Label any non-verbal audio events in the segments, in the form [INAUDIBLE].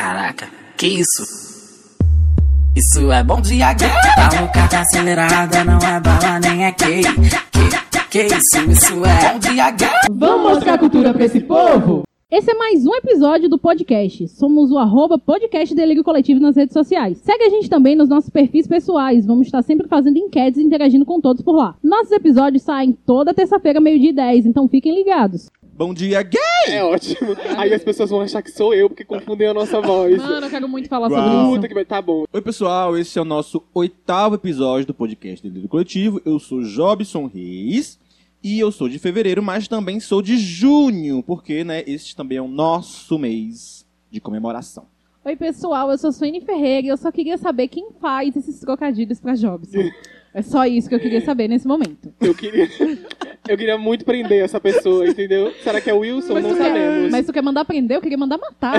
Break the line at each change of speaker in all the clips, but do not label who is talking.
Caraca, que isso? Isso é bom dia gay. Tá louca, tá acelerada, não é bala nem é gay. Que, que isso, isso é bom dia gay.
Vamos mostrar cultura pra esse povo?
Esse é mais um episódio do podcast. Somos o arroba podcast Delírio Coletivo nas redes sociais. Segue a gente também nos nossos perfis pessoais. Vamos estar sempre fazendo enquetes e interagindo com todos por lá. Nossos episódios saem toda terça-feira, meio-dia e 10, então fiquem ligados.
Bom dia, gay!
É ótimo. Aí as pessoas vão achar que sou eu, porque confundem a nossa voz.
Mano, eu quero muito falar
Uau.
sobre
Puta
isso.
que vai, tá bom.
Oi, pessoal, esse é o nosso oitavo episódio do podcast Delírio Coletivo. Eu sou Jobson Reis e eu sou de fevereiro, mas também sou de junho, porque, né, este também é o nosso mês de comemoração.
Oi, pessoal, eu sou Suene Ferreira e eu só queria saber quem faz esses trocadilhos pra Jobson. É só isso que eu queria saber nesse momento.
Eu queria, eu queria muito prender essa pessoa, entendeu? Será que é Wilson?
Mas
Não
tu, quer,
sabemos.
mas tu quer mandar prender? Eu queria mandar
[LAUGHS]
matar.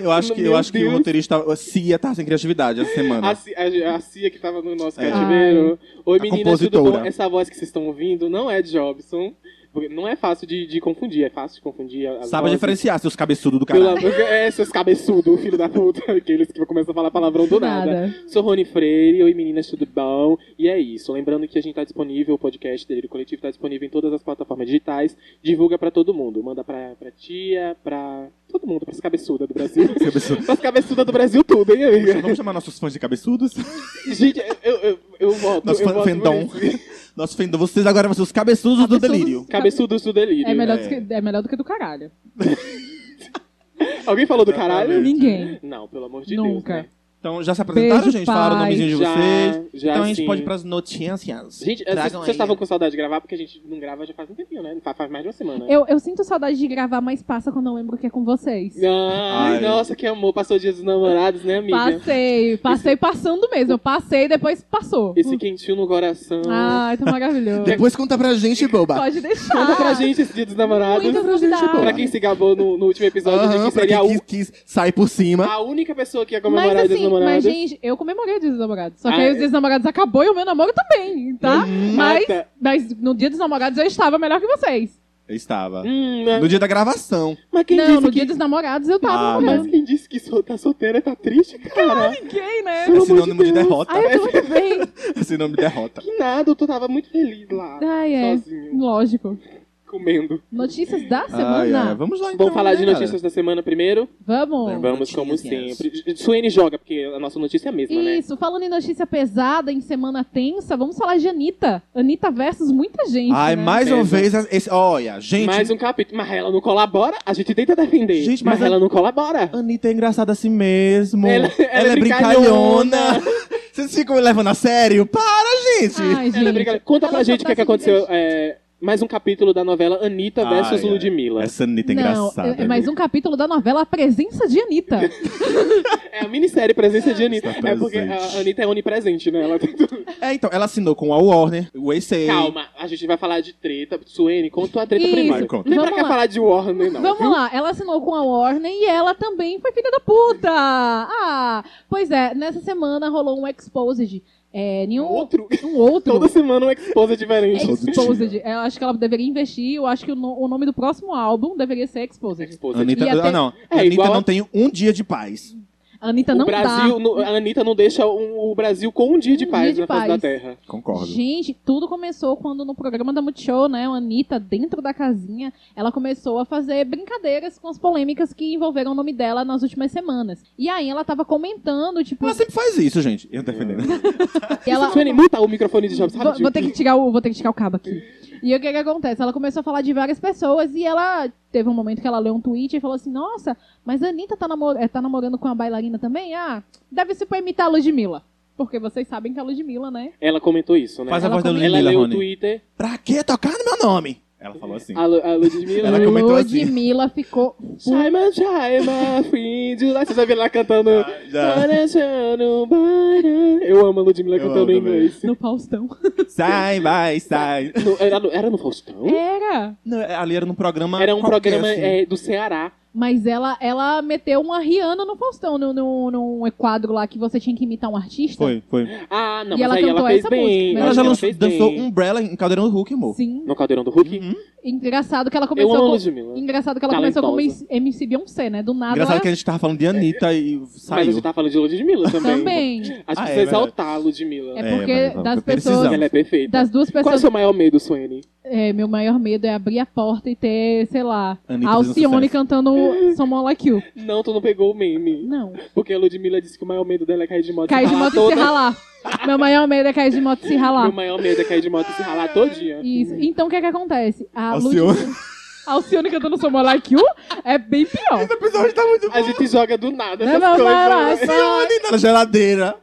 Eu acho que, eu
Meu
acho que o
Deus.
roteirista, a Cia, tá sem criatividade essa semana.
A, Ci- a- a Cia que tava no nosso
É.
cativeiro. Oi,
A
meninas, tudo
compositora.
bom? Essa voz que vocês estão ouvindo não é de Jobson. Porque Não é fácil de, de confundir, é fácil de confundir. As
Sabe
vozes.
diferenciar seus cabeçudos do
Pelo
caralho.
amor é, seus cabeçudos, filho da puta. [LAUGHS] Aqueles que começam a falar palavrão do nada.
Nada.
Sou Rony Freire, oi meninas, tudo bom? E é isso. Lembrando que a gente tá disponível, o podcast Delírio Coletivo tá disponível em todas as plataformas digitais. Divulga pra todo mundo. Manda pra, pra tia, pra todo mundo, pras cabeçudas
[LAUGHS]
do Brasil.
Cabeçudo.
pras cabeçudas do Brasil tudo, hein, amiga?
Vamos chamar nossos fãs de cabeçudos?
Gente, eu, eu, eu voto.
Nosso
eu
fan-
voto
fandom.
por esse.
Nosso fendão, vocês agora vão ser os cabeçudos, do
Cabeçudos.
delírio.
Cabeçudos do delírio. né?
É melhor, do
É.
que- é melhor do que do caralho.
Alguém falou do caralho?
Ninguém.
Não, pelo amor de
Nunca.
Deus.
Então já se apresentaram,
Beijo,
gente? Falaram o
pai.
nomezinho de
Né? Já,
vocês.
já
então a gente
sim.
pode ir pras notícias.
assim, Gente, vocês
Tragam
vocês
aí.
estavam com saudade de gravar porque a gente não grava já faz um tempinho, né? Fa- Faz mais de uma semana.
Eu, eu sinto saudade de gravar, mas passa quando eu lembro que é com vocês.
Ai,
Ai.
nossa, que amor. Passou o dia dos namorados, né, amiga?
Passei, passei passando mesmo. Eu passei, depois passou.
Esse é um- quentinho no coração.
Ai, tá maravilhoso.
Depois conta pra gente, boba.
Pode deixar.
Conta pra gente é esse dia dos namorados.
Muitas novidades.
Pra quem se gabou no, no último episódio, a
Aham,
gente
pra
seria a,
quem
u-
quis, quis sair por
né?
cima.
a única pessoa que ia
Mas
comemorar o dia
assim,
dos namorados.
mas gente, eu comemorei o dia dos namorados. Só que
Ah,
aí
é. Uhum.
os dias dos namorados acabou e o meu namoro também, tá?
Uhum.
Mas,
Mata.
mas no dia dos namorados eu estava melhor que vocês.
Eu estava.
Hum, mas,
No dia da gravação.
mas quem
Não,
disse
no
que...
dia dos namorados eu tava
Ah,
namorando.
Mas quem disse que sol- tá solteira tá triste, cara?
Ninguém, né?
Pelo
É
amor de
sinônimo de
Deus.
derrota.
Ai, eu tô muito bem.
É sinônimo de derrota.
Que nada, eu tô- tava muito feliz lá.
Ai, é.
Sozinho,
Lógico.
comendo.
Notícias da
Ai,
semana.
ai, Vamos lá, então.
Vamos falar
né,
de
galera?
notícias da semana primeiro?
Vamos.
Vamos, como
notícias.
sempre. Suene joga, porque a nossa notícia é a mesma, né?
Isso, falando em notícia pesada, em semana tensa, vamos falar de Anitta. Anitta versus muita gente.
Ai,
né?
mais uma
Pesa.
vez, esse, olha, gente,
Mais um capítulo. Mas ela não colabora, a gente tenta defender.
Gente,
mas,
mas a-
ela não colabora.
Anitta é engraçada assim mesmo.
Ela- ela é brincalhona.
[LAUGHS] Vocês ficam me levando a sério? Para, gente!
Ai,
Ela é
gente.
brincalhona. Conta pra
ela só
gente o
tá
que, é que
se
aconteceu. é, mais um capítulo da novela Anitta versus
Ai, ai.
Ludmilla.
Ah, Essa Anitta é
Não,
engraçada.
é mais um capítulo da novela A Presença de Anitta.
É a minissérie Presença de Anitta.
Está
É porque
tá presente.
a Anitta é onipresente, né? Ela tem tudo.
É, então, ela assinou com a Warner, o ACA.
Calma, a gente vai falar de treta. Suene, conta a treta
Isso.
primeiro.
Vai, conta.
Não é pra
Vamos
cá
lá.
falar de Warner, não.
Vamos
viu?
lá, ela assinou com a Warner e ela também foi filha da puta. Ah, pois é, nessa semana rolou um exposed. É, nenhum,
Outro.
Um outro.
Toda semana um exposa diferente.
Todo
Exposed.
dia.
Eu acho que ela deveria investir. Eu acho que o, no- o nome do próximo álbum deveria ser Exposed.
Exposa.
Anitta,
E até-
ah, não,
É,
Anitta
igual a-
não tem um dia de paz.
A Anitta
O
não
Brasil,
dá.
no- a Anitta não deixa um- o Brasil com um dia de
Um
paz
dia de
na face da
paz.
terra.
Concordo.
Gente, tudo começou quando no programa da Multishow, né, a Anitta, dentro da casinha, ela começou a fazer brincadeiras com as polêmicas que envolveram o nome dela nas últimas semanas. E aí ela tava comentando, tipo,
Ela sempre faz isso, gente. Eu defendendo.
e ela...
é
Suene, muta o microfone de Jobs
Vou,
rapidinho.
vou ter que tirar o, vou ter que tirar o cabo aqui. E aí o que que acontece? Ela começou a falar de várias pessoas e ela teve um momento que ela leu um tweet e falou assim: Nossa, mas a Anitta tá, namo- eh, tá namorando com a bailarina também? Ah, deve ser pra imitar a Ludmilla. Porque vocês sabem que a Ludmilla, né?
Ela comentou isso, né?
Faz a
Ela
voz da
come-
Ela
Ludmilla,
leu o
Rony.
Twitter,
Pra que tocar no meu nome? Ela falou assim.
a, Lu- a Ludmilla.
Ela comentou assim.
Ludmilla ficou.
Shaima, Shaima, friend. you. Lá Você já viu ela cantando.
Já.
Para, Shano, para. Eu amo a Ludmilla
Eu
cantando
amo
em
também.
inglês.
No Faustão.
Sai, vai, sai. Hum?
No- era, no, era no Faustão?
Era!
Não, é, ali era num programa.
Era um
qualquer,
programa
assim.
é, do Ceará.
Mas ela, ela meteu uma Rihanna no Faustão, num no, no, num quadro lá que você tinha que imitar um artista.
Foi, foi.
Ah, não,
E
mas
ela
aí ela
cantou
fez
essa
bem.
música,
eu
mas
Ela
acho
já
que
lançou,
fez bem.
dançou Umbrella em Caldeirão do Hulk, amor.
Sim.
No Caldeirão do Hulk?
Uhum.
Engraçado que ela
Eu
começou
amo a
com...
Ludmilla.
Engraçado que ela começou como
Talentosa.
MC Beyoncé, né? Do nada
Engraçado
ela...
que a gente tava falando de Anitta e
Mas a gente
saiu.
tá falando de Ludmilla também.
também.
Ah,
Acho que
é
precisa
verdade. Então.
exaltar a Ludmilla.
É
É,
porque
mas
das
precisamos.
pessoas...
não.
Ela é perfeita.
Das duas
Qual é o
pessoas...
seu maior medo, Suene?
É, meu maior medo é abrir a porta e ter, sei lá,
Anitta fazendo
Alcione
sucesso.
cantando Someone Like You.
Não, tu não pegou o meme.
Não.
Porque a Ludmilla disse que o maior medo dela é cair de moto
Cair
e se
de
ralar
moto e se
toda.
ralar. Meu maior medo é cair de moto e se ralar.
Meu maior medo é cair de moto e se ralar todinha.
Isso. Então o que é que acontece? A
Alcione.
Ludmilla- a [LAUGHS] Alcione cantando Someone Like You é bem
[LAUGHS]
pior.
O episódio tá muito
A gente joga do nada
Não,
essas
não,
coisas.
não, não,
Ela deitar na geladeira.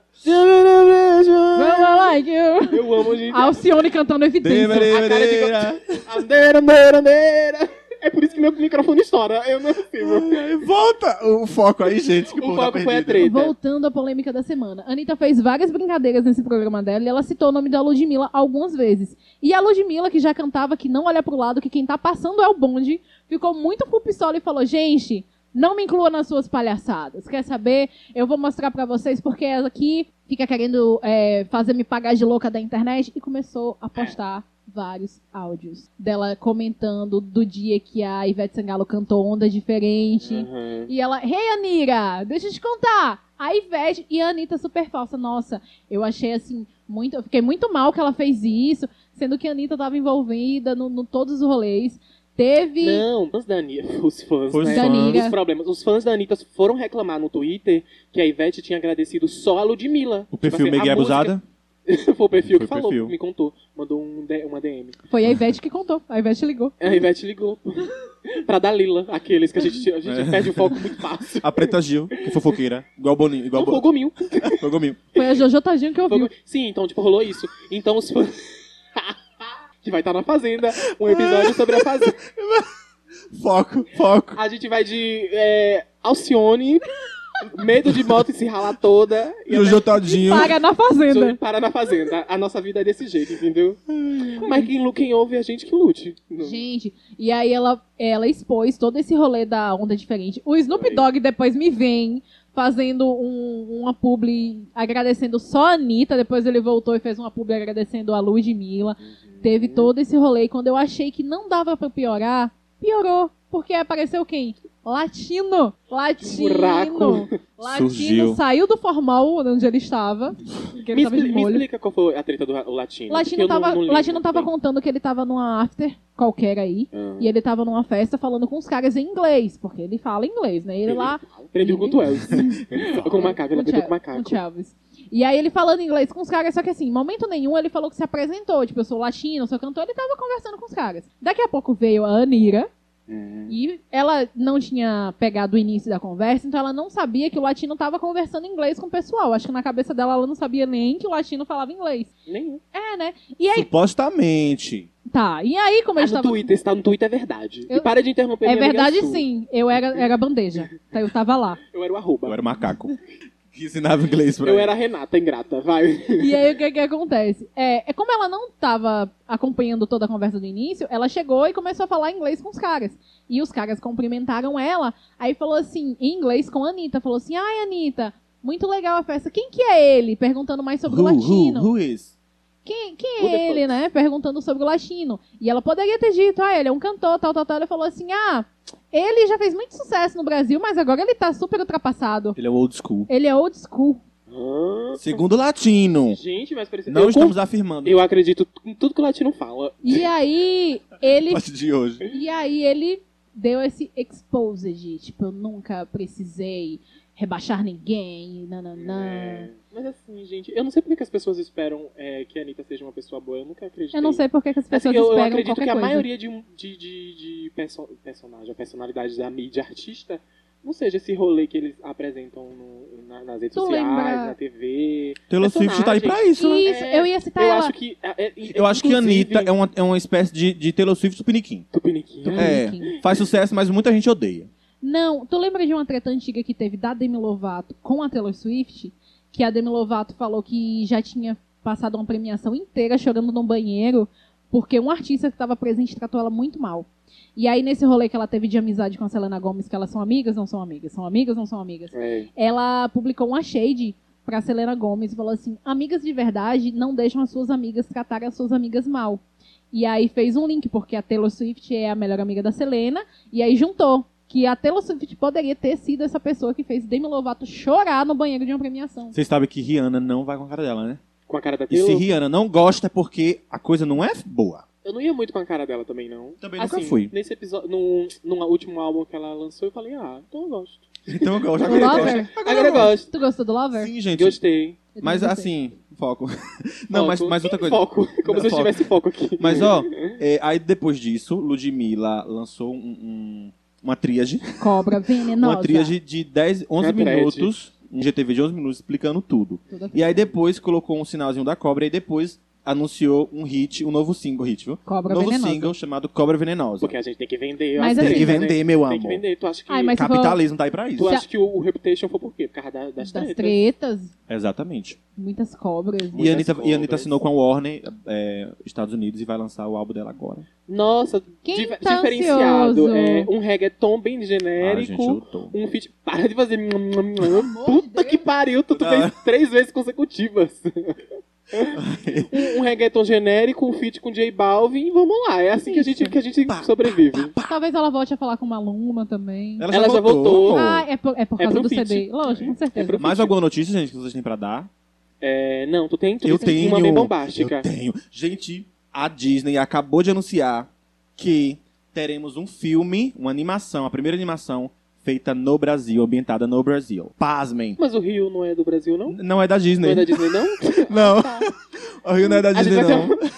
Someone Like You.
Eu amo, gente.
A Alcione cantando Evidência.
A cara de- Andeira, andeira, andeira. É por isso que meu microfone estoura. Eu não é possível.
Volta o foco aí, gente. Que o
O
povo tá
foco foi a
perdido.
treta.
Voltando à polêmica da semana. Anitta fez várias brincadeiras nesse programa dela e ela citou o nome da Ludmilla algumas vezes. E a Ludmilla, que já cantava que não olha pro lado, que quem tá passando é o bonde, ficou muito pro pistola e falou, gente... Não me inclua nas suas palhaçadas. Quer saber? Eu vou mostrar pra vocês porque ela aqui fica querendo é, fazer me pagar de louca da internet e começou a postar vários áudios dela comentando do dia que a Ivete Sangalo cantou Onda Diferente,
Aham.
e ela, hey Anira, deixa eu te contar. A Ivete e a Anitta super falsa. Nossa, eu achei assim, muito. Eu fiquei muito mal que ela fez isso, sendo que a Anitta tava envolvida no, no todos os rolês. Teve.
Não, fãs da Anitta. Os fãs,
Os
né?
Da
fãs.
Os
Anira.
problemas. Os fãs da Anitta foram reclamar no Twitter que a Ivete tinha agradecido só a Ludmilla.
O perfil
Tipo assim,
Megue
a música-
Abusada.
[LAUGHS] Foi o perfil
Foi
que
o
falou,
perfil.
me contou. Mandou um D- uma DM.
Foi a Ivete que contou. A Ivete ligou.
A Ivete ligou [LAUGHS] pra Dalila, aqueles que a gente, a
É.
gente perde o foco
[LAUGHS]
muito fácil.
A Preta Gil, que é fofoqueira. Igual Boninho. Igual
Não foi o
Boninho.
Gominho.
Foi Gominho.
Foi a Jojo Tadinho que ouviu.
Sim, então, tipo, rolou isso. Então, os fãs... [LAUGHS] que vai estar na Fazenda, um episódio sobre a Fazenda.
Foco, foco.
A gente vai de é, Alcione, medo de moto e se ralar toda.
E o Jotadinho.
Paga na
Sobre
fazenda.
parar na Fazenda. A nossa vida é desse jeito, entendeu? Mas quem, lu- quem ouve é a gente que lute.
Gente, e aí ela, ela expôs todo esse rolê da onda diferente. O Snoop
Foi.
Dogg depois me vem fazendo um- uma publi agradecendo só a Anitta. Depois ele voltou e fez uma publi agradecendo a Ludmilla.
Uhum.
Teve todo esse rolê. E quando eu achei que não dava pra piorar, piorou. Porque apareceu quem? Latino! Latino!
Buraco.
Latino
Surgiu.
saiu do formal onde ele estava. que ele
Me,
tava de
expli- me
molho.
explica qual foi a treta do ra- o latino. porque
Latino
eu não-
tava,
não lembro
Latino tava
bem.
contando que ele tava numa after qualquer aí.
Ah.
E ele tava numa festa falando com os caras em inglês, porque ele fala inglês, né? Ele lá.
Aprendeu com o
[LAUGHS]
Twelves. com o macaco,
com
ele aprendeu com o
Chel- com
macaco.
Chaves. E aí ele falando inglês com os caras, só que assim, em momento nenhum ele falou que se apresentou, tipo, eu sou latino, eu sou cantor, ele tava conversando com os caras. Daqui a pouco veio a Anira,
É.
e ela não tinha pegado o início da conversa, então ela não sabia que o latino tava conversando inglês com o pessoal. Acho que na cabeça dela ela não sabia nem que o latino falava inglês.
Nenhum.
É, né? E aí,
Supostamente.
tá, e aí como a
Tá
gente
no
tava...
Twitter, está no Twitter é verdade. E
Eu-
para de interromper
É
minha amiga
verdade
Su.
sim, eu era, era bandeja, tá? eu tava lá.
Eu era o
Eu
arroba.
era o macaco. Que ensinava inglês pra
Eu
ela.
era a Renata,
[LAUGHS]
ingrata, vai.
E aí o que que acontece? É, é como ela não tava acompanhando toda a conversa do início, ela chegou e começou a falar inglês com os caras. E os caras cumprimentaram ela, aí falou assim, em inglês com a Anitta, falou assim, ai Anitta, muito legal a festa, quem que é ele? Perguntando mais sobre o latino.
Who, who is?
Quem,
Who
quem
the
é ele,
fuck?
né? Perguntando sobre o latino. E ela poderia ter dito, ah, ele é um cantor, tal, tal, tal. Ela falou assim, ah, ele já fez muito sucesso no Brasil, mas agora ele tá super ultrapassado.
Ele é old school.
Ele é old school.
Ah,
Segundo latino.
Gente, mas parecia...
Não
eu,
estamos afirmando.
eu acredito em tudo que o latino fala.
E aí, ele
A partir de hoje.
E aí ele deu esse exposed, tipo, eu nunca precisei rebaixar ninguém, nananã.
É. Mas assim, gente, eu não sei porque que as pessoas esperam é, que a Anitta seja uma pessoa boa. Eu nunca acreditei.
Eu não sei por que que as
Assim,
pessoas
eu, eu
esperam
acredito que
qualquer
a
coisa.
maioria de, um, de, de, de perso- personagem, a personalidade da mídia artista, não seja esse rolê que eles apresentam no- na- nas redes
Tu
sociais,
lembra?
na TV.
Taylor Swift tá aí pra isso, né?
Isso,
É,
eu ia citar
eu
Tá, ela.
acho que. é, é,
Eu acho que a
inclusive,
Anitta é uma, é uma espécie de, de Taylor Swift supiniquim.
Tupiniquim.
Hum,
É.
Kim.
Faz sucesso, mas muita gente odeia.
Não, tu lembra de uma treta antiga que teve da Demi Lovato com a Taylor Swift? Que a Demi Lovato falou que já tinha passado uma premiação inteira chorando no banheiro porque um artista que estava presente tratou ela muito mal. E aí, nesse rolê que ela teve de amizade com a Selena Gomes, que elas são amigas, não são amigas, são amigas, não são amigas,
É.
ela publicou uma shade pra Selena Gomes e falou assim: amigas de verdade não deixam as suas amigas tratar as suas amigas mal. E aí fez um link, porque a Taylor Swift é a melhor amiga da Selena, e aí juntou que a Taylor Swift poderia ter sido essa pessoa que fez Demi Lovato chorar no banheiro de uma premiação.
Vocês sabem que Rihanna não vai com a cara dela, né?
Com a cara da
E se
Taylor.
Rihanna não gosta é porque a coisa não é boa.
Eu não ia muito com a cara dela também, não.
Também
Assim,
nunca fui.
Nesse episódio, num, num último álbum que ela lançou, eu falei, ah, então eu gosto.
Então eu gosto.
Do
Agora eu gosto.
Lover?
Agora eu gosto.
Tu gostou do Lover?
Sim, gente.
Eu
Gostei.
é. Mas
também gostei.
assim, foco. [LAUGHS] Não, mas,
Foco.
mas
[LAUGHS]
outra
Tem
coisa.
Foco. Como
Não,
se eu
foco.
tivesse foco aqui.
Mas ó, é, aí depois disso, Ludmilla lançou um- um- uma tríade.
Cobra venenosa.
Uma tríade de 10, 11
Uma thread.
minutos. Um GTV de 11 minutos explicando tudo.
Tudo bem.
E aí depois colocou um sinalzinho da cobra e depois anunciou um hit, um novo single hit, viu?
Cobra
novo
venenosa.
single chamado Cobra Venenosa.
Porque a gente tem que vender.
Mas
a
assim-
Tem que
treta, né?
vender, meu
Tem que
amor.
vender. Tu acha que,
Ai, mas se for
Capitalismo tá aí pra isso.
tu
Se a-
acha que o, o Reputation foi por quê? Por causa da-
das
das, tretas?
tretas,
Exatamente.
muitas cobras.
E a,
Muitas
Anitta, e a Anitta
cobras.
assinou com a Warner, é, Estados Unidos, e vai lançar o álbum dela agora.
Nossa,
Quem
dif-
tá
diferenciado.
ansioso?
É, um reggaeton bem
Ah, gente, eu
genérico.
tô.
um feat. Para de fazer. Puta que pariu, tu, tu fez três vezes
[LAUGHS]
consecutivas. um, um reggaeton genérico, um feat com J Balvin, e vamos lá. É assim que a gente, que a gente sobrevive.
Talvez ela volte a falar com uma Maluma também.
Ela já voltou.
amor.
Ah, é por, é por
É
causa do
pro feat.
CD. Lógico, com certeza.
pro-
Mais alguma notícia, gente, que vocês têm pra dar?
É, não, tu tem, tu
eu
tem
tenho.
uma bem bombástica.
Eu tenho. Gente, a Disney acabou de anunciar que teremos um filme, uma animação, a primeira animação feita no Brasil, ambientada no Brasil. Pasmem.
Mas o Rio não é do Brasil, não?
Não é da
Não
Disney.
é da Disney,
[LAUGHS]
não?
Não.
Tá.
O Rio [LAUGHS] não é da
A gente
Disney,
vai ter um-
não.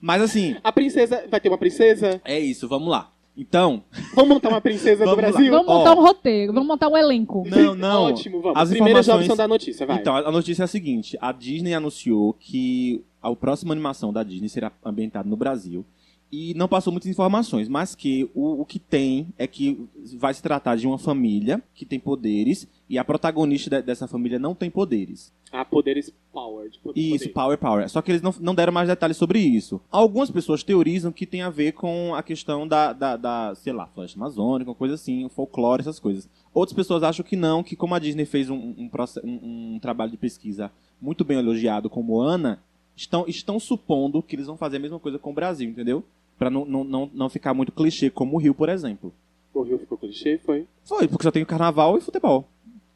Mas assim,
A princesa. Vai ter uma princesa?
é isso, vamos lá.
[LAUGHS]
Então,
Vamos montar uma princesa do
Vamos lá.
Brasil?
Vamos
Ó.
montar um roteiro, vamos montar um elenco.
não, não.
Ótimo, vamos.
As
Primeira
informações-
opção da notícia, vai.
Então, a a notícia é a seguinte: a Disney anunciou que a próxima animação da Disney será ambientada no Brasil. E não passou muitas informações, mas que o, o que tem é que vai se tratar de uma família que tem poderes e a protagonista de- dessa família não tem poderes.
A poderes power. de poder.
Isso, power, power. Só que eles não, não deram mais detalhes sobre isso. Algumas pessoas teorizam que tem a ver com a questão da, da, da sei lá, floresta amazônica, uma coisa assim, folclore, essas coisas. Outras pessoas acham que não, que como a Disney fez um, um, proce- um- um trabalho de pesquisa muito bem elogiado com Moana, estão, estão supondo que eles vão fazer a mesma coisa com o Brasil, entendeu? Pra não, não, não, não ficar muito clichê, como o Rio, por exemplo.
O Rio ficou clichê, foi?
Foi, porque só tem carnaval e futebol.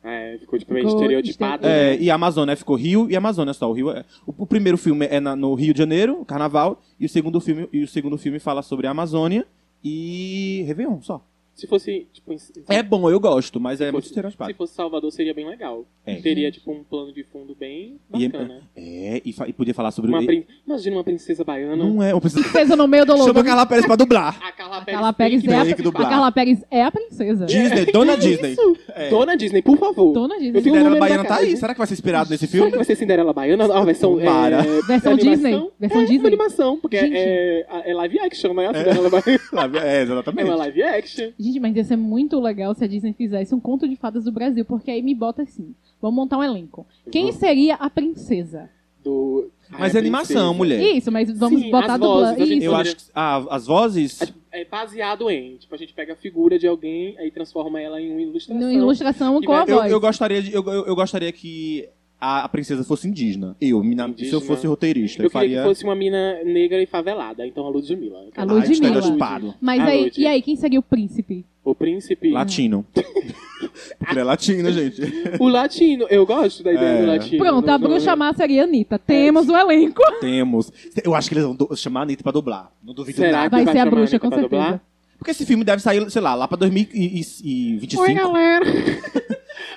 É, ficou tipo, meio
Ficou
estereotipada.
É,
né?
e a Amazônia ficou Rio e Amazônia só. O, Rio é- o, o primeiro filme é na- no Rio de Janeiro, Carnaval, e o segundo filme e o segundo filme fala sobre a Amazônia e Réveillon só.
Se fosse, tipo, em- se
É bom, eu gosto, mas é
fosse-
muito estereotipado.
Se fosse Salvador, seria bem legal.
É.
Teria, tipo, um plano de fundo bem
E-
bacana.
É, e, fa- e podia falar sobre
Uma
e-
prin- Imagina uma princesa baiana.
Não é, eu preciso...
Princesa no meio do
Chama
lobo.
a Carla Pérez pra
[LAUGHS]
dublar.
A Carla Pérez,
Carla
tem
Pérez
que
é
dar
a,
tem
esse
que
a
dublar.
Carla Pérez é a princesa.
Disney, Dona Disney.
[LAUGHS] Isso.
É.
Dona Disney, por favor.
Dona Disney.
Eu tenho um
Cinderela
número
Baiana
da
tá
casa.
aí. Será que vai ser inspirado nesse
Será
filme?
[LAUGHS] que vai ser Cinderela Baiana? Ah, versão.
Para.
É,
[LAUGHS] Versão
animação?
Disney. Versão
é,
Disney.
animação, porque
Gente.
é, é live action, né? A Cinderela
[LAUGHS]
Baiana
É,
é uma
exatamente.
live action.
Gente, mas ia ser muito legal se a Disney fizesse um conto de fadas do Brasil, porque aí me bota assim. Vamos montar um elenco. Quem
Vamos.
seria a princesa?
Do...
Mas
Ai,
é
a princesa.
animação, mulher.
Isso, mas vamos
Sim,
botar
as
dubla.
vozes, a gente
Isso.
Eu acho que ah, as vozes...
né? É baseado em. Tipo, a gente pega a figura de alguém, aí transforma ela em uma ilustração.
No ilustração
Que
com a
vai-
Eu,
voz.
eu gostaria de- eu, eu- eu gostaria que a, a princesa fosse indígena. Eu, me na- se eu
Indígena.
fosse roteirista, eu,
Eu queria
faria.
que fosse uma mina negra e favelada, então a Ludmilla.
A
Ah,
Ludmilla.
estereotipado.
Mas
Ah,
aí,
Lud.
e aí, quem seria o príncipe?
O príncipe.
Latino. Porque é latina, gente.
O latino. Eu gosto da ideia
É.
do latino.
Pronto, a
Não-
bruxa
não-
má seria a Anitta. Temos o elenco.
[LAUGHS] Temos. Eu acho que eles vão do- chamar a Anitta pra dublar. Não duvido
Será
nada.
Vai
que
ser a
chamar
bruxa,
Anitta
com
pra
certeza.
dublar?
Porque esse filme deve sair, sei lá, lá pra 2025. [LAUGHS]
Oi, galera.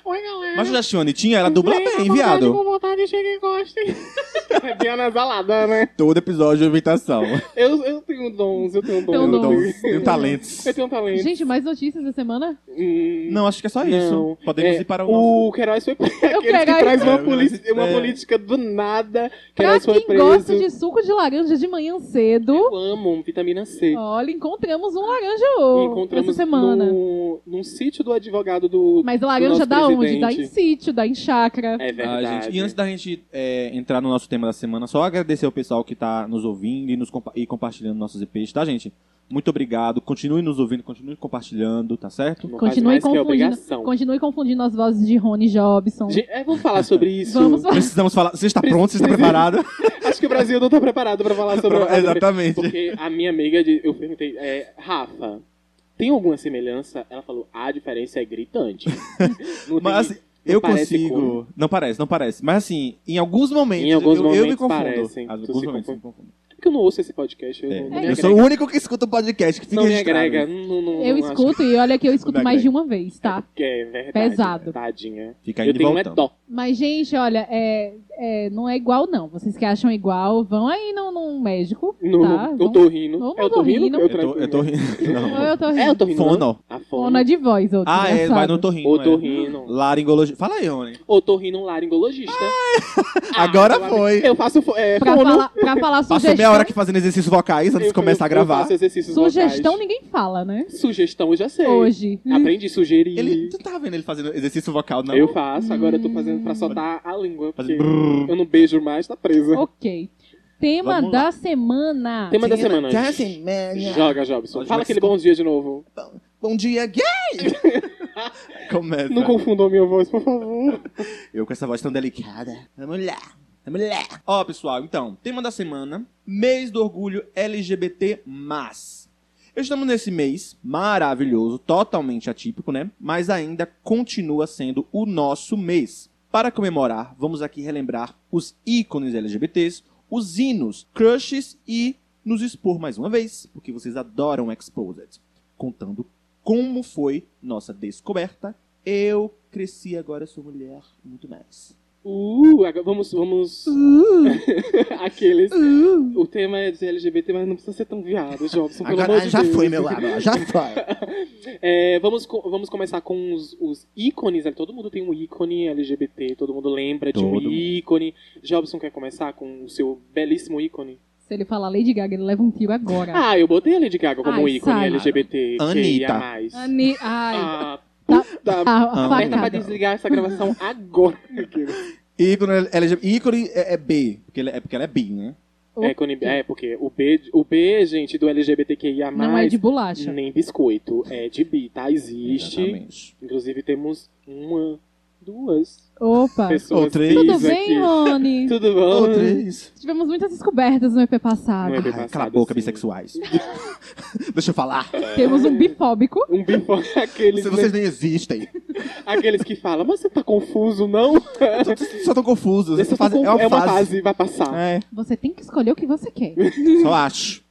Oi, galera.
Mas eu já tinha a Anitinha, ela dubla
Vem, à
bem,
vontade,
viado.
Com vontade, chega e gostem. [LAUGHS] é bem anasalada, né?
Todo episódio é inventação.
Eu, eu tenho dons, eu tenho
[LAUGHS]
dons.
Tenho
Então,
dons.
tem talentos.
Eu tenho talento.
Gente, mais notícias da semana?
Hum,
Não, acho que é só isso.
Não.
Podemos
É,
ir para o nosso.
Queiroz
[LAUGHS]
foi preso. Aquele
Queiroz-
que traz uma,
É, o Queiroz-
polici- uma
é.
política do nada.
Pra
Queiroz foi
quem
preso.
gosta de suco de laranja de manhã cedo,
Eu amo vitamina C.
olha, encontramos um laranja
E
hoje
encontramos
essa semana.
no- num sítio do advogado do.
Mas
do
laranja
nosso
da onde?
presidente.
Da em sítio, da em chácara.
É
Ah,
verdade.
gente, E antes da gente é, entrar no nosso tema da semana. Só agradecer ao pessoal que tá nos ouvindo e, nos compa- e compartilhando nossos EPs, tá, gente? Muito obrigado. Continue nos ouvindo, continue compartilhando, tá certo?
Não faz
Continue
mais que é
confundindo,
obrigação.
continue confundindo as vozes de Rony Jobson.
Gente, é, vamos
[LAUGHS]
falar sobre isso.
Vamos falar.
Precisamos falar. Você está pronto? Você está preparado?
Acho que o Brasil não tá preparado pra falar
[LAUGHS]
sobre a-
Exatamente.
Porque a minha amiga, de- eu perguntei, é, Rafa, tem alguma semelhança? Ela falou, a diferença é gritante.
[LAUGHS]
Não
Mas assim,
tem-
eu
parece
consigo.
como.
Não parece, não parece. Mas assim, em alguns momentos,
Em alguns
eu, eu me
momentos
confundo.
parecem,
Em
tu
alguns
se
momentos eu
confunde.
me confundo.
Porque eu não ouço esse podcast, eu
É.
não, não me
Eu
agrega.
sou o único que escuta o podcast que fica
não me
registrado.
agrega. Não, não,
Eu
não acho
escuto e olha que eu escuto
Da
mais
Greg.
de uma vez, tá?
que é verdade.
Pesado.
Tadinha.
Fica
Eu
indo e
tenho um uma
voltando.
dó.
Mas, gente, olha, é, é, não é igual, não. Vocês que acham igual, vão aí num, num médico,
No,
tá?
no
Vão-
otorrino.
vamos
É otorrino?
otorrino.
eu, tô, eu tô rindo.
[LAUGHS]
Ou
Não.
eu tô rindo.
É otorrino. não?
Fono.
A fono.
Fona de voz, outro.
Ah, é, vai no torrinho.
Otorrino.
Laringologia. Fala aí, Rony.
Otorrino um laringologista.
[LAUGHS]
Ah,
Agora foi.
Eu faço fo- é,
Pra
fono.
falar, pra falar
Passou meia
sugestão,
hora aqui fazendo exercícios vocais antes de
Eu-
começar a
eu- Eu
gravar.
faço exercícios
sugestão
vocais.
ninguém fala, né?
Sugestão eu já sei.
Hoje.
Aprendi a sugerir.
Ele, tu tá vendo ele fazendo exercício vocal, não?
Eu faço, agora eu tô fazendo
Hum.
pra soltar a língua.
Fazendo
Porque
brrr.
eu não beijo mais, tá presa.
Ok. Tema
Vamos lá.
da semana.
Tema da semana.
Tá assim, man.
Joga, Jobson.
Pode
Fala
mais
aquele bom dia de novo.
Bom dia, gay.
Começa.
Não confundam a minha voz, por favor.
Eu com essa voz tão delicada. Vamos lá. Vamos lá. Ó, pessoal, então, tema da semana: mês do orgulho LGBT. Estamos nesse mês maravilhoso, totalmente atípico, né? Mas ainda continua sendo o nosso mês. Para comemorar, vamos aqui relembrar os ícones LGBTs, os hinos, crushes e nos expor mais uma vez, porque vocês adoram Exposed, contando como foi nossa descoberta. Eu cresci, agora sou mulher, e muito mais.
Uh, agora vamos, vamos.
Uh.
[LAUGHS] Aqueles. O tema é de LGBT, mas não precisa ser tão viado, Jobson. Pelo amor
Agora
de
já
Deus.
foi, meu amor.
[LAUGHS]
Já foi.
[LAUGHS] É, vamos, co- vamos começar com os, os ícones. né? Todo mundo tem um ícone LGBT, todo mundo lembra de
Todo
um
mundo.
ícone. Jobson quer começar com o seu belíssimo ícone?
Se ele falar Lady Gaga, ele leva um tiro agora.
Ah, eu botei a Lady Gaga como
Ai,
ícone
sai.
LGBT.
Anitta.
é Mais.
Ani- Ai.
Ah,
Tá-
puta.
Ah,
Ah,
Aperta pra
facada.
desligar essa gravação agora.
[LAUGHS]
Ícone, LGBT, ícone é, é B, porque ela, é porque ela é bi, né?
é, ícone- é, porque o B, o B, gente, do LGBTQIA,
Não é de bolacha.
nem biscoito. É de bi, tá? Existe.
Exatamente.
Inclusive, temos uma, duas
Opa.
pessoas.
Ou três.
bis
Tá. Tudo bem,
aqui.
Rony?
[LAUGHS] Tudo bom?
Ou três.
Tivemos muitas descobertas no EP passado.
No EP. Foi
Ai, cala a
passado,
boca,
sim.
bissexuais. [LAUGHS] Deixa eu falar.
Temos um bifóbico.
Um bifo, aqueles,
[LAUGHS] Se
né?
vocês nem [LAUGHS] existem.
aqueles que falam, mas você tá confuso, não?
Vocês só tão confusos.
Essa tá
Essa fase é uma fase.
vai passar.
É,
Você tem que escolher o que você quer.
[LAUGHS] só acho.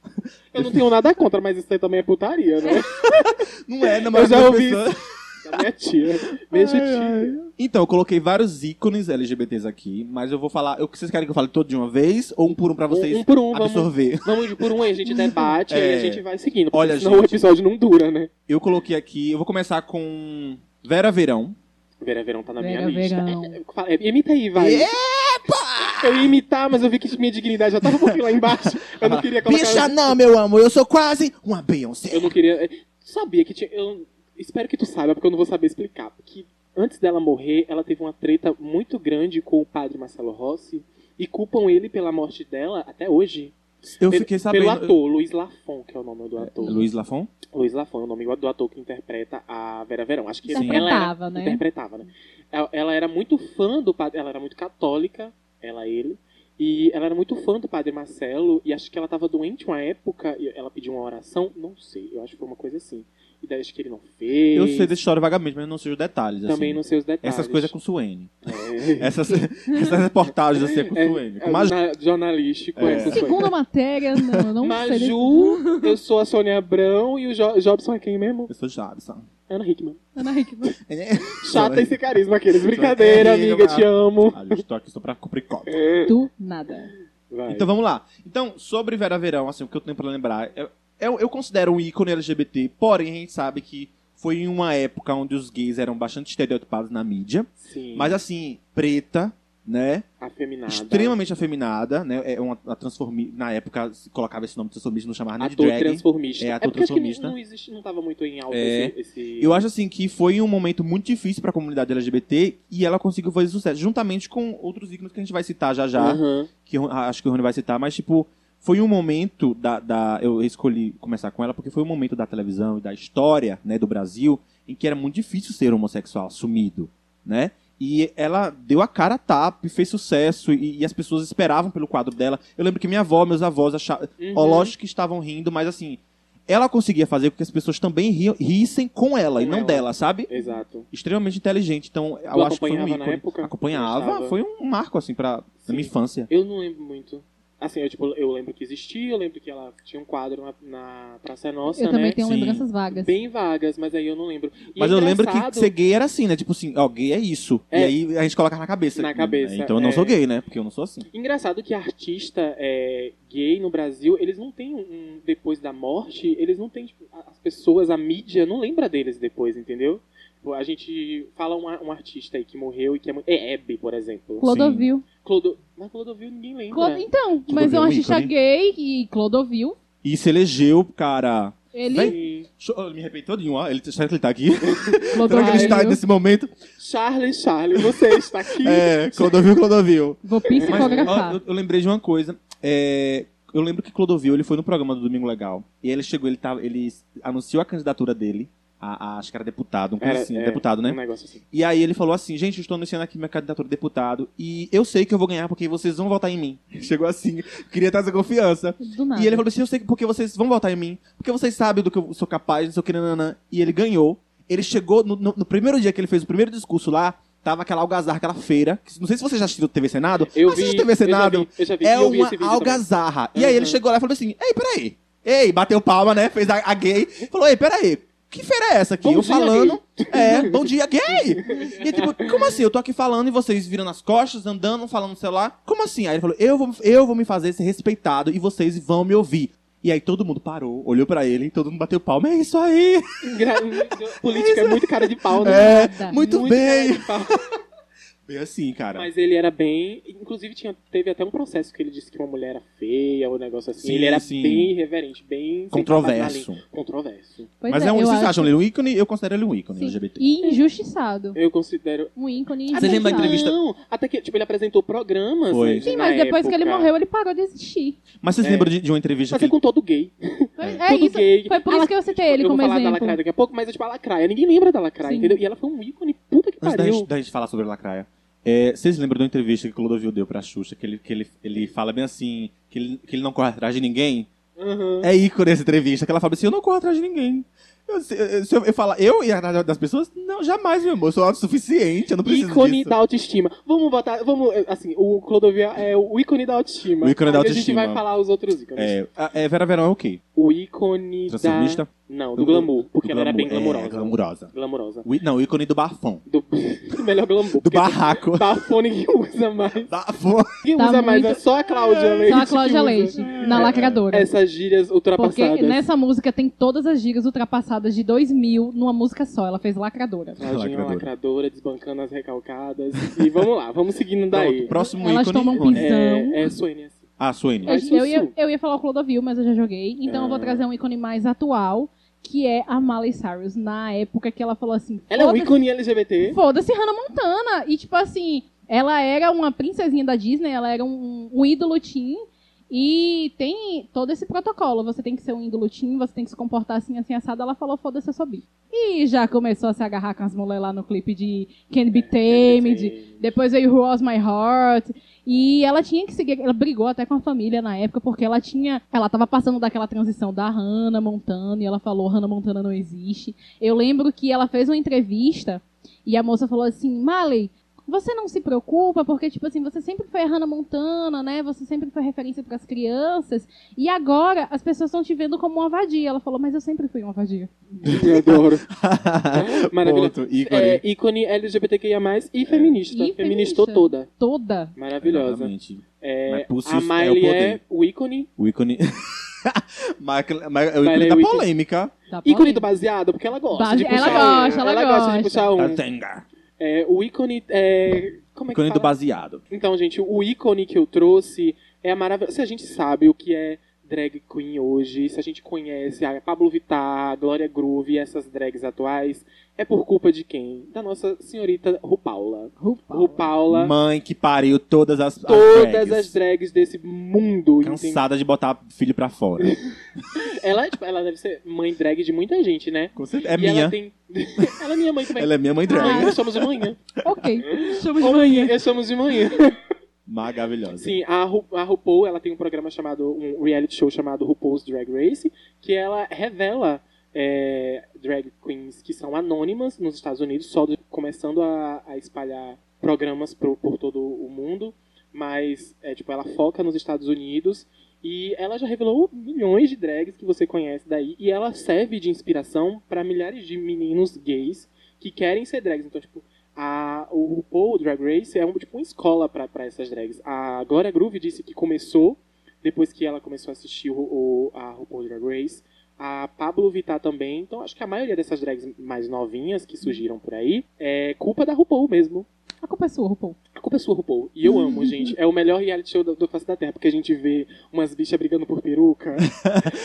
Eu não tenho nada contra, mas isso aí também é putaria,
[LAUGHS]
né?
Não é, na
Eu
maioria
já
das
ouvi
pessoas.
Da minha tia. Beijo,
[LAUGHS]
tia.
Então, eu coloquei vários ícones LGBTs aqui, mas eu vou falar. Eu, vocês querem que eu fale todo de uma vez? Ou um por um pra vocês
Um, um por um, vamos.
absorver?
Vamos por um aí,
[LAUGHS]
a gente debate e
É.
a gente vai seguindo. Porque
Olha,
senão o
gente.
episódio não dura, né?
Eu coloquei aqui. Eu vou começar com Vera Verão.
Vera Verão tá na
Vera
minha lista.
Verão.
É, é, fala- é, imita aí, vai. Eu ia imitar, mas eu vi que minha dignidade já tava um pouquinho lá embaixo. Eu não queria colocar.
Bicha, não, meu amor. Eu sou quase uma Beyoncé.
Eu não queria. é, Sabia que tinha. Eu espero que tu saiba, porque eu não vou saber explicar. Que antes dela morrer, ela teve uma treta muito grande com o padre Marcelo Rossi. E culpam ele pela morte dela até hoje.
Eu
Pe-
fiquei sabendo.
Pelo ator, Luiz Lafon, que é o nome do ator.
Luiz Lafon?
Luiz Lafon, é o nome do ator que interpreta a Vera Verão. Acho que
Sim.
ela era,
Interpretava, né?
interpretava, né? Ela, ela era muito fã do padre, ela era muito católica, ela ele, e ela era muito fã do padre Marcelo e acho que ela estava doente uma época e ela pediu uma oração, não sei, eu acho que foi uma coisa assim. E daí acho que ele não fez.
Eu sei dessa história vagamente, mas não sei os detalhes.
também
assim.
não sei os detalhes.
Essas coisas é com Suene. [LAUGHS]
é,
Essas, essas reportagens assim é com Suene.
é,
Com [LAUGHS] Maju.
na- jornalístico
É.
essas coisas.
Segunda matéria, não, não sei. desse-
Maju, eu sou a Sônia Abrão e o Jo- Jobson é quem mesmo?
Eu sou Jabson.
Ana Hickman.
Ana Hickman.
Chata
Sônia.
esse carisma, aqueles. Brincadeira,
Sônia
amiga,
Hickman.
te amo.
Ah, eu estou aqui só pra cumprir
É
cota.
Do nada.
Vai.
Então vamos lá. Então, sobre Vera Verão, assim, o que eu tenho pra lembrar, eu, eu, eu considero um ícone LGBT, porém a gente sabe que foi em uma época onde os gays eram bastante estereotipados na mídia,
Sim.
mas assim, preta, né?
Afeminada.
Extremamente afeminada, né? É uma, uma transformi... Na época se colocava esse nome de transformista, não chamava nem de
Ator
drag.
transformista.
É, ator
porque acho que
transformista.
não, não existe, não tava muito em alta
É.
esse, esse-
Eu acho assim que foi um momento muito difícil pra comunidade LGBT e ela conseguiu fazer sucesso, juntamente com outros ícones que a gente vai citar já já,
Aham.
que eu- acho que o Rony vai citar, mas tipo, foi um momento da, da- eu escolhi começar com ela porque foi um momento da televisão e da história, né, do Brasil, em que era muito difícil ser homossexual assumido, né? E ela deu a cara a tapa e fez sucesso e, e as pessoas esperavam pelo quadro dela. Eu lembro que minha avó, meus avós achavam,
Uhum.
Ó, lógico que estavam rindo, mas assim, ela conseguia fazer com que as pessoas também ri- rissem com ela e
Com
não
ela.
dela, sabe?
Exato.
Extremamente inteligente. Então, eu acho que foi um
acompanhava na
ícone.
época? Eu
acompanhava,
estava.
foi um marco, assim, pra, pra minha
Sim.
infância.
Eu não lembro muito. Assim, eu, tipo, eu lembro que existia, eu lembro que ela tinha um quadro na, na Praça é Nossa,
Eu
né?
também tenho
Sim.
lembranças vagas.
Bem vagas, mas aí eu não lembro. E
Mas
é
eu lembro
engraçado-
que ser gay era assim, né? Tipo assim, ó, gay é isso.
É.
E aí a gente coloca na cabeça.
Na cabeça,
Então eu não
é.
sou gay, né? Porque eu não sou assim.
Engraçado que artista é, gay no Brasil, eles não têm um- um. Depois da morte, eles não têm. tipo, a- as pessoas, a mídia não lembra deles depois, entendeu? Tipo, A gente fala um, a- um artista aí que morreu e que é muito. É Hebe, por exemplo.
Clodovil.
Clodo... Mas Clodovil ninguém lembra.
Clo- Então, mas é um
Clodovil,
artista
ícone.
gay e Clodovil.
E se elegeu, cara.
Ele.
Sim.
Deixa eu- eu me arrependo todinho, ó. Ele, será que ele tá aqui? Será que ele
tá
está
Clodovil.
nesse momento?
Charlie, Charlie, você está aqui.
É, Clodovil, Clodovil.
Vou
é
Mas, ó,
psicografar.
eu, eu lembrei de uma coisa. É, eu lembro que Clodovil ele foi no programa do Domingo Legal. E ele chegou, ele, tava, ele anunciou a candidatura dele. A, a- acho que era deputado, um coisa
Era,
assim,
é,
deputado, né?
Um negócio assim.
E aí ele falou assim, gente, eu estou anunciando aqui minha candidatura a deputado e eu sei que eu vou ganhar porque vocês vão votar em mim. [LAUGHS] Chegou assim, queria ter essa confiança.
Do nada.
E ele falou assim, eu sei que porque vocês vão votar em mim, porque vocês sabem do que eu sou capaz, não sei o que, nananã. E ele ganhou. Ele chegou, no, no- no primeiro dia que ele fez o primeiro discurso lá, tava aquela algazarra, aquela feira. que- não sei se você já assistiu TV Senado.
Eu vi.
assiste TV Senado.
Eu já vi, eu já vi,
É
eu vi
uma
esse vídeo também.
algazarra. E aí
Uhum.
ele chegou lá e falou assim: Ei, peraí. Ei, bateu palma, né? Fez a, a gay. Falou: Ei, peraí. Que feira é essa aqui?
Bom
eu
dia,
falando. É, bom dia, gay! E é tipo, como assim? Eu tô aqui falando e vocês viram nas costas, andando, falando no celular. Como assim? Aí ele falou: eu vou, eu vou me fazer ser respeitado e vocês vão me ouvir. E aí todo mundo parou, olhou pra ele, todo mundo bateu palma. É isso aí!
Engra... [LAUGHS] Política é muito cara de pau, né?
Nada.
é, Muito,
Muito
bem!
cara de pau.
Bem assim, cara.
Mas ele era bem. Inclusive, tinha, teve até um processo que ele disse que uma mulher era feia, ou um negócio assim.
Sim,
ele era
sim.
bem irreverente, bem. sem
Controverso.
papas na língua. Controverso.
Pois
Mas é, um,
eu
vocês
acho-
acham ele um ícone? Eu considero ele um ícone
Sim.
LGBT.
E injustiçado.
Eu considero.
Um ícone
Você
injustiçado.
lembra da entrevista-
Não, até que, tipo, ele apresentou programas.
Foi.
né,
Sim,
na
mas depois que ele
época.
morreu, ele parou de existir.
Mas vocês
É.
lembram de, de uma entrevista
Mas
que
é com todo gay.
É,
Todo
isso.
gay.
Foi por
A
isso que eu citei ele
eu vou
como
falar da
exemplo.
Lacraia daqui a pouco, mas é tipo a Lacraia. Ninguém lembra da Lacraia,
Sim.
entendeu? E ela foi um ícone. Puta que
Antes da gente,
pariu.
da gente falar sobre a Lacraia, é, vocês lembram da entrevista que o Clodovil deu pra Xuxa, que ele, que ele, ele fala bem assim, que ele, que ele não corre atrás de ninguém?
Aham.
É ícone essa entrevista, que ela fala assim, eu não corro atrás de ninguém. Eu, se, eu, se eu, eu falar, eu e atrás das pessoas? Não, jamais, meu amor, eu sou autossuficiente, eu não preciso
ícone
disso.
da autoestima. Vamos botar, vamos, eh, assim, o Clodovil é o ícone da autoestima.
O ícone da
Aí
autoestima.
A gente vai falar os outros ícones.
É, a- é, Vera Verão é o quê?
O ícone
Transformista?
da... Não,
Do-
do glamour, porque
Do
ela era bem
glamour,
glamurosa.
É, glamurosa.
Glamurosa.
O í- não, o ícone do bafão.
Do, [LAUGHS] do melhor glamour.
Do
porque tá-
barraco. [LAUGHS]
Bafo ninguém usa mais.
Bafão.
Ninguém
Tá
usa mais,
muito-
é só a Cláudia Leite.
Só a
que
Cláudia
usa
Leite, na
É,
lacradora.
Essas gírias
Porque
ultrapassadas.
nessa música tem todas as gírias ultrapassadas de 2000 numa música só. Ela fez lacradora.
Claudinha
Lacradora.
é lacradora. desbancando as recalcadas. E vamos lá, vamos seguindo daí.
Próximo
Elas
ícone.
tomam
ícone.
pizza. Então-
É, é Suene, assim.
Ah, Suene.
Eu,
Mas isso-
eu ia, eu ia falar o Clodovil, mas eu já joguei. Então eu vou
Ah.
trazer um ícone mais atual, que é a Miley Cyrus. Na época que ela falou assim...
Ela é um
"Foda-se
ícone LGBT.
Foda-se Hannah Montana. E, tipo assim, ela era uma princesinha da Disney, ela era um, um ídolo teen. E tem todo esse protocolo. Você tem que ser um ídolo teen, você tem que se comportar assim, assim, assado. Ela falou, foda-se, eu sou bi. E já começou a se agarrar com as mulheres lá no clipe de Can't Be Tamed. Depois veio Who Was My Heart. E ela tinha que seguir. Ela brigou até com a família na época, porque ela tinha. Ela tava passando daquela transição da Hannah Montana e ela falou: Hannah Montana não existe. Eu lembro que ela fez uma entrevista e a moça falou assim: Marley. Você não se preocupa, porque, tipo assim, você sempre foi a Hannah Montana, né? Você sempre foi referência pras crianças. E agora as pessoas estão te vendo como uma vadia. Ela falou, mas eu sempre fui uma vadia.
Eu
[LAUGHS]
adoro. Maravilhoso.
Ponto, ícone.
É, ícone LGBTQIA+,
É.
e feminista.
E
feminista
feminista.
toda.
Toda.
Maravilhosa.
Exatamente.
É,
Mas Pussy
a
é o
Miley
poder.
é o ícone
O ícone. [LAUGHS] Michael, Michael, é o ícone
Miley
da
Whitney.
polêmica.
da
Ícone
Paulinha.
do baseado, porque ela gosta
Tá Base-
de
ela
puxar um.
gosta, ela
gosta de
gosta.
puxar um.
Tatenga.
É, o ícone é. Como como é que
Cândido
fala?
baseado.
Então, gente, o ícone que eu trouxe é a maravilhosa. Se a gente sabe o que é drag queen hoje, se a gente conhece a Pablo Vittar, a Glória Groove e essas drags atuais, é por culpa de quem? Da nossa senhorita RuPaula. RuPaula,
Mãe que pariu todas as as
todas
drags.
as drags desse mundo, entendeu?
Cansada de botar filho pra
[LAUGHS]
fora.
Ela, é, tipo, ela deve ser mãe drag de muita gente, né?
Com certeza. É
e
minha.
ela
Ela,
tem. [LAUGHS] ela é minha mãe também.
é minha mãe drag.
Ah, somos de manhã.
Ok. Chama de
Como-
manhã.
É, Somos de manhã.
Maravilhosa.
[LAUGHS] Sim, a, Ru- a RuPaul, ela tem um programa chamado, um reality show chamado RuPaul's Drag Race, que ela revela é, drag queens que são anônimas nos Estados Unidos, só do- começando a, a espalhar programas pro- por todo o mundo, mas é, tipo, ela foca nos Estados Unidos e ela já revelou milhões de drags que você conhece daí e ela serve de inspiração para milhares de meninos gays que querem ser drags. Então, tipo, a, o RuPaul Drag Race é um, tipo uma escola pra pra essas drags. A Gloria Groove disse que começou depois que ela começou a assistir o, o- a RuPaul Drag Race. A Pablo Vittar também. Então acho que a maioria dessas drags mais novinhas que surgiram por aí é culpa da RuPaul mesmo.
A culpa é sua, RuPaul.
A culpa é sua, RuPaul. E eu amo, gente. É o melhor reality show do, do face da Terra, porque a gente vê umas bichas brigando por peruca.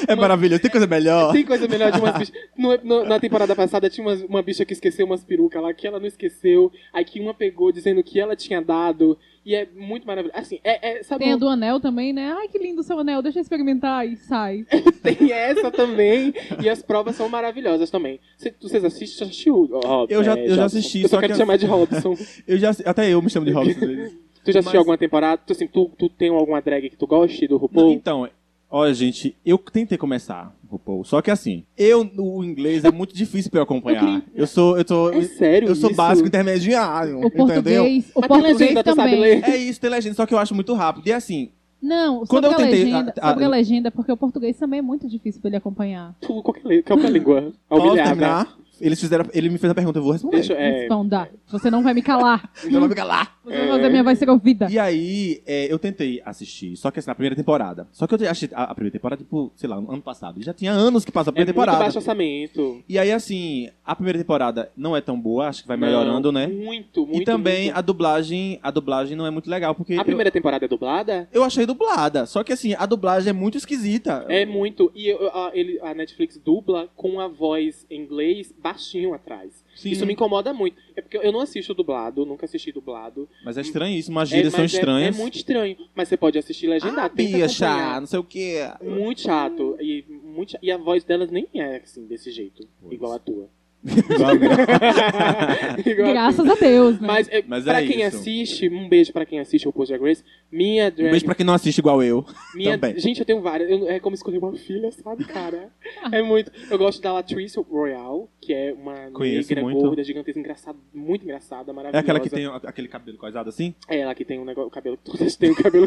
É maravilhoso. Tem coisa melhor.
Tem coisa melhor de
[LAUGHS]
umas bichas. No- no- na temporada passada tinha umas- uma bicha que esqueceu umas perucas lá, que ela não esqueceu. Aí que uma pegou dizendo que ela tinha dado. E é muito maravilhoso. Assim, é, é- sabe,
Tem a do anel também, né? Ai, que lindo seu anel, deixa eu experimentar e sai.
tem essa também. E as provas são maravilhosas também. Cê- vocês assistem? assistiu, Rob?
Eu já- eu já
Jobson?
assisti,
Eu só
só
quero
que-
te chamar de Robson.
Eu já, até eu me chamo de
[LAUGHS]
Robson. às vezes.
Tu já assistiu
Mas-
alguma temporada? Tu, assim, tu, tu tem alguma drag que tu goste do RuPaul?
Não, então, olha, gente, eu tentei começar, RuPaul. Só que assim, eu, o inglês é muito difícil pra eu acompanhar. Eu sou, eu tô,
então,
é sério
eu sou
isso?
básico intermediário,
O
entendeu?
português, o
É, Mas tem
português
legenda, tu sabe
também.
ler?
É isso, tem legenda, só que eu acho muito rápido. E assim,
Não,
Quando
sobre,
eu tentei-
a legenda,
a- a-
sobre a legenda, porque o português também é muito difícil pra ele acompanhar.
Tu- Qualquer, li- qualquer língua. A
posso
humilhar, né?
terminar? Eles fizeram, ele me fez a pergunta, eu vou responder.
Deixa, é,
Responda. Você não vai me calar.
Então vai ficar lá.
Você vai fazer minha voz ser ouvida.
E aí, é, eu tentei assistir, só que assim, na primeira temporada. Só que eu achei a, a primeira temporada, tipo, sei lá, ano passado. E já tinha anos que passou a
é
primeira
muito
temporada.
baixo orçamento.
E aí, assim, a primeira temporada não é tão boa, acho que vai melhorando,
Não,
né?
Muito, muito.
e também
muito.
a dublagem, a dublagem não é muito legal, porque
A
eu-
primeira temporada é dublada?
eu, achei dublada. Só que assim, a dublagem é muito esquisita.
É muito. E eu- a, ele- a Netflix dubla com a voz em inglês baixinho atrás.
Sim.
Isso me incomoda muito. É porque eu não assisto dublado, nunca assisti dublado.
Mas é estranho isso, as
É,
gírias são
mas é-
estranhas.
É, muito estranho. Mas você pode assistir legendado.
ah,
tenta
bicha,
acompanhar.
não sei o quê.
[LAUGHS] Muito chato. E, muito, cha- e a voz delas nem é assim, desse jeito. Igual
[LAUGHS]
a tua. Igual a
Graças a Deus, né?
Mas, é,
Mas
pra
é
quem
isso.
assiste, um beijo pra quem assiste o Post Drag Race. Minha
Um
drag.
beijo pra quem não assiste igual eu.
minha,
também.
Gente, eu tenho várias. eu- é como escolher uma filha, sabe, cara? é muito. Eu gosto da Latrice Royal, que é uma
Conheço
negra
muito.
gorda, gigantesca, engraçada, muito engraçada,
É
maravilhosa.
aquela que tem aquele cabelo coisado assim?
É ela que tem um negócio, o cabelo, [LAUGHS] todas têm o cabelo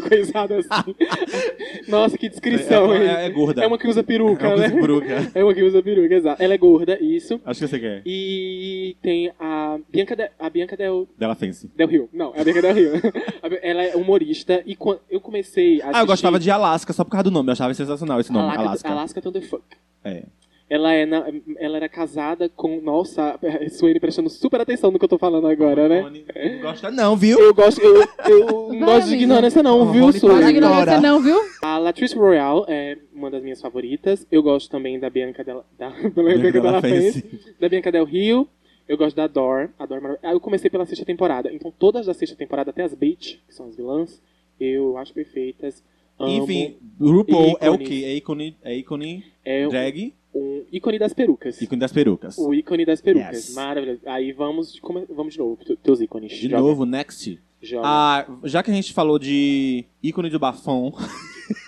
[LAUGHS]
coisado assim. Nossa, que descrição,
é,
hein?
é, é gorda.
É uma que usa peruca,
É uma
né?
coisa bruca.
[LAUGHS] É uma que usa peruca, exato. Ela é gorda, isso.
Acho que você quer.
E tem a Bianca, de, a Bianca Del,
Dela Fence.
Del Rio. Não, é a Bianca Del Rio. [LAUGHS] A Bi- Ela é humorista e quan- eu comecei
Ah,
a
eu
assistir-
gostava de Alaska só por causa do nome. Eu achava sensacional esse nome,
Alaska.
Alaska.
Alaska Thunderfuck.
É.
Ela, é na- ela era casada com. Nossa, [LAUGHS] Suene prestando super atenção no que eu tô falando agora, né?
Não gosta não, viu?
Eu gosto, eu, eu
Vai,
não gosto de
amiga.
ignorância, não,
Oh,
viu,
Não
Rony,
é
para,
Suene?
ignora.
ignorância não, viu?
A Latrice Royal é uma das minhas favoritas. Eu gosto também da Bianca Del, da, [LAUGHS] da Bianca Della Fence, da Bianca Del Rio. Eu gosto da Dor. A Dor é maravilhosa. Ah, eu comecei pela sexta temporada. Então, todas da sexta temporada, até as Beach, que são as vilãs, eu acho perfeitas. Amo.
Enfim, RuPaul é o
Ícones.
quê? É ícone, é ícone
é um,
drag,
um ícone das perucas.
ícone das perucas.
O ícone das perucas.
Yes.
Maravilhoso. Aí vamos de, come- vamos de novo, te- teus ícones.
De
Joga-
novo, next.
Joga.
Ah, já que a gente falou de ícone do bafão, [LAUGHS]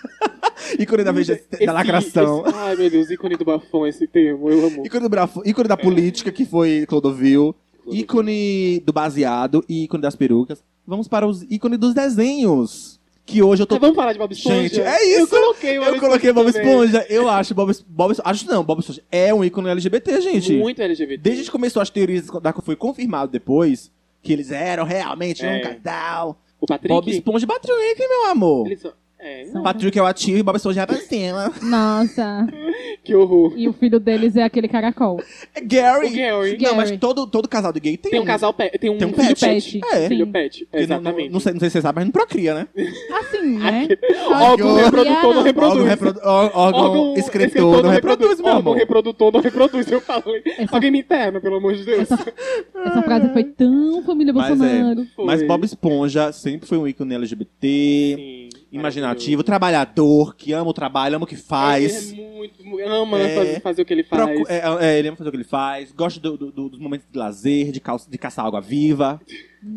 ícone da, veja,
Esse-
da lacração,
esse- ai, meu Deus, ícone do bafão, esse termo. Eu amo.
ícone, do brafo, ícone da política, que foi Clodovil, ícone do baseado e ícone das perucas. Vamos para os ícones dos desenhos, que hoje eu tô...
Ah, vamos falar de Bob Esponja?
Gente, é isso!
Eu coloquei o
Eu coloquei Bob
também.
Esponja, eu acho Bob, Es- Bob Esponja, acho não, Bob Esponja é um ícone LGBT, gente.
Muito LGBT.
Desde que começou as teorias, da foi confirmado depois que eles eram realmente
É.
um casal.
O Patrick.
Bob Esponja e Patrick, meu amor.
eles são- É,
São-
Patrick é o ativo e Bob Esponja é pra cima.
Nossa.
que horror.
E o filho deles é aquele caracol.
É Gary.
O Gary.
Não, mas
Gary.
todo, todo casal de gay tem,
Tem um casal pet. Tem um,
Tem um
filho
pet.
pet.
É.
Sim.
Filho pet.
Porque não-
Exatamente.
Não, sei, não sei se vocês sabem, mas não procria, né?
Assim, né?
Órgão
Olha,
reprodutor não
Criaram.
Órgão,
reproduz.
reprodu... ó- órgão escritor, não reproduz, meu
Órgão
amor. É
reprodutor não [LAUGHS] reproduz, eu falei.
Essa-
Alguém me interna, pelo amor de Deus.
Essa, essa frase foi tão família
Mas é.
Bolsonaro.
Foi.
Mas Bob Esponja sempre foi um ícone LGBT,
Sim,
imaginativo, trabalhador, que ama o trabalho, ama o que faz.
Ele é muito, mu- ama
É.
fazer, fazer o que ele faz.
Procu- é, é, ele ama fazer o que ele faz, gosta do- do- do- dos momentos de lazer, de, calça- de caçar água viva,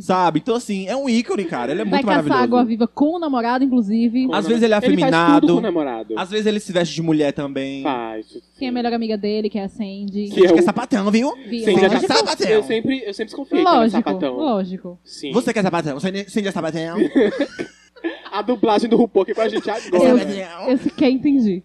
sabe? Então, assim, é um ícone, cara. Ele é
Vai
muito
caçar
maravilhoso.
água viva com o namorado, inclusive.
Com
Às
o
vezes
namorado.
ele é
Ele faz tudo
afeminado. Assim.
com o namorado.
Às vezes ele se veste de mulher também.
Faz.
Quem é a melhor amiga dele, que é a Sandy.
Acho
Que é
que é
o-
sapatão, viu?
Viu?
Sim, já
Lógico.
tá-
Sapatão.
Eu sempre, eu sempre desconfiei que era
Lógico,
sapatão.
lógico.
Sim.
Você que é sapatão, você você é sapatão.
A dublagem do RuPaul aqui com a gente agora.
Eu sequer entendi.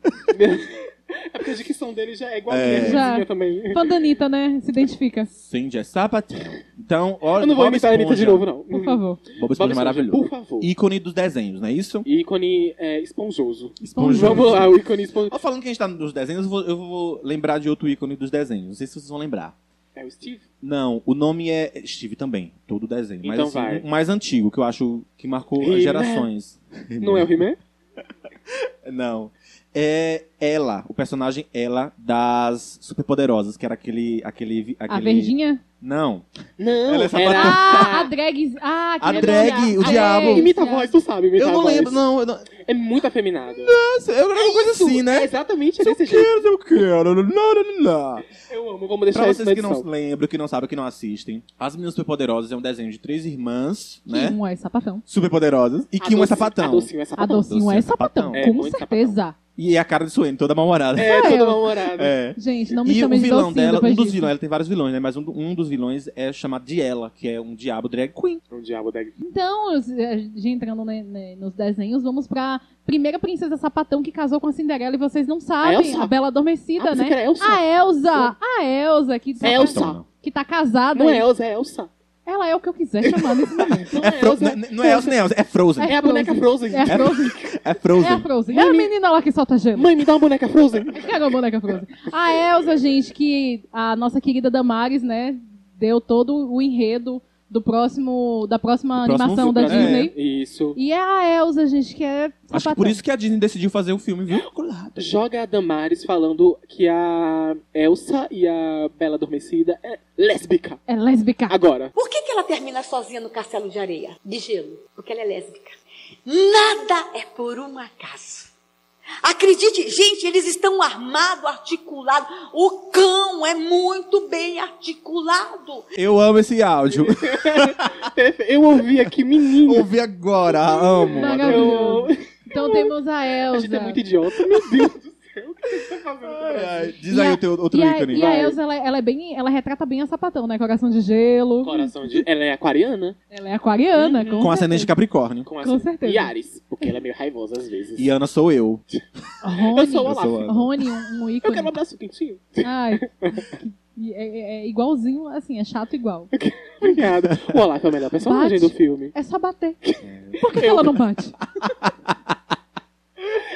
é porque a dicção dele já é igual a
É.
minha
Já.
vizinha também.
Pandanita, né? Se identifica,
Cindy é sapatão. Então, olha,
Eu não vou
Bob
imitar a Anitta de
Esponja.
novo, não.
por favor.
Bob
Bob
Esponja é
Esponja,
maravilhoso.
Por favor.
Ícone dos desenhos, não é isso?
Ícone é, esponjoso.
Esponjoso.
Vamos lá, o ícone esponjoso.
Ó, falando que a gente tá nos desenhos, eu vou, eu vou lembrar de outro ícone dos desenhos. Não sei se vocês vão lembrar.
É o Steve.
Não, o nome é Steve também, todo desenho.
Então
mas
vai.
assim, o mais antigo, que eu acho que marcou
He-Man.
gerações.
Não é o He-Man?
Não. É ela, o personagem ela das Superpoderosas, que era aquele. aquele,
A
aquele...
verdinha?
Não.
Não,
Ela é sapatão.
era...
Ah, a drag. Ah, que
A
legal.
drag, o
Ah,
diabo.
é,
Imita a
esse
voz, tu sabe imitar
eu
a
não
voz.
lembro, não. Eu, não...
É muito afeminado.
Nossa, eu era uma coisa assim,
É
né?
exatamente
Eu
desse jeito.
quero, eu quero. Lá, lá, lá.
Eu amo, vamos deixar
Pra
isso
vocês
na
que
edição.
não lembram, que não sabem, que não assistem, As Meninas Superpoderosas é um desenho de três irmãs,
Que
né?
um é sapatão.
Superpoderosas. E que um é sapatão.
A docinho é
A
sapatão.
docinho é sapatão,
É,
com
muito
certeza.
E é a cara de Suene, toda mal-humorada.
É,
Rafael.
toda namorada.
[LAUGHS] É.
Gente, não me
E o
chame de
vilão
docinho
dela,
depois
um dos
disso.
vilões, ela tem vários vilões, né? Mas um, do- um dos vilões é chamado de ela, que é um diabo drag queen.
Um diabo da...
Então, os- a gente entrando né, né, nos desenhos, vamos pra primeira princesa sapatão que casou com a Cinderela e vocês não
A
sabem,
Elsa?
a Bela Adormecida,
Ah, pensei
né?
que era Elsa.
A Elsa, a Elsa, que tá,
Elsa.
Sapatona.
Que tá casada.
Não é
aí.
Elsa, é Elsa.
Ela é o que eu quiser chamar nesse momento.
Não
É Fro-
Elsa.
n- n- Não é Elsa, nem Elsa, é Frozen.
É a boneca Frozen.
É a Frozen.
É
É a
Frozen.
Frozen. É a menina lá que solta gelo.
Mãe, me dá uma boneca Frozen.
Pega a boneca Frozen. A Elsa, gente, que a nossa querida Damares, né, deu todo o enredo do próximo, da próxima
Do próximo
animação da
filme, né?
Disney.
Isso.
E é a Elsa, gente, que é sapatão.
Acho que por isso que a Disney decidiu fazer o filme, viu?
Joga a Damares falando que a Elsa e a Bela Adormecida é lésbica.
É lésbica.
Ah,
Agora.
Por que, que ela termina sozinha no castelo de areia, de gelo? Porque ela é lésbica. Nada é por um acaso. Acredite, gente, eles estão armados, articulados. O cão é muito bem articulado.
Eu amo
[LAUGHS]
esse áudio.
Eu ouvi aqui, [LAUGHS] menino.
Ouvi agora, amo.
Eu...
Maravilhoso. Então temos a
A
Elsa.
gente é muito idiota. Meu Deus do céu. O que você tá fazendo? com
Ai,
a
ai.
gente?
Diz
E
aí
a-
o teu outro
e a,
ícone.
e a
vai.
Elsa, ela, ela é bem, ela retrata bem a sapatão, né? Coração de gelo.
Coração de... Ela é aquariana.
Ela é aquariana, com,
Uhum. Com ascendente
certeza.
de Capricórnio.
Com,
Com
acento-
certeza.
E Ares. Porque ela é meio raivosa às vezes.
E Ana sou eu.
Rony,
Eu sou o
Eu
Olaf.
sou Ana.
Rony, um, um
Eu
ícone.
quero um abraço quentinho.
Ai, que- que- é, é- é igualzinho, assim, é chato igual.
[LAUGHS] Obrigada. O Olaf é o melhor personagem do
Bate.
filme.
É só bater. Por que, que ela não bate?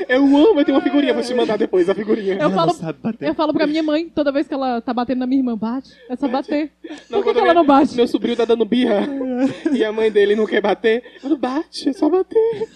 Eu amo, eu tenho uma figurinha, vou te mandar depois a figurinha.
Eu
Ela
falo-
não sabe bater.
Eu falo pra minha mãe, toda vez que ela tá batendo na minha irmã, bate. É só bater. Por que,
quando
que ela
minha-
não bate?
[LAUGHS] Meu sobrinho tá
[LAUGHS]
dando birra e a mãe dele não quer bater. Ela bate, é só bater.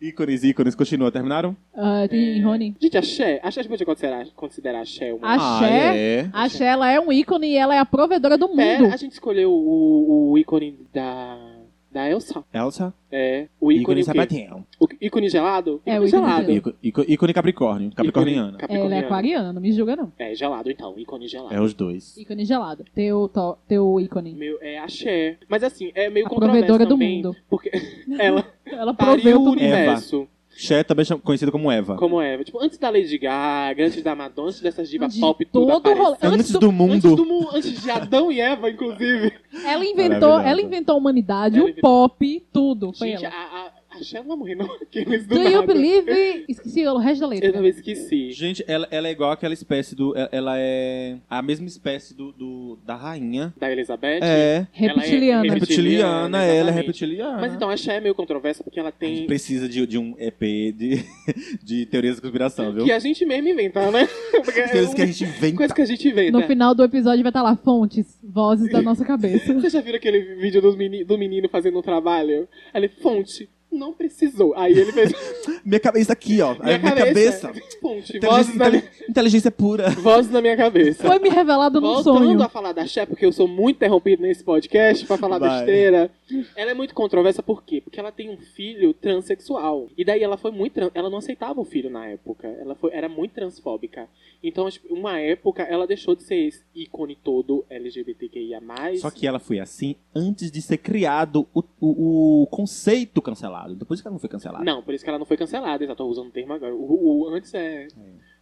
Ícones, ícones. Continua, terminaram?
Ah, tem Rony.
Gente, a Xé, a Xé a gente pode considerar, considerar a Xé uma...
A
Ah,
Xé,
é.
a Xé, ela é um ícone e ela é a provedora do
Pera, a
mundo.
gente escolheu o, o ícone da... Da Elsa.
Elsa,
É, o
ícone
ícone o quê?
sapatinho.
O ícone gelado?
É, o ícone gelado.
Íco- íco- Ícone Capricórnio. Capricorniana.
Ela é
Capricorniano.
aquariana, me julga não.
É, gelado então, ícone gelado.
É os dois.
Ícone gelado. Teu, to- teu ícone.
Meu, é a Cher. Mas assim, é meio
A
controverso
provedora do
também.
mundo. [LAUGHS]
Porque ela
Ela proveu
pariu o
tudo.
Eva.
universo.
Cher também chama- conhecida como Eva.
Como é? Tipo, antes da Lady Gaga, antes da Madonna, antes dessas divas
De
pop, tudo
todo
aparece.
rolê.
Antes,
Antes
do,
do-
mundo.
Antes, do mu- antes de Adão e Eva, inclusive.
Ela inventou,
Maravilhosa.
ela inventou a humanidade,
Ela
o
inventou.
pop, tudo. [LAUGHS] Foi
Gente,
ela.
a, a- a Axé não vai morrer, não. Aqueles do
Do
nada.
you believe? in- Esqueci o resto da
Eu
letra.
também esqueci.
Gente, ela, ela é igual aquela espécie do. e- Ela é a mesma espécie do, do- da rainha.
Da Elizabeth.
É.
Reptiliana.
Ela é
Reptiliana, ela é
exatamente.
reptiliana.
Mas então, a Axé é meio controversa porque ela
A gente
tem...
precisa de, de um EP de, [LAUGHS] de teorias da conspiração, viu?
Que a gente mesmo inventa, né? [LAUGHS] Porque é
Coisas
uma
que a gente inventa.
Coisa que a gente inventa.
No final do episódio vai estar lá fontes, vozes da nossa cabeça.
Vocês já viram aquele vídeo dos meni- do menino fazendo um trabalho? Aí Ele, fonte, não precisou. Aí ele fez.
Minha cabeça aqui, ó. Minha,
minha
minha cabeça. Então,
Fonte, vozes
Inteligência,
na, minha-
intele- inteligência pura.
vozes na minha cabeça.
Foi me revelado num
Voltando
sonho.
a falar da Cher, porque eu sou muito interrompido nesse podcast pra falar
Vai.
besteira. Ela é muito controversa, por quê? Porque ela tem um filho transexual. E daí ela foi muito. tran- Ela não aceitava o filho na época. Ela foi... era muito transfóbica. Então, tipo, uma época, ela deixou de ser esse ícone todo LGBTQIA.
Só que ela foi assim antes de ser criado o, o, o conceito cancelado. Depois que ela não foi cancelada.
Não, por isso que ela não foi cancelada, exato, tô usando o termo agora. O, o antes é.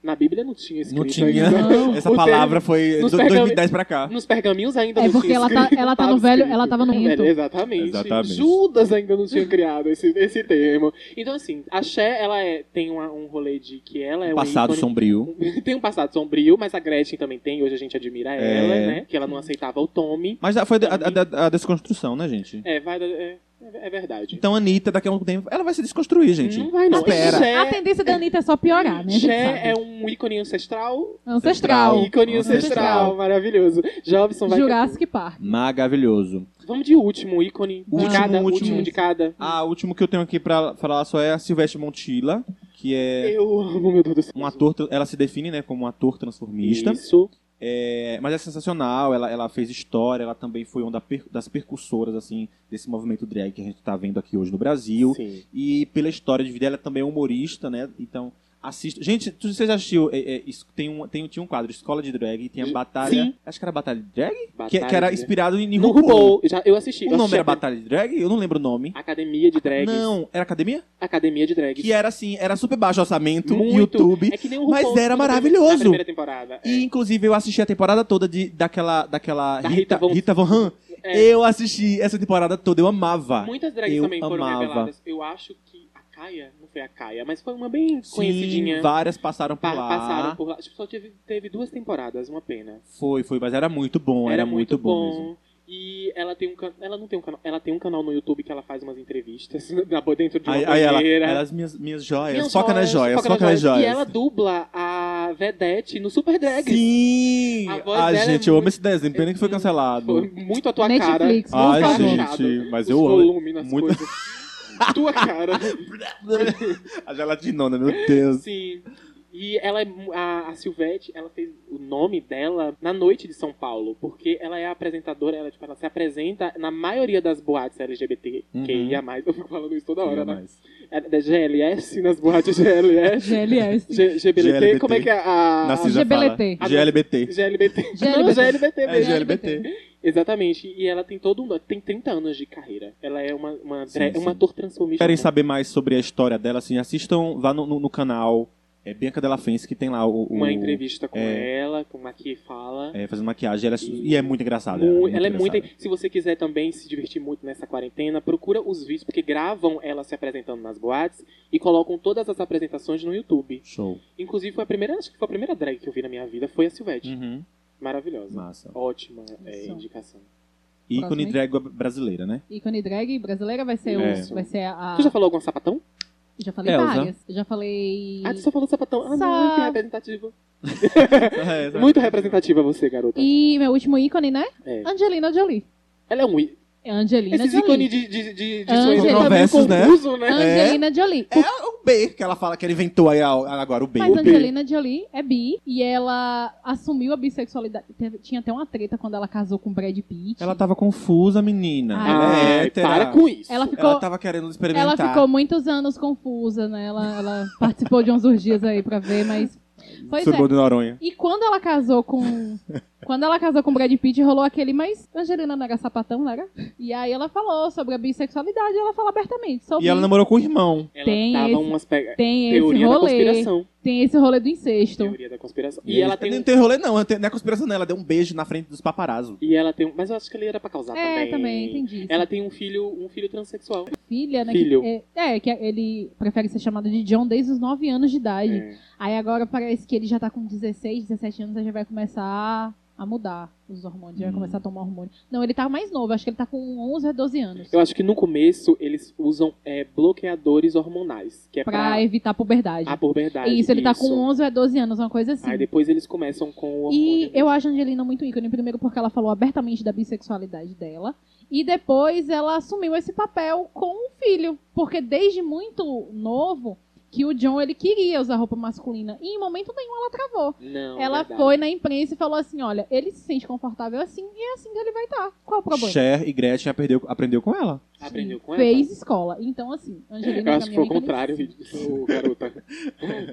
Na Bíblia não tinha escrito
Não tinha. [LAUGHS]
ainda. [LAUGHS]
Essa
O
palavra foi
nos
do
pergamin-
2010 pra cá.
termo- Nos pergaminhos ainda
É
não
porque
tinha
ela tá-
escrito,
ela tá
não
no velho-
escrito.
ela tava no
Velho,
Ento.
Exatamente.
Exatamente.
Judas ainda não tinha criado esse, esse termo. Então, assim, a Cher, ela é- tem uma- um rolê de que ela é um
Passado
ícone-
sombrio.
[LAUGHS] Tem um passado sombrio, mas a Gretchen também tem, hoje a gente admira
É.
ela, né? Que ela não aceitava o Tommy.
Mas foi a, a- a- a desconstrução, né, gente?
É, vai, é, é verdade.
Então a Anitta, daqui a um tempo, ela vai se desconstruir, gente.
não vai, não.
Espera.
Cher-
A tendência da Anitta é só piorar, né? A gente
Cher
sabe. É
é um ícone ancestral
Ancestral.
Ícone ancestral,
Ancestral.
maravilhoso. Jobson vai.
Jurassic Park.
Maravilhoso.
Vamos de último ícone. de
Último,
cada,
último.
de cada.
Ah, o último que eu tenho aqui pra falar só é a Silvestre Montilla, que é
Eu amo, meu Deus do céu.
um ator. tra- Ela se define, né, como um ator transformista.
Isso.
É, mas é sensacional, ela, ela fez história, ela também foi uma da per- das percussoras, assim, desse movimento drag que a gente tá vendo aqui hoje no Brasil.
Sim.
E pela história de vida, ela também é humorista, né? Então, assista. Gente, tu- você já assistiu? é, é, isso- tem um, tem, tinha um quadro, Escola de Drag, e tem a
Sim.
Batalha. Acho que era Batalha de Drag? Que,
Batalha
que era
de-
inspirado em
No
RuPaul.
RuPaul. Já, eu assisti.
O
eu
nome
assisti
era
a-
Batalha de Drag? Eu não lembro o nome.
Academia de Drags.
Não, era Academia?
Academia de Drags.
Que era assim, era super baixo orçamento,
Muito.
YouTube.
É que nem o
mas
RuPaul
era
na primeira-
maravilhoso.
Na primeira temporada.
E, inclusive, eu assisti a temporada toda de, daquela, daquela
Da Rita
Rita,
Von-
Rita Von Han.
É.
Eu assisti essa temporada toda, eu amava.
Muitas drags
eu
também foram
amava.
reveladas. Eu acho que a Kaia, não foi a Kaia, mas foi uma bem
Sim,
conhecidinha.
várias passaram por
Pa-
lá.
Passaram por lá. Acho que Só teve, teve duas temporadas, uma pena.
Foi, foi, mas era muito bom, era, muito, bom. mesmo.
É E ela tem um can... ela não tem um canal, ela tem um canal no YouTube que ela faz umas entrevistas [LAUGHS] na dentro de uma
Aí, aí ela,
banheira.
ela, as minhas, minhas joias,
Minhas
foca nas joias, foca nas joias.
E ela dubla a Vedette no Super Drag.
Sim!
A voz
Ah,
dela é
gente, eu amo
muito-
esse desenho, pena que foi cancelado.
Foi muito a tua
Netflix,
cara.
Ai,
por favor.
gente, mas eu
Os
amo.
volume nas
Muito-
coisas. [LAUGHS] tua cara.
[LAUGHS] A gelatinona, meu Deus.
Sim. E ela é mu- a, a Silvete, ela fez o nome dela na noite de São Paulo, porque ela é a apresentadora, ela, tipo, ela se apresenta na maioria das boates LGBT que ia mais.
Uhum.
Eu fico falando isso toda hora, né?
Mas-
É da GLS, nas boates GLS.
GLS.
G- GBLT,
GLBT.
como é que é a...
Na Cisa
GBLT.
fala. GLBT.
GLBT.
GLBT.
Não, GLBT
É
mesmo.
GLBT.
Exatamente. E ela tem todo um... Tem 30 anos de carreira. Ela é uma, uma,
Sim,
dra-
sim.
uma ator transformista.
Querem saber mais sobre a história dela, assim, assistam, vá no, no- no canal é, Bianca Della Fence, que tem lá o... o-
Uma entrevista com
é.
ela, com a que fala.
é, fazendo maquiagem, ela é su- e é muito engraçada.
Mu-
muito
ela é
engraçada.
muito. Se você quiser também se divertir muito nessa quarentena, procura os vídeos, porque gravam ela se apresentando nas boates e colocam todas as apresentações no YouTube.
Show.
Inclusive, foi a primeira, acho que foi a primeira drag que eu vi na minha vida, foi a Silvete.
Uhum.
Maravilhosa.
Massa.
Ótima é,
Isso.
indicação.
Ícone
Próximo
drag brasileira,
[LAUGHS]
né?
Ícone drag brasileira vai ser, o-
É.
vai ser a...
Tu já falou algum sapatão?
já falei
Elsa.
várias. Já falei...
Ah, tu só falou sapatão. Ah,
Sa-
muito representativa.
É, exato.
Muito representativa você, garota.
E meu último ícone, né?
É.
Angelina Jolie.
Ela é um... i-
É Angelina
Esses
Jolie.
ícones de, de, de, de
Angela-
sujeito tá meio
Controversos, né?
confuso, né?
É.
Angelina Jolie.
O B, que ela fala que ela inventou aí a- agora, o B.
Mas
o B.
Angelina Jolie é bi e ela assumiu a bissexualidade. Teve- Tinha até uma treta quando ela casou com Brad Pitt.
Ela tava confusa, menina.
Ai,
ela é
Ai,
hétera.
para com isso.
Ela ficou-
Ela tava querendo experimentar.
Ela ficou muitos anos confusa, né? Ela, ela participou de uns urgias aí pra ver, mas. Pois
Subiu
é.
de Noronha.
E quando ela casou com. Quando ela casou com Brad Pitt, rolou aquele, mas Angelina não era sapatão, não era? E aí ela falou sobre a bissexualidade e ela falou abertamente. Sou
E ela
bi,
namorou com o irmão.
Ela
tem
tava
esse-
umas pega...
tem esse
Teoria da
rolê.
conspiração.
Tem esse rolê do incesto.
Teoria da conspiração. Então. E ela tem um
Não tem rolê, não. Não é conspiração, não. Ela deu um beijo na frente dos paparazzo.
E ela tem um. Mas eu acho que ele era pra causar
É,
também.
também, entendi. isso.
Ela tem um filho, um filho transexual.
filha, né?
Filho.
Que, é, é, que ele prefere ser chamado de John desde os 9 anos de idade.
É.
Aí agora parece que ele já tá com 16, 17 anos, aí já vai começar a mudar os hormônios,
Hum.
já vai começar a tomar hormônio. Não, ele tá mais novo, acho que ele tá com 11 ou 12 anos.
Eu acho que no começo eles usam é, bloqueadores hormonais, que é
Pra
pra,
evitar a puberdade.
a puberdade.
Isso, ele tá com 11 ou 12 anos, uma coisa assim.
Aí depois eles começam com o hormônio. né?
E eu acho a Angelina muito ícone, primeiro porque ela falou abertamente da bissexualidade dela, e depois ela assumiu esse papel com o filho, porque desde muito novo que o John ele queria usar roupa masculina e em momento nenhum ela travou.
Não,
ela
verdade.
foi na imprensa e falou assim: "Olha, ele se sente confortável assim e é assim que ele vai estar. Qual o problema?"
Cher e Gretchen aprendeu, aprendeu com ela.
Aprendeu com
Fez escola. Então assim, Angelina
ela? é, Eu
pra
acho
mim
que
é
foi
um
o
ícone.
contrário, [LAUGHS] ô, garota.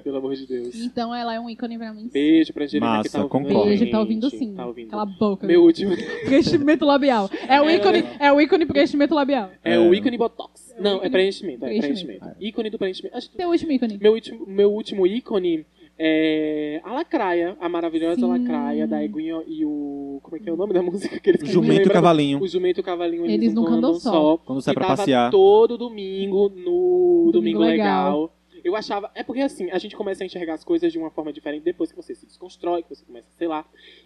[LAUGHS]
Pelo amor de Deus.
Então ela é um ícone pra mim.
Beijo pra Angelina que
Massa,
tá ouvindo.
concordo.
Beijo,
gente,
tá ouvindo sim.
tá ouvindo.
Cala a boca.
Meu último
[LAUGHS] Preenchimento labial. É o ícone, é o ícone preenchimento labial.
é o ícone botox. Não, é
ícone-
preenchimento, é
preenchimento.
preenchimento. Ícone do preenchimento. Acho que
Seu é último ícone.
meu último, meu último ícone é a Lacraia, a maravilhosa
Sim.
Lacraia da Eguinha e o. Como é que é o nome da música que eles cantam?
Jumento e
Lembra?
Cavalinho.
O Jumento e o Cavalinho
Eles nunca andam só.
Quando sai
que
pra
tava
passear.
todo domingo no Domingo,
Domingo
legal.
Legal.
Eu achava. É porque assim, a gente começa a enxergar as coisas de uma forma diferente depois que você se desconstrói, que você começa, sei lá.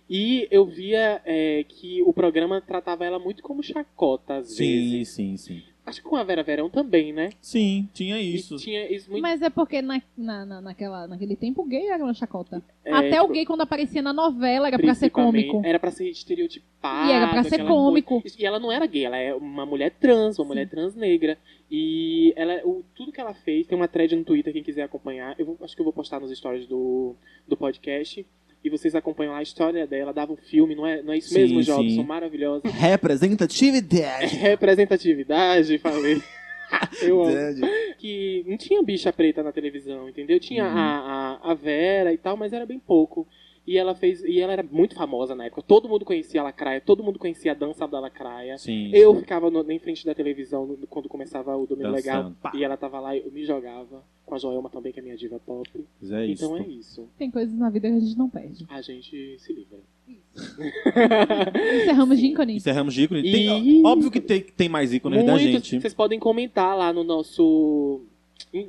E eu via é, que o programa tratava ela muito como chacota, às vezes.
Sim, sim, sim.
Acho que com a Vera Verão também, né?
Sim, tinha
E
isso.
tinha isso muito.
Mas é porque na, na, na- naquela, naquele tempo o gay era uma chacota.
é,
Até o
tipo,
gay, quando aparecia na novela, era pra ser
principalmente,
cômico.
Era pra ser estereotipado.
E era pra ser
aquela
cômico.
coisa. E ela não era gay, ela é uma mulher trans, uma mulher trans negra. E ela, o, tudo que ela fez, tem uma thread no Twitter, quem quiser acompanhar. Eu vou- acho que eu vou postar nos stories do, do podcast. E vocês acompanham lá a história dela, dava um filme, não é, não é isso
Sim,
mesmo,
sim.
Jobson? Maravilhosa. [LAUGHS]
Representatividade.
[LAUGHS]
Representatividade, falei. eu amo
Entende?
que não tinha bicha preta na televisão, entendeu? Tinha
Uhum.
a, a, a Vera e tal, mas era bem pouco. E ela fez. E ela era muito famosa na época. Todo mundo conhecia a Lacraia, todo mundo conhecia a dança da Lacraia.
Sim.
Eu ficava no- em frente da televisão no- quando começava o Domingo Legal.
Dançando, pá.
E ela tava lá, eu me jogava. Com a Joelma também, que é minha diva pop.
Mas é isso.
então é isso.
Tem coisas na vida que a gente não perde.
A gente se livra. [LAUGHS]
Encerramos de ícone.
Encerramos de ícone.
E-
Tem- óbvio que tem, tem mais ícones da
Muitos-
gente.
Vocês podem comentar lá no nosso.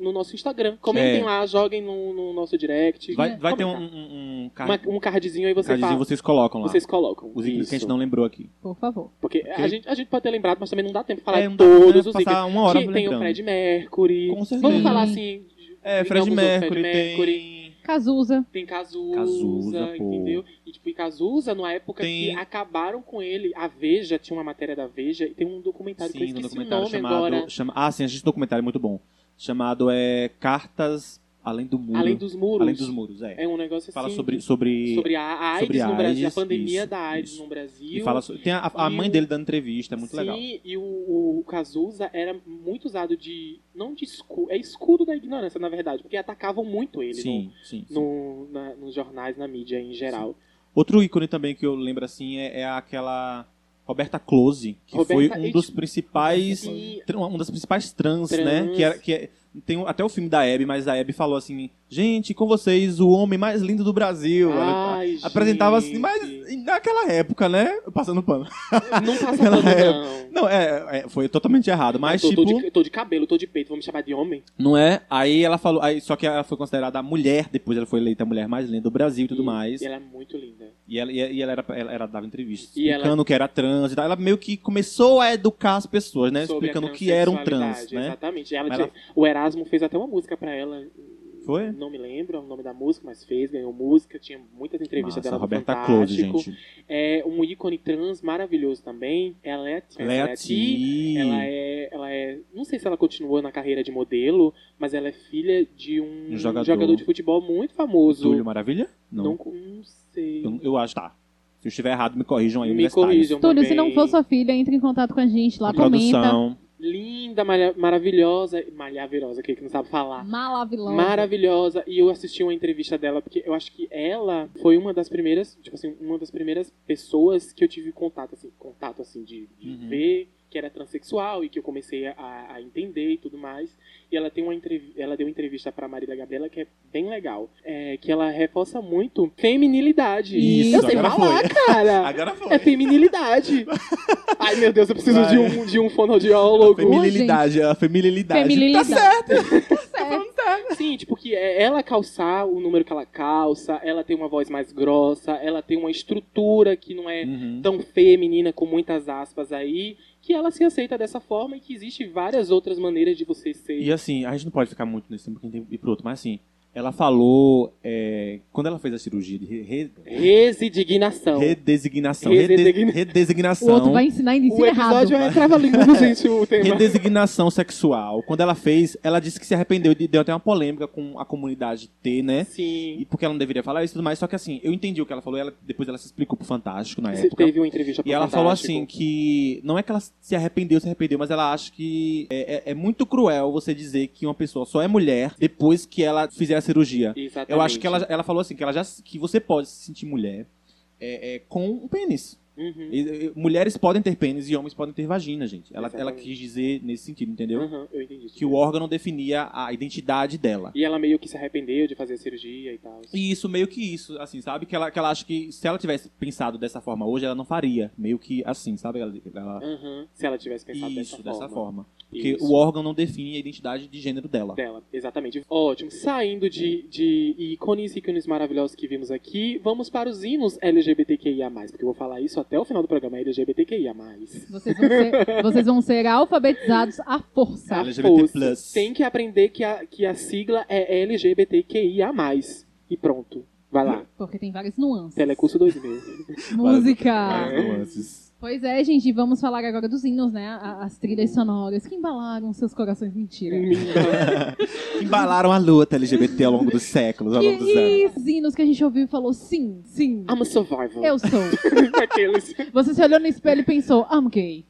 No nosso Instagram. Comentem
É.
lá, joguem no, no nosso direct.
Vai, vai ter um,
Comentar.
um, um
Uma-
card-
um cardzinho aí você
cardzinho
fala.
vocês colocam lá.
Vocês colocam.
Os ícones que a
Isso.
gente não lembrou aqui.
Por favor.
Porque a gente, a gente pode ter lembrado, mas também não dá tempo de falar
É, não
de
dá
todos
tempo de
os
passar
ícones.
uma hora
Tinha- tem o
lembrando.
Fred Mercury.
Com certeza.
Vamos falar assim.
É,
em
Fred
alguns outros,
Mercury,
Fred Mercury.
tem...
Cazuza.
Tem Cazuza,
Cazuza, pô.
entendeu? E tipo, e Cazuza, numa época
Tem-
que acabaram com ele, a Veja, tinha uma matéria da Veja, e tem um documentário que eu
Sim, um
esqueci
documentário
o nome
chamado...
agora.
Chama, ah, sim, a gente tem um documentário muito bom. Chamado é, Cartas Além do Muro.
Além dos muros.
Além dos Muros, é.
É um negócio assim.
Fala sobre... sobre...
sobre a a AIDS
sobre a
no Brasil,
AIDS,
a pandemia
isso,
da AIDS
isso.
no Brasil.
E fala so- Tem a, a
E
mãe
o-
dele dando entrevista, é muito legal.
Sim, e o, o Cazuza era muito usado de. Não de escudo. É escudo da ignorância, na verdade, porque atacavam muito ele
Sim, sim. sim.
no, no- na- nos jornais, na mídia em geral.
Outro ícone também que eu lembro assim é, é aquela Roberta Close, que
Roberta é
foi um
H.
dos principais.
Sim.
tr- Uma das principais trans,
é Trans.
né? Que, era, que é- tem um- até o filme da Abby, mas a Abby falou assim: gente, com vocês, o homem mais lindo do Brasil. Ela
Ai,
apresentava assim,
gente.
mas naquela época, né? Passando pano.
Não passa
[LAUGHS] Ela
pano,
é-
não.
Não, é, é, foi totalmente errado, mas
Eu É, tô,
tipo.
tô de, tô de cabelo, tô de peito, vamos chamar de homem?
Não é? Aí ela falou. Aí, só que ela foi considerada a mulher, depois ela foi eleita a mulher mais linda do Brasil e tudo
E-
mais.
E ela é muito linda.
E ela, e ela, era, ela, ela dava entrevistas
E
explicando que era trans e tal. Ela meio que começou a educar as pessoas, né?
Sobre a
explicando o que era um trans,
transexualidade,
né?
Exatamente. Ela
Mas
tinha- O Erasmo fez até uma música pra ela.
Foi?
Não me lembro o nome da música, mas fez, ganhou música, tinha muitas entrevistas
Massa,
dela. no
Roberta Close,
Fantástico.
gente.
é um ícone trans maravilhoso também. Ela é trans, ela é ti,
Leti.
ela é, ela é, não sei se ela continua na carreira de modelo, mas ela é filha de um,
Um jogador.
de futebol muito famoso.
Túlio Maravilha?
não,
Não.
não, sei.
Eu, eu acho, tá. Se eu estiver errado, me corrijam aí.
Me
universitários.
corrijam
Túlio,
também.
se não for sua filha, entre em contato com a gente lá, comenta.
Produção.
Linda, malha- maravilhosa, malhavirosa, que que não sabe falar.
Malavilosa.
Maravilhosa. E eu assisti uma entrevista dela, porque eu acho que ela foi uma das primeiras, tipo assim, uma das primeiras pessoas que eu tive contato, assim, contato assim, de, de
Uhum.
ver que era transexual e que eu comecei a, a entender e tudo mais. E ela tem uma entrev- ela deu uma entrevista pra Marília Gabriela que é bem legal. É, que ela reforça muito feminilidade.
Isso,
eu
[LAUGHS]
sei
agora
falar,
foi.
cara.
Agora
É
foi.
feminilidade. Ai, meu Deus, eu preciso de um, de um fonoaudiólogo.
Feminilidade, a feminilidade.
Feminilidade.
Tá certo.
[LAUGHS] Certo.
Sim, tipo, que é ela calçar o número que ela calça, ela tem uma voz mais grossa, ela tem uma estrutura que não é
Uhum.
tão feminina, com muitas aspas aí, que ela se aceita dessa forma e que existe várias outras maneiras de você ser.
E assim, a gente não pode ficar muito nesse tempo que a gente tem que ir pro outro, mas assim, ela falou, é, quando ela fez a cirurgia de re- re-
Resignação.
redesignação,
Redesigna-
rede- redesignação,
O outro vai ensinar e
O
ensina errado.
episódio é trava-língua, gente, o tema.
redesignação sexual, quando ela fez, ela disse que se arrependeu e deu até uma polêmica com a comunidade T, né?
Sim.
E porque ela não deveria falar isso e tudo mais, só que assim, eu entendi o que ela falou, ela, depois ela se explicou pro Fantástico na
Você
época.
teve uma entrevista pro
E ela falou
Fantástico.
assim que não é que ela se arrependeu, se arrependeu, mas ela acha que é, é- é muito cruel você dizer que uma pessoa só é mulher depois que ela fizer a cirurgia.
Exatamente.
Eu acho que ela, ela falou assim que ela já que você pode se sentir mulher é, é, com um pênis.
Uhum,
E- e- Mulheres podem ter pênis e homens podem ter vagina, gente. Ela, ela
Exatamente.
quis dizer nesse sentido, entendeu?
uhum, eu entendi.
Que o órgão não definia a identidade dela.
E ela meio que se arrependeu de fazer a cirurgia e tal.
E isso, meio que isso, assim, sabe? Que ela, que ela acha que se ela tivesse pensado dessa forma hoje, ela não faria. Meio que assim, sabe? Ela, ela-
Uhum, se ela tivesse pensado
Isso,
dessa
dessa
forma.
forma. Porque
Isso.
o órgão não define a identidade de gênero dela.
dela. Exatamente. Ótimo. Saindo de, de ícones, ícones maravilhosos que vimos aqui, vamos para os hinos LGBTQIA+, porque eu vou falar isso até o final do programa, LGBTQIA+. é-
Vocês vão, ser, vocês vão ser alfabetizados à força.
LGBT+.
Pô, Tem que aprender que a, que a sigla é LGBTQIA+. E pronto. Vai lá.
Porque tem várias nuances.
Telecurso É. 2000.
Música.
Várias [LAUGHS] nuances.
Pois é, gente, vamos falar agora dos hinos, né? A- As trilhas sonoras que embalaram seus corações. Mentira.
Embalaram a luta LGBT ao longo dos séculos, ao longo dos anos.
Que os hinos que a gente ouviu e falou sim, sim,
I'm a survivor.
eu sou.
[LAUGHS] Aqueles.
Você se olhou no espelho e pensou, I'm gay.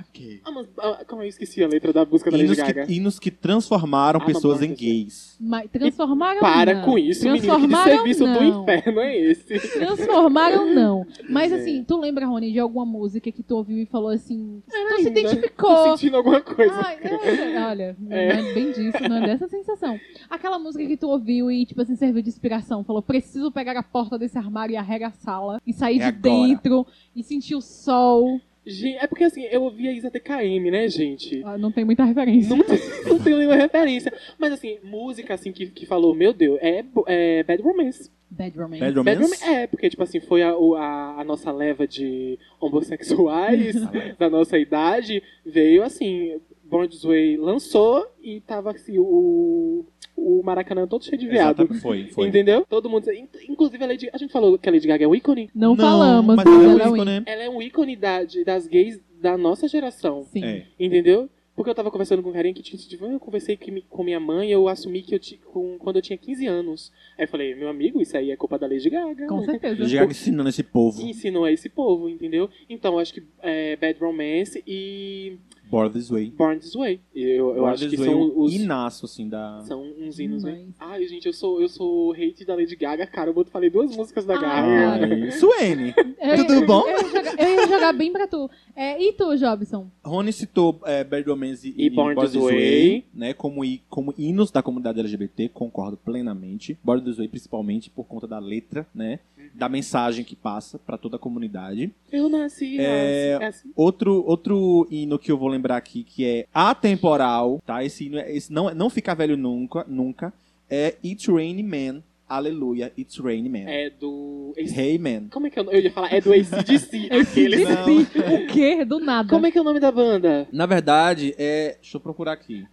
Ok.
I'm a- ah, Como eu esqueci a letra da música da Lady
Hinos
Gaga.
que, hinos que transformaram
Ah,
pessoas
mamãe,
em
eu sei.
gays.
Mas transformaram
Para
não.
com isso, menino. Que
Transformaram
serviço do
não.
inferno é esse?
Transformaram não. Mas
É.
assim, tu lembra, Rony, de alguma música que tu ouviu e falou assim, tu se
né?
linda. Tô
identificou?
sentindo alguma coisa.
Ai, é, olha, não é bem disso, não é dessa sensação. Aquela música que tu ouviu e, tipo assim, serviu de inspiração. Falou, preciso pegar a porta desse armário e arregaçá-la. E sair de
É agora.
dentro. E sentir o sol.
Gente, é porque assim, eu ouvi a Isa TKM, né, gente?
Ah, Não tem muita referência.
Não, tem- [LAUGHS] não tenho nenhuma referência. Mas assim, música assim que, que falou, meu Deus, é, bo- é Bad Romance.
Bad Romance.
Bad
Bad
Romance?
Romance é, porque tipo assim, foi a, o- a, a nossa leva de homossexuais da nossa idade, veio assim, Born This Way lançou e tava assim, o, o Maracanã todo cheio de viado.
Exato, Foi, foi.
Entendeu? Todo mundo. in- Inclusive a Lady. A gente falou que a Lady Gaga é um ícone.
Não, falamos,
mas
mas
ela é
ela é
um
um-
ícone.
Ela é um ícone da, de- das gays da nossa geração.
Sim.
É.
Entendeu? Porque eu tava conversando com o carinha que tinha tipo, eu conversei que me- com minha mãe, eu assumi que eu ti- com, quando eu tinha 15 anos. Aí eu falei, meu amigo, isso aí é culpa da Lady Gaga.
Com certeza.
Lady Gaga é ensinando esse povo.
Ensinou a esse povo, entendeu? Então, eu acho que é, Bad Romance e
Born This Way.
Born This Way. Eu, eu
Born
acho
This
que
Way é
são
um
os.
inaço, assim, da...
São uns hinos.
Mas-
bem- Ai, gente, eu sou, eu sou hate da Lady Gaga, cara. Eu boto- falei duas músicas da
Ah,
Gaga.
Ai, Suene.
Eu-
Tudo
eu-
bom?
Eu ia jogar, eu ia jogar bem pra tu. É, e tu, Jobson?
Rony citou é, Bad Romance e,
E Born
Born
This
This Way,
Way.
né, como, hi- como hinos da comunidade LGBT, concordo plenamente. Born This Way principalmente por conta da letra, né, da mensagem que passa pra toda a comunidade.
Eu nasci.
É,
assim, assim.
Outro, outro hino que eu vou lembrar aqui que é atemporal, tá? Esse hino é- esse não, não fica velho nunca, nunca. É It's Rainy Man, Aleluia, It's Rainy Man.
É do.
Hey Man.
Como é que eu, eu ia falar? É
[LAUGHS]
do ACDC. aqueles.
O quê? Do nada.
Como é que é o nome da banda?
Na verdade, é. Deixa eu procurar aqui.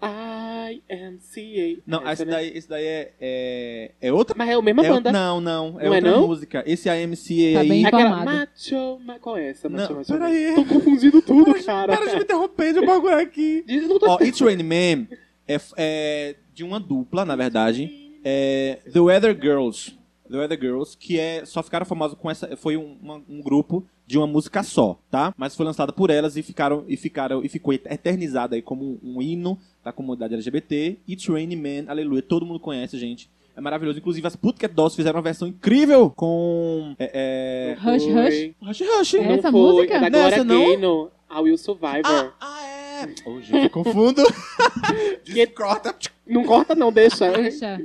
I am CA.
Não, esse
né?
daí, esse daí é, é. É outra
Mas é a mesma
É o-
banda.
Não, não. É
Não é
outra
não?
música. Esse AMC
Tá
aí.
bem
É aquela
Infamado.
Macho. Ma- Qual é essa? Macho,
Não,
macho,
peraí.
Tô confundindo tudo, cara.
Para de me interromper, deixa eu procurar aqui.
Diz- não tô-
Ó, It's Rain Man é, f- é de uma dupla, na verdade. É The Weather Girls. The Weather Girls, que é, só ficaram famosos com essa. Foi um, uma- um grupo de uma música só, tá? Mas foi lançada por elas e ficaram e ficaram e ficou eternizada aí como um hino da comunidade LGBT. It's Rain Man, aleluia. Todo mundo conhece, gente. É maravilhoso. Inclusive, as Putcat Dolls fizeram uma versão incrível com. É, é,
Hush,
Foi.
hush.
Hush Hush.
Não
Essa
foi.
música?
É da
Não,
Gloria
essa não?
Gaynor. I Will Survivor.
ah, é! Ô, gente, eu confundo. [LAUGHS]
Que-
Corta.
Não corta,
[LAUGHS]
não, deixa.
Deixa.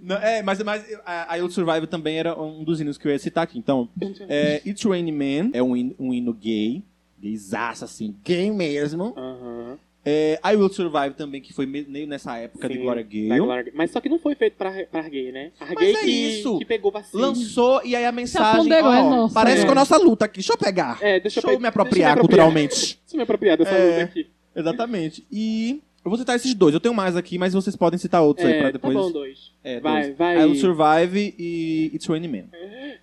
Não, é, mas, mas a I'll Survive também era um dos hinos que eu ia citar aqui. Então, é, It's Rainy Man é um hino, um hino gay Gaysaça, assim, gay mesmo.
Aham.
É, I Will Survive também, que foi me- meio nessa época de
Sim,
Gloria
da
Gale.
Gloria Gay. Mas só que não foi feito pra, pra gay, né? A gay
é
que,
isso.
que pegou vacina.
Lançou e aí a mensagem.
ponderou,
ó,
é nossa,
parece
é.
com a nossa luta aqui. Deixa eu pegar.
É, deixa,
Deixa
eu
eu
pe-
me apropriar
deixa eu me
culturalmente. [LAUGHS]
Deixa eu me apropriar dessa
É.
luta aqui.
Exatamente. E eu vou citar esses dois. Eu tenho mais aqui, mas vocês podem citar outros aí pra
É, tá
depois.
bom, dois.
É,
Vai,
dois.
vai.
I Will Survive e It's Raining Men.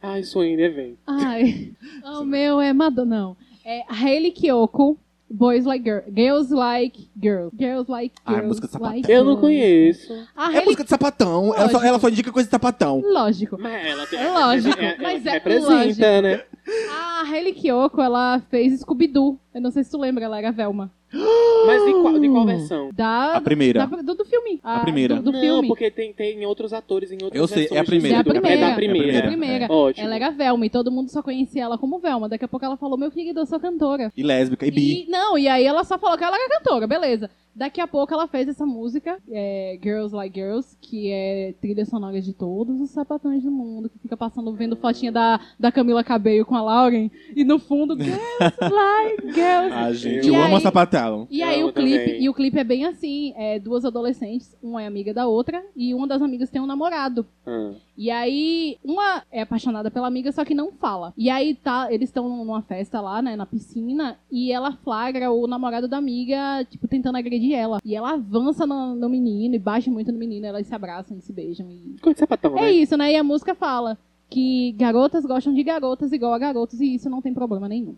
Ai, sonho, né, velho?
Ai, o meu é Madonna. Não. É Hailey Kiyoko, Boys Like Girls. Girls Like Girls. Girls Like
Ah,
Girls.
música de sapatão.
like
Eu não
Girls.
conheço.
A
É
Hailey...
música de sapatão. Ela só,
Lógico.
ela só indica coisa de sapatão.
Lógico.
Mas ela tem.
É lógico,
ela- ela
mas é
representa,
lógico.
né?
A Hailey Kiyoko, ela fez Scooby-Doo. Eu não sei se tu lembra, ela era a Velma.
Mas de qual, de qual versão?
Da,
A primeira.
da- do, do filme.
A primeira.
Hum. Do, do
não,
filme.
porque tem, tem outros atores em outras
Eu sei, é a
versões de
É
primeira.
a
Scooby-Doo.
primeira.
É da primeira.
Da
É.
primeira.
Ótimo.
Ela era a Velma e todo mundo só conhecia ela como Velma. Daqui a pouco ela falou, meu querido, eu sou cantora.
E lésbica, e bi.
E, não, e aí ela só falou que ela era cantora, beleza. Daqui a pouco ela fez essa música, é, Girls Like Girls, que é trilha sonora de todos os sapatões do mundo, que fica passando, vendo fotinha da, da Camila Cabello com a Lauren, e no fundo, Girls Like Girls.
Ah, gente,
E
eu amo
aí-
a sapatão.
E
Eu
aí
amo
o clipe,
também.
e o clipe é bem assim, é duas adolescentes, uma é amiga da outra, e uma das amigas tem um namorado.
Ah.
E aí, uma é apaixonada pela amiga, só que não fala. E aí, tá, eles estão numa festa lá, né, na piscina, e ela flagra o namorado da amiga, tipo, tentando agredir ela. E ela avança no, no menino e baixa muito no menino, elas se abraçam e se beijam. E...
Ficou de sapatão,
É
né?
isso, né? E a música fala que garotas gostam de garotas igual a garotos, e isso não tem problema nenhum.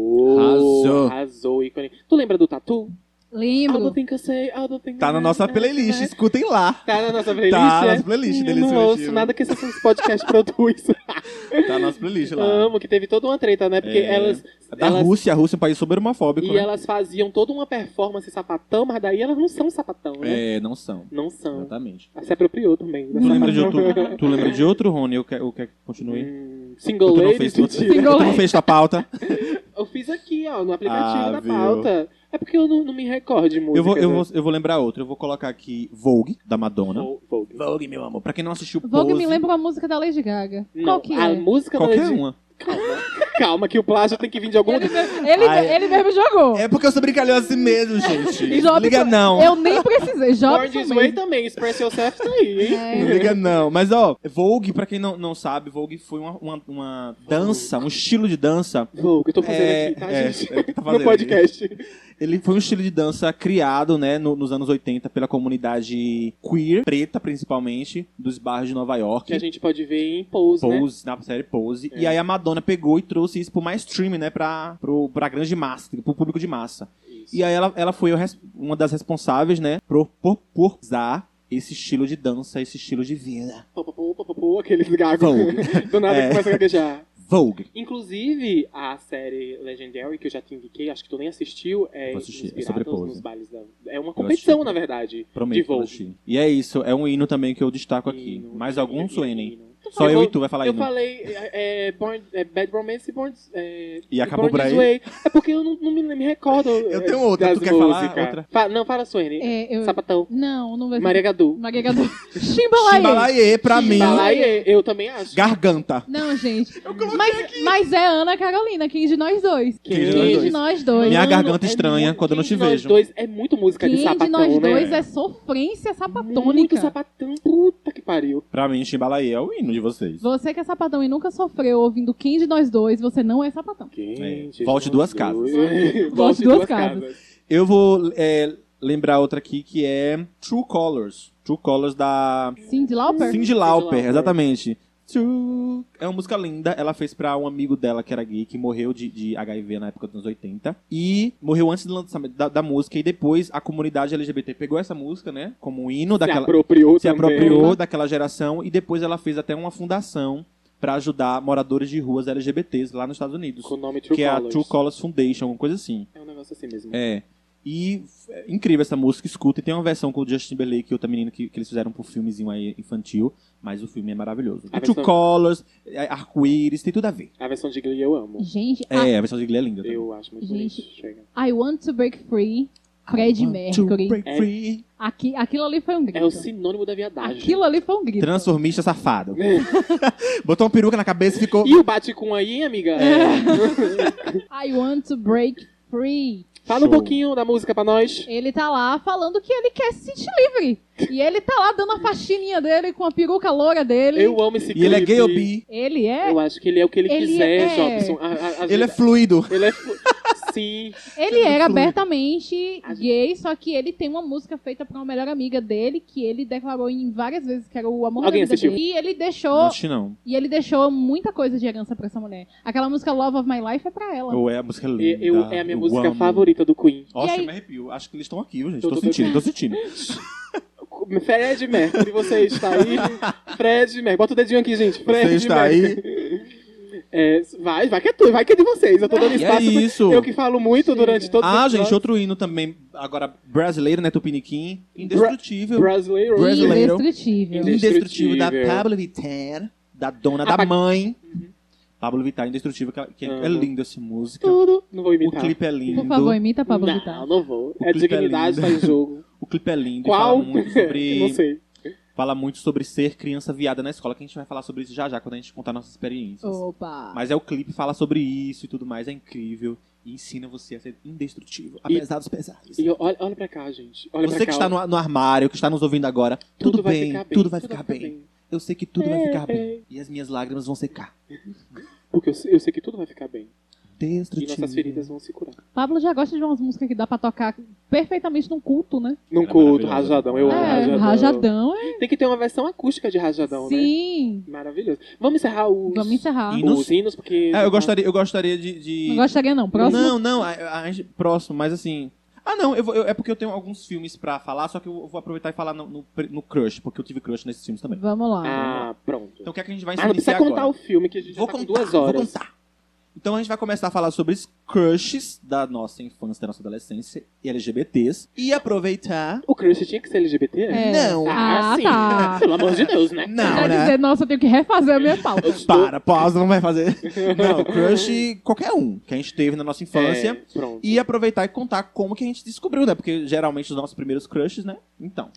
Oh,
Arrasou.
Arrasou, ícone. Tu lembra do Tatu? I
Lembro.
don't think I say, I don't think
Tá na nossa
I-
playlist, escutem lá.
Tá na nossa playlist,
Tá na
né?
nossa playlist,
Hum, eu
Delícia
Não ouço
Coletiva.
nada que esses [LAUGHS] podcasts produzem.
Tá na nossa playlist lá.
Amo, que teve toda uma treta, né? Porque
É.
elas...
Da
elas
Rússia, a Rússia é um país super homofóbico,
E
né?
elas faziam toda uma performance sapatão, mas daí elas não são sapatão, né?
É, não são.
Não são.
Exatamente.
Ela se apropriou também. né? da
Tu lembra, de
sapatão.
outro, tu lembra de outro, Rony? Eu quero, eu quero que continue.
Hum, Single
Tu não
ladies,
fez
[LAUGHS] mentira.
tu não fez tua pauta.
Eu fiz aqui, ó, no aplicativo
Ah,
da
viu.
pauta. É porque eu não, não me recordo de música.
Eu vou, eu,
né?
vou, eu vou lembrar outro. Eu vou colocar aqui Vogue, da Madonna.
Vou- Vogue.
Vogue, meu amor. Pra quem não assistiu
Vogue me
Pose,
lembra uma música da Lady Gaga.
Não,
Qual que
a
é?
música da
Qualquer um.
Lady-
uma.
Calma, que o plágio tem que vir de algum
Ele, me- ele,
Ah, é.
ele mesmo jogou.
É porque eu sou brincalhão assim mesmo, gente.
Jobson-
Liga não.
Eu nem precisei.
Born
Jobson
This Way
mesmo.
também, Express Yourself tá aí, hein?
É.
Não liga não. Mas, ó, Vogue, pra quem não, não sabe, Vogue foi uma, uma, uma dança, um estilo de dança.
Vogue, eu tô fazendo
É,
aqui, tá,
é,
gente?
é o que tá
[LAUGHS] no
fazendo
podcast.
Ele foi um estilo de dança criado, né, no- nos anos 80 pela comunidade queer, preta principalmente, dos bairros de Nova York.
Que a gente pode ver em Pose, né?
Pose, na série Pose.
É.
E aí a Madonna pegou e trouxe isso pro mainstream, né? Pra, pro, pra grande massa, pro público de massa.
Isso.
E aí ela, ela foi o res- uma das responsáveis, né? Por popularizar esse estilo de dança, esse estilo de vida.
Pô, pô, pô, pô, pô, pô, aqueles gagos.
Vogue.
[LAUGHS] Do nada
É.
que começa a gaguejar.
Vogue.
Inclusive, a série Legendary, que eu já te indiquei, acho que tu nem assistiu, é
Vou assistir, é
inspirada
sobre Pose.
nos bailes da... É uma competição,
assisti.
na verdade.
Prometo.
de
pra
Vogue.
ti. E é isso, é um hino também que eu destaco aqui.
Hino,
Mais
hino,
algum,
hino,
Suenen?
hino.
Só eu
vou-
e tu vai falar
Eu
hino.
falei é, é, Born- é, Bad Romance e Born... É,
E acabou
Born
por
This
aí.
Way. É porque eu não, não me, me recordo
Eu
é,
tenho outra,
das
tu quer falar
músicas.
outra?
Fa- não, fala Suene.
É, eu-
Sapatão.
Não, não vai
Maria Gadu. Tá
Maria
[LAUGHS]
Gadu. Chimbalaê.
Chimbalaê, pra mim.
Balaie, é, eu também acho.
Garganta.
Não, gente. mas, mas é Ana Carolina, quem de nós dois?
Quem de
Quem,
nós
de
dois?
nós dois?
Minha
Mano,
garganta
é
estranha
muito-
quando eu não
quem
te
de
vejo.
Nós dois é muito música
Quem
de sapatão,
de nós
né?
dois é sofrência sapatônica?
Muito sapatão, puta que pariu.
Pra mim, Chimbalaê é o hino de vocês.
Você que é sapatão e nunca sofreu ouvindo quem de nós dois, você não é sapatão.
Quente,
É, volte duas
nós dois.
casas.
[LAUGHS] Volte
duas
duas
casas.
casas.
Eu vou é, lembrar outra aqui que é True Colors. True Colors da
Cindy Lauper?
Cindy Lauper,
Lauper.
exatamente. True. É uma música linda. Ela fez pra um amigo dela que era gay, que morreu de, de HIV na época dos anos 80. E morreu antes do lançamento da, da música. E depois a comunidade LGBT pegou essa música, né? Como um hino
Se
daquela.
apropriou
se
também.
apropriou daquela geração. E depois ela fez até uma fundação pra ajudar moradores de ruas LGBTs lá nos Estados Unidos.
Com o nome True
que é a
Colors.
True Colors Foundation, alguma coisa assim.
É um negócio assim mesmo.
É. E é incrível essa música, escuta. E tem uma versão com o Justin Timberlake e outra menina que, que eles fizeram pro filmezinho aí infantil. Mas o filme é maravilhoso.
A
True
versão-
Colors, é, arco-íris, tem tudo a ver.
A versão de Glee eu amo.
Gente,
É, a versão de Glee é linda. também.
Eu acho muito
Gente. é
bonito. Chega.
I, I Want to Break Free, Fred
I want to
Mercury.
break free.
Aqui, aquilo ali foi um grito.
É o sinônimo da viadagem.
Aquilo ali foi um grito.
Transformista safado. [LAUGHS] Botou uma peruca na cabeça e ficou.
É. E o bate com aí, hein, amiga?
É. I want to break free.
[LAUGHS] Fala
Show.
um pouquinho da música pra nós.
Ele tá lá falando que ele quer se sentir livre. E ele tá lá dando a faxininha dele com a peruca loura dele.
Eu amo esse
E ele é
clipe.
gay ou bi?
Ele é.
Eu acho que ele é o que ele,
Ele
quiser,
é-
Jobson. A- a- a
Ele é
gente-
fluido.
Ele é... fu- [LAUGHS] Sim.
Ele era
fluido.
abertamente
A gente-
gay, só que ele tem uma música feita pra uma melhor amiga dele, que ele declarou em várias vezes que era o amor
Alguém
da vida
assistiu?
dele. E ele
Não
deixou.
assisti, não.
E ele deixou muita coisa de herança pra essa mulher. Aquela música Love of My Life é pra ela.
Ou é a música
E-
linda.
eu- é a minha
eu
música
amo.
favorita do Queen.
E
Nossa,
aí-
eu me arrepio. Acho que eles estão aqui, gente.
Eu
Tô,
tô
sentindo, tô
[LAUGHS]
sentindo. é
Fred Mercury, você está aí? Fred Mercury. Bota o dedinho aqui, gente. Fred
Você está aí.
É, vai, vai que é tu, vai que é de vocês. Eu tô dando
E é
espaço. pro-
isso.
Eu que falo muito durante todo
Ah, gente, outro hino também. Agora, brasileiro, né? Tupiniquim. Indestrutível.
Brasileiro.
Brasileiro.
Indestrutível.
Indestrutível da
Indestrutível. Uhum.
Pablo Vittar, da dona
Ah,
da
pa-
mãe. Pablo Vittar, Indestrutível, que, que é
Amo.
linda essa música.
Tudo. Não vou
O
imitar.
clipe é lindo.
Por favor, imita Pablo
não,
Vittar.
não vou.
O
É
clipe é
dignidade,
lindo.
faz jogo.
O clipe é lindo. e
Qual?
Fala muito
[LAUGHS] Não
sobre.
sei.
fala muito sobre ser criança viada na escola, que a gente vai falar sobre isso já já, quando a gente contar nossas experiências.
Oh. Opa!
Mas é o clipe, fala sobre isso e tudo mais, é incrível. E ensina você a ser indestrutível,
E-
apesar dos pesares.
E olha, olha pra cá, gente. Olha pra
Você
cá.
que está no, no armário, que está nos ouvindo agora, tudo,
vai
bem,
ficar
tudo vai ficar bem. Eu sei que tudo vai
É,
ficar bem.
é.
E as minhas lágrimas vão secar.
Porque eu, sei- eu sei que tudo vai ficar bem. E
Destrutivo.
nossas feridas vão se curar.
Pablo já gosta de umas músicas que dá pra tocar perfeitamente num culto, né?
Num
Era
culto,
maravilhoso.
rajadão. Eu amo
é,
rajadão.
Rajadão é.
Tem que ter uma versão acústica de rajadão, né?
Sim!
Maravilhoso. Vamos encerrar os,
Vamos encerrar.
E-
os hinos, porque. tá-
É, eu gostaria, eu gostaria de. de-
Não gostaria, não. Próximo.
Não, não, a- a- a gente- próximo, mas assim. Ah, não, eu vou- eu- é porque eu tenho alguns filmes pra falar, só que eu vou aproveitar e falar no, no, no Crush, porque eu tive Crush nesses filmes também.
Vamos lá.
Ah, pronto.
Então o que é que a gente vai
Ah, não precisa
iniciar
contar
agora?
o filme, que a gente já
Vou
tá
contar,
com duas horas.
vou contar. Então a gente vai começar a falar sobre os crushes da nossa infância, da nossa adolescência e LGBTs. E aproveitar...
O crush tinha que ser LGBT?
É.
Não, assim.
Ah,
Ah,
sim.
tá.
Pelo amor de Deus, né?
não,
Quer
né?
dizer, nossa, eu tenho que refazer a minha pauta.
Para, pausa, não vai
[LAUGHS]
fazer. Não, crush qualquer um que a gente teve na nossa infância.
É, pronto.
E aproveitar e contar como que a gente descobriu, né? Porque geralmente os nossos primeiros crushes, né? Então.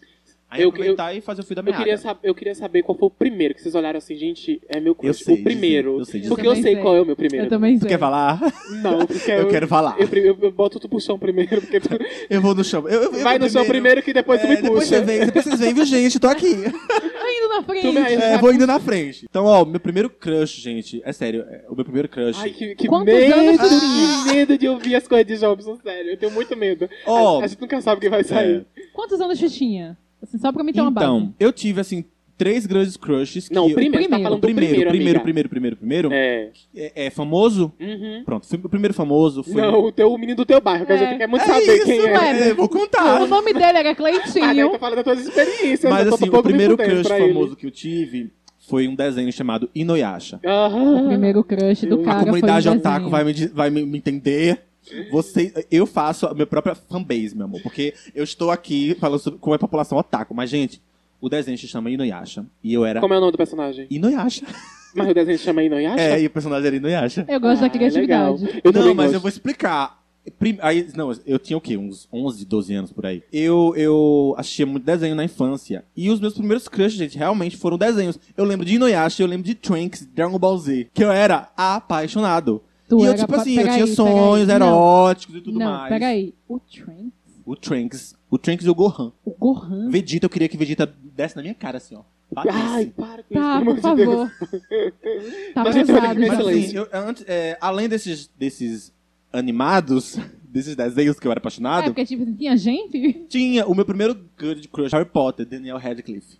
Aí
Eu-
aproveitar e fazer o fio da
Eu
meada.
queria, sab- eu queria saber qual foi o primeiro que vocês olharam assim, gente, é meu crush.
Eu sei
o primeiro.
dizer, eu sei dizer.
porque eu,
Eu
sei
também
qual é o meu primeiro.
Eu também
Tu
sei.
quer falar?
Não, porque eu,
Eu quero falar.
eu, pri- eu, eu boto tu pro chão primeiro, porque tu
Eu vou no chão. Eu, eu- eu
vai
vou
no chão primeiro que depois tu
É,
me
depois
puxa.
você vem, depois vocês vêm, viu, gente? Tô
[LAUGHS]
aqui.
Tá indo na frente.
Tu me-
É, vou indo na frente. Então, ó, meu primeiro crush, gente. É sério, é o meu primeiro crush.
Ai, que, que
Quantos
medo,
anos tu
que medo de ouvir as coisas de Jobson, sério. Eu tenho muito medo.
Ó, é,
a, a gente nunca sabe quem vai sair.
Quantos anos tu tinha? Assim, só pra mim ter uma base.
então, eu tive, assim, três grandes crushes.
Não,
que
o primeiro, tá
primeiro,
falando
Eu... Primeiro,
do
primeiro,
amiga.
primeiro, primeiro, primeiro.
É.
É, é famoso?
Uhum.
Pronto, fui- o primeiro famoso foi.
Não, o, teu, o menino do teu bairro, que a gente
É.
quer muito saber
isso,
quem é.
né?
é, vou contar.
O nome dele era
Ah,
Cleitinho.
[LAUGHS] então fala das tuas experiências. eu
Mas
tô um
assim,
pouco
o
me
primeiro
fudendo
crush
pra ele.
famoso que eu tive foi um desenho chamado Inuyasha.
Aham.
O primeiro crush do
A
A
cara
comunidade
foi o
otaku
desenho.
vai me, di- vai me, me entender. Você, eu faço a minha própria fanbase, meu amor. Porque eu estou aqui falando sobre como é a população otaku. Mas, gente, o desenho se chama Inuyasha. E eu era
Como é o nome do personagem?
Inuyasha.
Mas o desenho se chama Inuyasha?
É, e o personagem era Inuyasha.
Eu gosto
Ah,
da criatividade.
legal. Eu
não,
também
mas eu
gosto.
vou explicar. Prim- Aí, não, eu tinha o quê? Uns 11, 12 anos por aí. Eu, eu assistia muito desenho na infância. E os meus primeiros crushes, gente, realmente foram desenhos. Eu lembro de Inuyasha, eu lembro de Trunks, Dragon Ball Z. Que eu era apaixonado.
Tu
e eu,
era
tipo
pa-
assim, eu
peraí,
tinha
peraí.
sonhos
Não,
eróticos e tudo
não,
mais.
peraí. O Trent?
O Trunks. O Trunks e o Gohan.
O Gohan?
Vegeta, eu queria que Vegeta desse na minha cara, assim, ó. Batesse.
Ai, para com isso,
Tá,
pelo
por
amor de Deus.
favor. Tá
Mas a gente vai ter
pesado.
que
Mas,
já.
Excelente.
assim, eu- antes, é, além desses, desses animados, [LAUGHS] desses desenhos que eu era
É,
apaixonado,
porque tipo, assim, tinha gente?
Tinha o meu primeiro grande crush, Harry Potter, Daniel Radcliffe.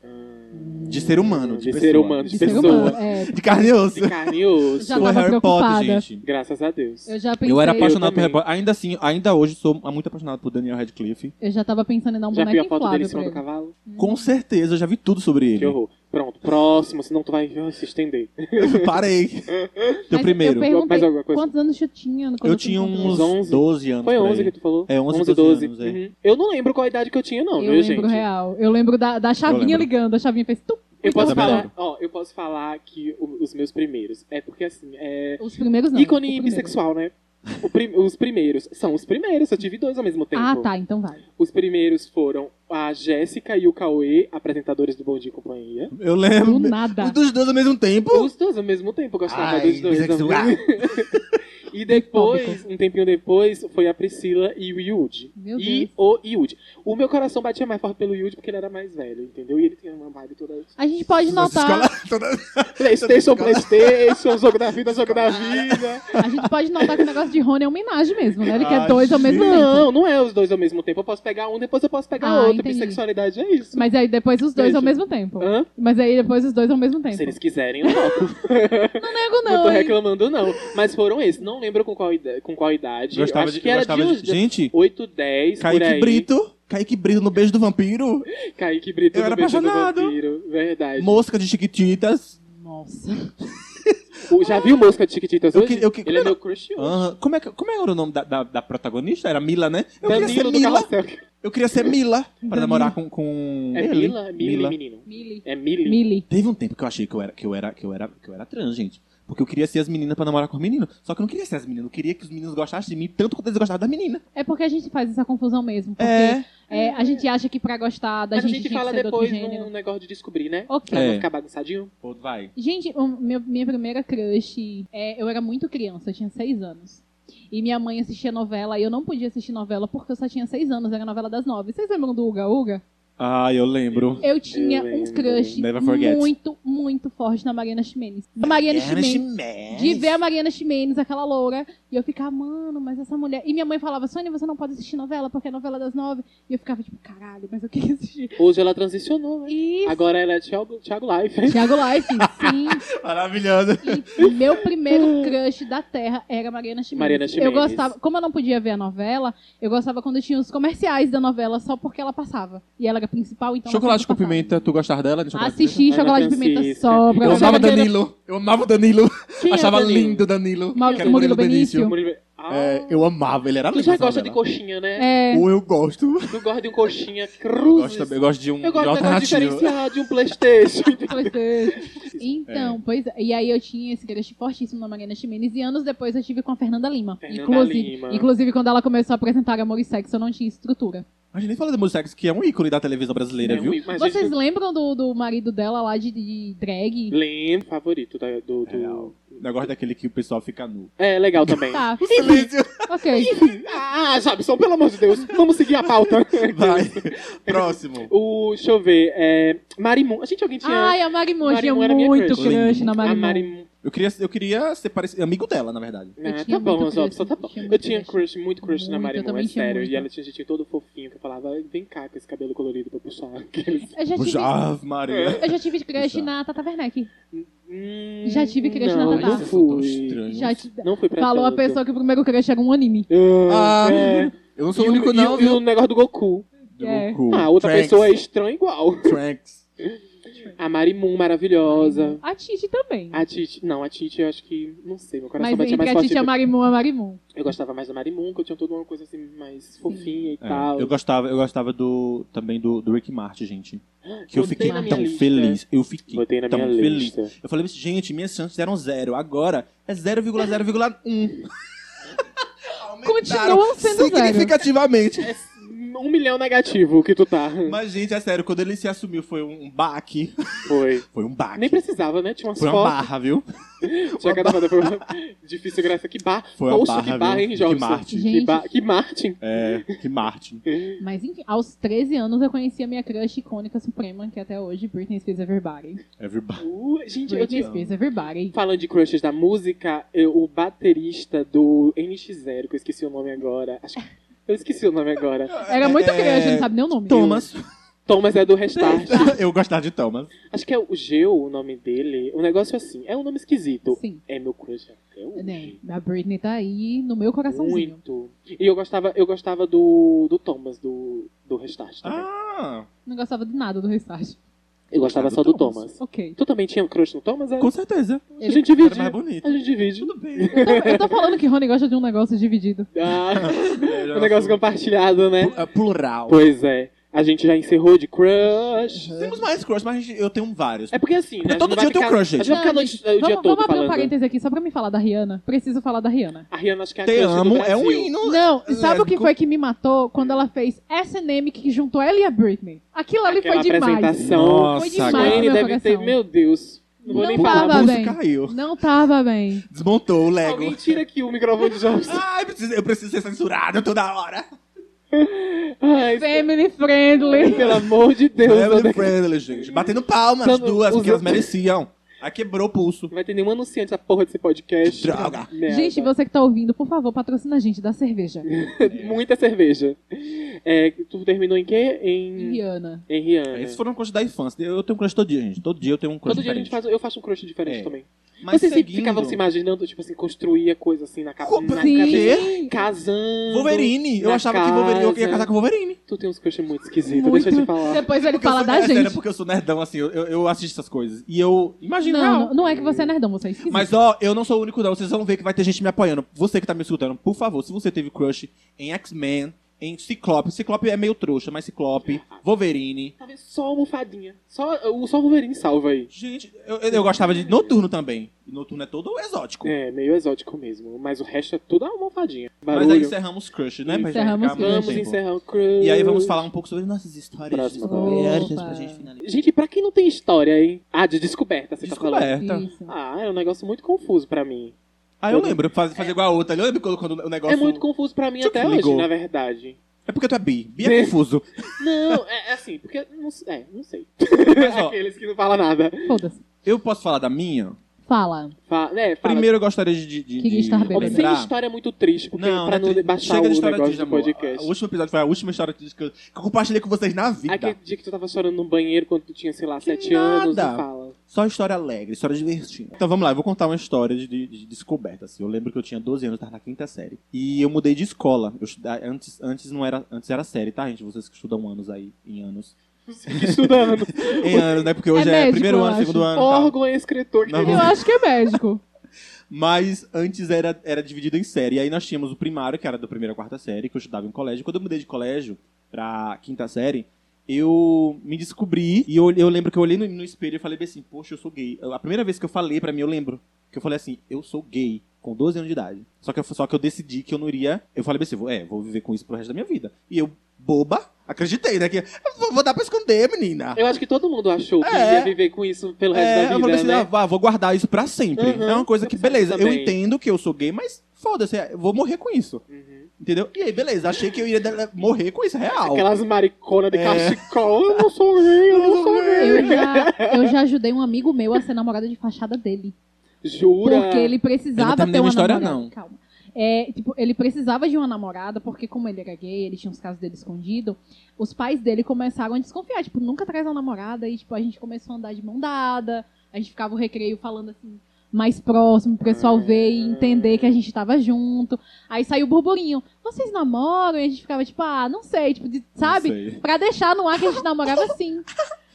De ser humano.
Hum.
De,
De, ser
pessoa.
humano, de,
De ser
pessoa.
humano. É,
De carne e osso.
De carne e osso.
Já
Foi
tava
Harry
preocupada.
Potter, gente.
Graças a Deus.
eu já pensei.
Eu era apaixonado
Eu
por Harry
também.
Potter. Ainda assim, ainda hoje sou muito apaixonado por Daniel Radcliffe.
Eu já tava pensando em dar um
já vi a
boneco
foto dele
inflável
em
pra
cima do
ele.
cavalo?
Hum.
Com certeza, eu já vi tudo sobre
Que
ele.
horror. Pronto, próximo, senão tu vai ah, se estender.
[LAUGHS]
Parei. Teu
Mas
primeiro.
Eu perguntei
Mais alguma coisa?
quantos anos tu tinha quando
Eu
tu
tinha
encontrou?
uns
11.
12 anos.
Foi
por
11
aí.
que tu falou?
É, 11, 12
12.
anos, é.
Uhum. Eu não lembro qual a idade que eu tinha, não,
Eu
viu,
lembro
gente?
real. Eu lembro da, da chavinha
lembro.
ligando. A chavinha fez tum.
Eu posso,
Também
falar,
lembro.
ó, eu posso falar que o- os meus primeiros. É porque assim, é.
Os primeiros não. o
ícone
primeiro.
bissexual, né? O prim- os primeiros são os primeiros, eu tive dois ao mesmo tempo.
Ah, tá, então vai.
Os primeiros foram a Jéssica e o Cauê, apresentadores do Bom Dia e Companhia.
Eu
Do
lembro.
nada.
Os dos dois ao mesmo
Uh!
tempo. é
Os dois ao mesmo tempo, eu gostava
Ai,
dos dois. ao
bissexual.
mesmo- e depois, um tempinho depois, foi a Priscila e o Yudi.
Meu
e
Deus.
o Yudi. O meu coração batia mais forte pelo Yudi porque ele era mais velho, entendeu? E ele tinha uma vibe toda.
A gente pode notar,
é
Playstation, Playstation, jogo da vida, jogo
[LAUGHS]
da vida.
a gente pode notar que o negócio de Rony é homenagem mesmo, né? Ele quer
Ah,
dois ao mesmo tempo.
Não, não é os dois ao mesmo tempo. Eu posso pegar um, depois eu posso pegar
Ah,
outro.
entendi.
Bissexualidade é isso.
Mas aí depois os dois
Veja.
ao mesmo tempo.
Hã?
Mas aí depois os dois ao mesmo tempo.
Se eles quiserem,
[LAUGHS]
eu topo.
Não nego
Não tô
não, hein?
reclamando, não. Mas foram esses. Não lembro com qual, ida- com qual idade. Eu acho que era de uns
Gente,
8, 10, por
Kaique
aí.
Brito. Kaique Brito no Beijo do Vampiro.
Kaique Brito
Eu
do
era
Beijo do
apaixonado.
Vampiro. Verdade.
Mosca de Chiquititas.
Nossa.
O- já viu Mosca de Chiquititas
Eu
hoje?
que- eu que-
Ele é meu crush hoje.
Aham. Como, é que, como era o nome da, da- da protagonista? Era Mila, né? Eu queria
Danilo
ser
É do
Mila.
Carrossel.
Eu queria ser Mila. Pra namorar com, com
É
ele.
Mila? É Mila, menino.
Mili.
É Mili.
Mili.
Teve um tempo que eu achei que eu era, que eu era, que eu era, que eu era trans, gente. Porque eu queria ser as meninas pra namorar com os meninos. Só que eu não queria ser as meninas. Eu queria que os meninos gostassem de mim tanto quanto eles gostavam das meninas.
É porque a gente faz essa confusão mesmo. Porque
É.
é, a gente acha que pra gostar da
Mas a
gente,
gente,
tinha que
fala
ser do outro
depois
gênero.
num negócio de descobrir, né?
Ok.
Pra não
É.
ficar bagunçadinho.
Pô, vai.
Gente, o meu- minha primeira crush, é, eu era muito criança, eu tinha seis anos. E minha mãe assistia novela e eu não podia assistir novela porque eu só tinha seis anos, era novela das nove. Vocês lembram do Uga Uga?
Ah, eu lembro.
Eu tinha
Eu
um
lembro.
crush
Never forget.
muito, muito forte na Mariana Ximenes. A Mariana Ximenes. De ver a Mariana Ximenes, aquela loura, e eu ficava, mano, mas essa mulher. E minha mãe falava, Sônia, você não pode assistir novela porque é novela das nove. E eu ficava tipo, caralho, mas eu queria assistir.
Hoje ela transicionou, né?
E
Agora ela é Thiago, Thiago Life.
Tiago Life, sim.
Maravilhosa.
[LAUGHS]
E meu primeiro crush da Terra era Mariana Chimenez.
Mariana
Eu
Ximenez.
gostava, como eu não podia ver a novela, eu gostava quando tinha os comerciais da novela só porque ela passava. E ela era principal, então. ela
Chocolate com
sempre passava.
pimenta, tu gostava dela? de chocolate com
Ah, Assisti
Ana
Chocolate de Pimenta
é Francisca.
só pra
pimenta? Eu amava
Eu achava que era-
Danilo. Eu amava Danilo.
Quem é
Achava
Danilo?
lindo Danilo.
Mau-
Que era o
Murilo
Murilo Benício.
Murilo- Ah,
É, eu amava, ele era
tu
lindo.
já
essa
gosta de
novela.
coxinha, né?
É,
Ou eu gosto.
Tu gosta de um coxinha
Eu
cruzes.
gosto, também, eu gosto de um,
Eu
de um
gosto de negócio
alternativo.
diferenciado de um Playstation.
Playstation. Então, pois é. E aí eu tinha esse crush fortíssimo na Mariana Ximenez e anos depois eu tive com a Fernanda Lima.
Fernanda
inclusive,
Lima.
inclusive, quando ela começou a apresentar Amor e Sexo, eu não tinha estrutura.
A gente nem fala de Mosex, que é um ícone da televisão brasileira,
É
viu?
ruim, mas
Vocês
gente-
lembram do, do marido dela lá de, de drag?
Lembro, favorito da- do... do-
O negócio daquele que o pessoal fica nu.
É, legal também.
Tá,
é
Silêncio.
ok.
Ah, Jabson, pelo amor de Deus, vamos seguir a pauta.
[LAUGHS] Vai. [LAUGHS] Próximo.
O, deixa eu ver, é, Marimun. A gente, alguém tinha...
Ai, a Marimun, eu tinha
Marimun era minha
muito
crush.
crush, na
a
Marimun.
Marimun.
Eu queria, eu queria ser parecido, amigo dela, na verdade.
Eu
Ah,
tinha
tá bom,
muito
Jobson,
crush,
tá bom.
tinha muito
Eu tinha
crush.
crush, muito crush
Muito,
na
eu
Marimun, é
também tinha
sério.
muito.
E ela tinha um jeitinho todo fofinho que eu falava, vem cá com esse cabelo colorido pra eu puxar. aqueles-
Eu já tive,
Já,
É.
Maria.
eu já tive crush
Já.
na Tata Werneck.
Hum,
Já tive crush na
não,
Tatá.
Não
Vocês são é tão
fui.
estranhos.
Já tive-
Não fui pra
Falou a
tanto.
pessoa que o primeiro crush era um anime.
Ah,
Ah,
é.
eu não sou
E
o único,
e
não,
E o
viu?
negócio do Goku.
Do
É.
cu.
Ah, outra
Trunks.
pessoa é estranha igual.
Trunks.
A Marimun, maravilhosa.
A Titi também.
A Titi. Não, a Titi eu acho que. Não sei, meu coração
Mas
batia
entre
mais
a
forte.
Titi é e a Marimun, a Marimun.
Eu gostava mais da Marimun, que eu tinha toda uma coisa assim mais fofinha e
É,
tal.
eu gostava, eu gostava do, também do, do Rick Martin, gente. Que eu
Botei
fiquei
na minha
tão
lista.
feliz. Eu fiquei
Botei na
tão
minha
feliz.
lista.
Eu falei assim, gente, minhas chances eram zero. Agora é 0,0,1. Aumentaram
Continuam sendo zero.
significativamente.
Um milhão negativo que tu tá.
Mas, gente, é sério, quando ele se assumiu foi um baque.
Foi.
Foi um baque.
Nem precisava, né? Tinha umas
Foi uma
fotos.
barra, viu?
Tinha cada foto. [LAUGHS] Difícil graça. Que bar.
Foi uma
Poxa,
barra,
que bar,
viu?
hein,
Que
Jobson?
Martin.
Que, bar... que Martin.
É, que Martin.
Mas enfim, aos 13 anos eu conheci a minha crush icônica suprema, que é até hoje Britney Spears Everybody.
Everybody.
Uh, gente, eu
Britney
tinha.
Spears Everybody.
Falando de crushes da música, eu- o baterista do NX0, que eu esqueci o nome agora. Acho que. [LAUGHS] Eu esqueci o nome agora.
Era muito
É,
crush, não sabe nem o nome.
Thomas.
Thomas é do Restart.
[LAUGHS] Eu gostava de Thomas.
Acho que é o Geu, o nome dele. O negócio é assim, é um nome esquisito.
Sim.
É meu crush até hoje.
Né? A Britney tá aí no meu coraçãozinho.
Muito. E eu gostava, eu gostava do, do Thomas, do, do Restart também.
Ah,
Não gostava de nada do restart.
eu gostava só do Thomas.
Ok.
Tu também tinha crush no Thomas? É?
com
[LAUGHS]
certeza.
A gente divide.
Era mais bonito.
A gente divide.
Tudo bem.
Eu tô, eu tô falando que Rony gosta de um negócio dividido.
[LAUGHS] É,
[LAUGHS] Ah, um negócio compartilhado, né?
Plural.
Pois é. A gente já encerrou de crush.
Temos mais crush, mas a gente- eu tenho vários.
É porque assim, né?
Porque
a gente
Uhum. todo
É não vai
dia eu tenho
ficar-
crush,
A gente vai
Não,
ficar a noite-
gente,
o dia
vamos,
todo
vamos abrir um
falando.
parênteses aqui só pra me falar da Rihanna. Preciso falar da Rihanna.
A Rihanna acho que é a
Te
crush do
amo é um
Brasil.
hino.
Não,
é,
sabe o que
lésbico.
foi que me matou? Quando ela fez SNM que juntou ela e a Britney. Aquilo ali
Aquela
foi demais.
apresentação.
Nossa,
Foi demais
agora.
no
Ele
meu
deve ter,
coração.
meu Deus. Não vou
Não
nem
tava
falar.
a
bem.
música caiu.
Não tava bem.
Desmontou o Lego.
Alguém tira aqui o microfone de
[LAUGHS]
Jobs.
Ai, preciso- eu preciso ser censurado toda hora.
Ai,
Family friendly.
[LAUGHS] pelo amor de Deus. né?
Family
Ana.
friendly, gente. Batendo palmas as
Usando-
duas, porque elas
usando-
mereciam. Aí quebrou o pulso.
Não vai ter nenhum anunciante da porra desse podcast.
Droga.
Merda. Hum.
Gente, você que tá ouvindo, por favor, patrocina a gente da cerveja.
Muita cerveja. É, tu terminou em quê? Em,
Rihanna.
em Rihanna.
Esses foram crush da infância. Eu tenho um crush todo dia, gente. Todo dia eu tenho um crush
É. Todo dia a gente
diferente.
faz, eu faço um crush diferente
É.
também.
Mas
Vocês sempre
seguindo-
ficavam se imaginando, tipo assim, construir a coisa assim na, ca
Como?
na
Sim.
cabeça.
Quê?
Casando.
Wolverine. Eu
na
achava que Wolverine, eu queria
casa.
casar com Wolverine.
Tu tem uns crush muito esquisitos, deixa eu né? te falar.
Depois ele
Porque eu
fala
sou-
da
é sério,
gente.
porque eu sou nerdão, assim. Eu, eu, eu assisto essas coisas. E eu imagino, ah, real.
Não, não, não é que você é nerdão, você é esquisito.
Mas ó, eu não sou o único não, vocês vão ver que vai ter gente me apoiando. Você que tá me escutando, por favor, se você teve crush em X-Men, em Ciclope, Ciclope é meio trouxa, mas Ciclope, Wolverine.
Talvez só almofadinha. Só, o só Wolverine salva aí.
Gente, eu, eu, eu gostava de Noturno também. E Noturno é todo exótico.
É, meio exótico mesmo. Mas o resto é tudo almofadinha.
Mas é aí
Barulho.
encerramos crush, né? Pra gente
Encerramos
ficar muito
Vamos
crush.
tempo.
encerrar o crush.
E aí vamos falar um pouco sobre nossas histórias
Próxima.
descobertas
Opa.
pra gente finalizar.
Gente, pra quem não tem história, hein? Ah, de descoberta, você tá falando.
Descoberta.
Isso.
Ah, é um negócio muito confuso pra mim.
Ah, eu lembro, faz- fazer igual a outra. Eu lembro quando- quando o negócio...
É muito confuso pra mim
Deixa eu
até
que
hoje,
ligou.
na verdade.
É porque tu é bi. Bi é confuso.
Não, é, é assim, porque. Não, s- é, não sei. [LAUGHS]
Mas, ó,
Aqueles que não falam nada.
Foda-se.
eu posso falar da minha?
Fala.
Fa é, fala.
Primeiro eu gostaria de, de, de,
Queria estar
de
Ó,
bêbada.
Sem
lembrar-
história é muito triste, porque pra
é
não
tri-
baixar
Chega de
o
história
negócio
triste,
do
amor.
podcast.
O último episódio foi a última história triste que eu, que eu compartilhei com vocês na vida.
Aquele dia que tu tava chorando no banheiro quando tu tinha, sei lá, sete
nada.
anos, não fala. [LAUGHS]
Só história alegre, história divertida. Então vamos lá, eu vou contar uma história de, de- de descoberta. assim. Eu lembro que eu tinha 12 anos, tava na quinta série. E eu mudei de escola. Eu estuda- antes, antes não era, antes era série, tá, gente? Vocês que estudam anos aí, em anos.
Estudando. [LAUGHS]
Em anos, né? Porque hoje é,
médico,
primeiro
eu
ano,
acho.
segundo ano. e tal.
Órgão é escritor.
Não,
Eu acho que é médico.
Mas antes era, era dividido em série. E aí nós tínhamos o primário, que era da primeira a quarta série, que eu estudava em colégio. Quando eu mudei de colégio pra quinta série, eu me descobri e eu, eu lembro que eu olhei no, no espelho e falei bem assim, poxa, eu sou gay. Eu- A primeira vez que eu falei pra mim, eu lembro que eu falei assim, eu sou gay, com 12 anos de idade. Só que eu, só que eu decidi que eu não iria. Eu falei bem assim, vou- é, vou viver com isso pro resto da minha vida. E eu, boba, acreditei, né? Que eu vou, vou dar pra esconder, menina.
Eu acho que todo mundo achou que
É.
ia viver com isso pelo resto
É,
da
eu falei
vida,
assim,
né?
ah, vou guardar isso pra sempre.
Uhum,
é uma coisa
eu
que,
pensava
beleza, eu
também.
entendo que eu sou gay, mas foda-se, é, eu vou morrer com isso.
Uhum.
Entendeu? E aí, beleza, achei que eu iria de- morrer com isso, é real.
Aquelas mariconas de
É.
cachecol. Eu não sou gay, eu não sou
Eu
gay.
já, eu já ajudei um amigo meu a ser namorada de fachada dele.
Jura?
Porque ele
Eu não
precisava
terminei
ter uma
a história,
namorada.
não.
Calma. É, tipo, ele precisava de uma namorada, porque como ele era gay, ele tinha os casos dele escondido, os pais dele começaram a desconfiar, tipo, nunca traz uma namorada, e tipo, a gente começou a andar de mão dada, a gente ficava o recreio falando assim, mais próximo, pro pessoal ver e entender que a gente tava junto. Aí saiu o burburinho, vocês namoram? E a gente ficava, tipo, ah, não sei, tipo, de- sabe? Pra deixar no ar que a gente namorava sim.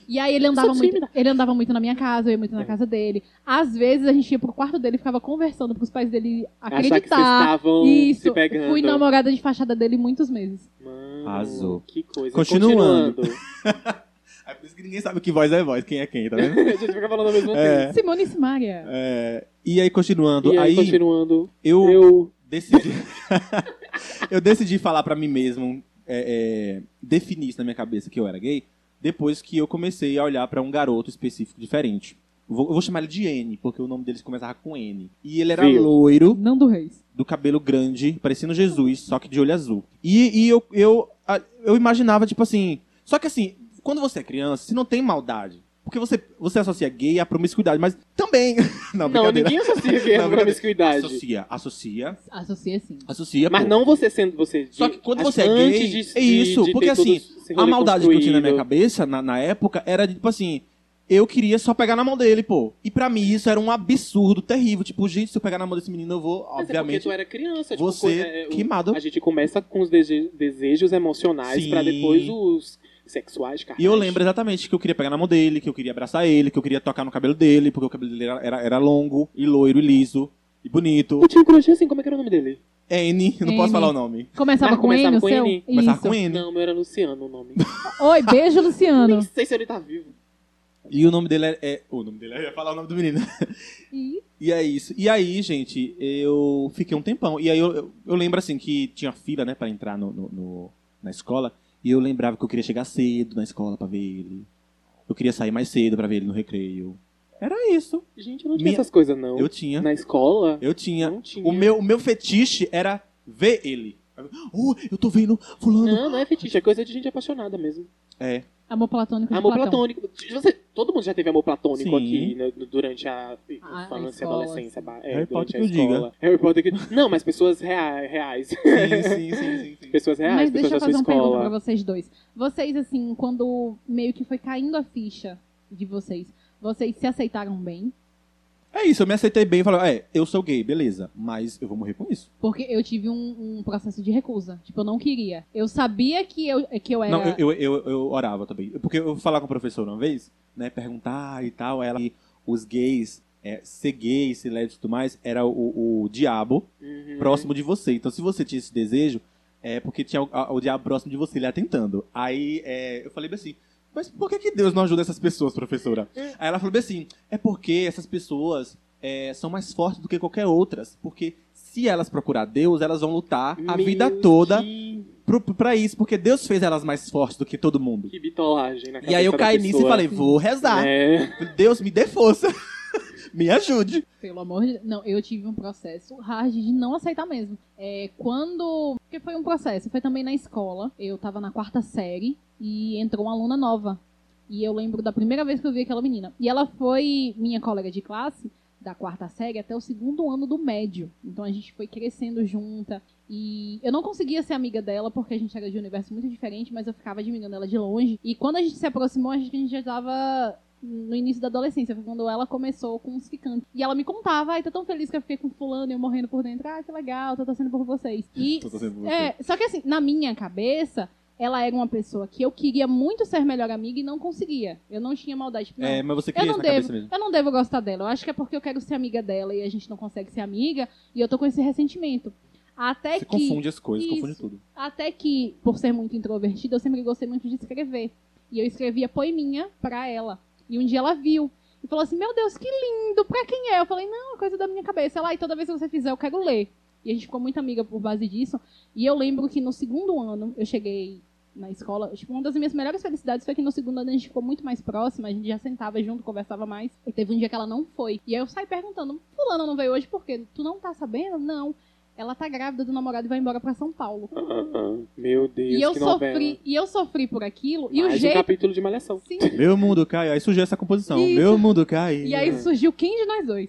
E aí ele andava,
sou
muito, ele andava muito na minha casa, eu ia muito
É.
na casa dele. Às vezes a gente ia pro quarto dele e ficava conversando pros pais dele
Achar que vocês
acreditar.
estavam
Isso,
se pegando.
fui namorada de fachada dele muitos meses.
Mano,
Arrasou.
Que coisa.
Continuando. [LAUGHS]
Continuando.
É por isso que ninguém sabe que voz é voz, quem é quem, tá
[LAUGHS]
vendo?
a gente fica falando ao mesmo
É.
tempo.
Simone e Simaria.
É, e aí, continuando,
E aí,
aí,
continuando.
eu,
Eu.
decidi. [LAUGHS] eu decidi falar pra mim mesmo, é, é, definir isso na minha cabeça que eu era gay, depois que eu comecei a olhar pra um garoto específico diferente. Eu vou, eu vou chamar ele de N, porque o nome dele começava com N. E ele era
Viu?
loiro.
Não do Reis.
do cabelo grande, parecendo Jesus, só que de olho azul. E, e eu, eu, a- eu imaginava, tipo assim. Só que assim, quando você é criança, você não tem maldade. Porque você, você associa gay à promiscuidade, mas também. [LAUGHS] Não,
Não,
brincadeira.
ninguém associa gay
[LAUGHS]
à
Não, brincadeira.
promiscuidade.
Associa, associa,
Associa assim. sim.
associa.
Mas
pô.
não você sendo você.
Só que quando
acho
você é
antes
gay,
de-
é isso,
de- de
porque
ter todo
assim,
esse rolê
A maldade que eu tinha na
construído.
minha cabeça, na, na época, era de, tipo assim, eu queria só pegar na mão dele, pô. E pra mim isso era um absurdo, terrível. Tipo, gente, se eu pegar na mão desse menino, eu vou,
Mas é porque
obviamente,
tu era criança. Tipo,
você
coisa- é, o-
queimado.
A gente começa com os dese- desejos emocionais
Sim.
pra depois os sexuais, cara.
E eu lembro exatamente que eu queria pegar na mão dele, que eu queria abraçar ele, que eu queria tocar no cabelo dele, porque o cabelo dele era, era, era longo, e loiro, e liso, e bonito.
O tio Crochê, assim, como é que era o nome dele?
N, [LAUGHS] não posso
N.
falar o nome.
Começava
Mas
com N,
começava
o
com
seu?
N?
Começava
Isso.
com N.
Não, meu era Luciano o nome.
Oi, beijo, Luciano.
[LAUGHS] Nem sei se ele tá vivo.
E o nome dele é. é- o nome dele é. Eu ia falar o nome do menino. [LAUGHS]
Ih,
E é isso. E aí, gente, eu fiquei um tempão. E aí eu, eu, eu lembro assim que tinha fila, né, pra entrar no, no- no- na escola. E eu lembrava que eu queria chegar cedo na escola pra ver ele. Eu queria sair mais cedo pra ver ele no recreio. Era isso.
Gente, eu não tinha
Minha-
essas coisas, não.
Eu tinha.
Na escola?
Eu tinha.
Não tinha.
O meu, o meu fetiche era ver ele. Oh, eu tô vendo fulano.
Não, não é fetiche, é coisa de gente apaixonada mesmo.
É.
amor platônico de
Amor
Platão.
platônico. Você- todo mundo já teve amor platônico
Sim.
aqui né, durante a
Ah,
infância,
a escola,
adolescência. ba- É,
Harry
durante
Potter
a
que eu diga.
escola. Harry Potter que... Não, mas pessoas rea- reais.
Sim, sim, sim, sim,
[LAUGHS]
sim.
pessoas reais,
Mas
é, pessoas
deixa eu
da sua
fazer uma pergunta pra
escola.
vocês dois. Vocês, assim, quando meio que foi caindo a ficha de vocês, vocês se aceitaram bem?
É isso, eu me aceitei bem e falei, é, eu sou gay, beleza. Mas eu vou morrer com isso.
Porque eu tive um, um processo de recusa. Tipo, eu não queria. Eu sabia que eu, que eu era.
Não, eu, eu, eu, eu orava também. Porque eu vou falar com a professora uma vez, né? Perguntar e tal. Ela e os gays, é, ser gay, ser lésbico e tudo mais, era o, o diabo
Uhum.
próximo de você. Então, se você tinha esse desejo, é porque tinha o, a- o diabo próximo de você, ele atentando. Aí é, eu falei bem assim. Mas por que, que Deus não ajuda essas pessoas, professora? Aí ela falou bem assim: é porque essas pessoas é, são mais fortes do que qualquer outras. Porque se elas procurar Deus, elas vão lutar a
Meu,
vida toda
Que,
pro- pra isso, porque Deus fez elas mais fortes do que todo mundo.
que bitolagem na
E aí eu
cabeça da
caí nisso e
pessoa.
falei, "Ah." vou rezar.
É.
Deus me dê força. [LAUGHS] me ajude.
Pelo amor de Deus. Não, eu tive um processo hard de não aceitar mesmo. É, quando. Porque foi um processo, foi também na escola. Eu tava na quarta série e entrou uma aluna nova. E eu lembro da primeira vez que eu vi aquela menina. E ela foi minha colega de classe da quarta série até o segundo ano do médio. Então a gente foi crescendo junta. E eu não conseguia ser amiga dela porque a gente era de um universo muito diferente, mas eu ficava admirando ela de longe. E quando a gente se aproximou, a gente, a gente já tava no início da adolescência, foi quando ela começou com os ficantes. E ela me contava, ai, tô tão feliz que eu fiquei com fulano e eu morrendo por dentro. Ah, que legal, tô torcendo por vocês. E
Tô torcendo por você.
é, só que assim, na minha cabeça, ela era uma pessoa que eu queria muito ser melhor amiga e não conseguia. Eu não tinha maldade. Tipo, não,
É, mas você
eu
cria
não
isso na
devo.
cabeça mesmo.
Eu não devo gostar dela. Eu acho que é porque eu quero ser amiga dela e a gente não consegue ser amiga e eu tô com esse ressentimento. Até
Você
É que
confunde as coisas,
Isso.
confunde tudo.
até que, por ser muito introvertida, eu sempre gostei muito de escrever. E eu escrevia poeminha pra ela. E um dia ela viu. E falou assim: Meu Deus, que lindo! Pra quem é? Eu falei: Não, é coisa da minha cabeça. Ela, e toda vez que você fizer, eu quero ler. E a gente ficou muito amiga por base disso. E eu lembro que no segundo ano, eu cheguei na escola. Tipo, uma das minhas melhores felicidades foi que no segundo ano a gente ficou muito mais próxima. A gente já sentava junto, conversava mais. E teve um dia que ela não foi. E aí eu saí perguntando: Fulano não veio hoje por quê? Tu não tá sabendo? Não. Ela tá grávida do namorado e vai embora pra São Paulo.
Ah, ah, ah. [LAUGHS] Meu Deus,
E eu
que novela.
sofri, e eu sofri por aquilo, e o
Mais um
jeito.
capítulo de Malhação.
Sim.
Meu mundo cai, aí surgiu essa composição.
Isso.
Meu mundo cai.
E aí surgiu quem de nós dois?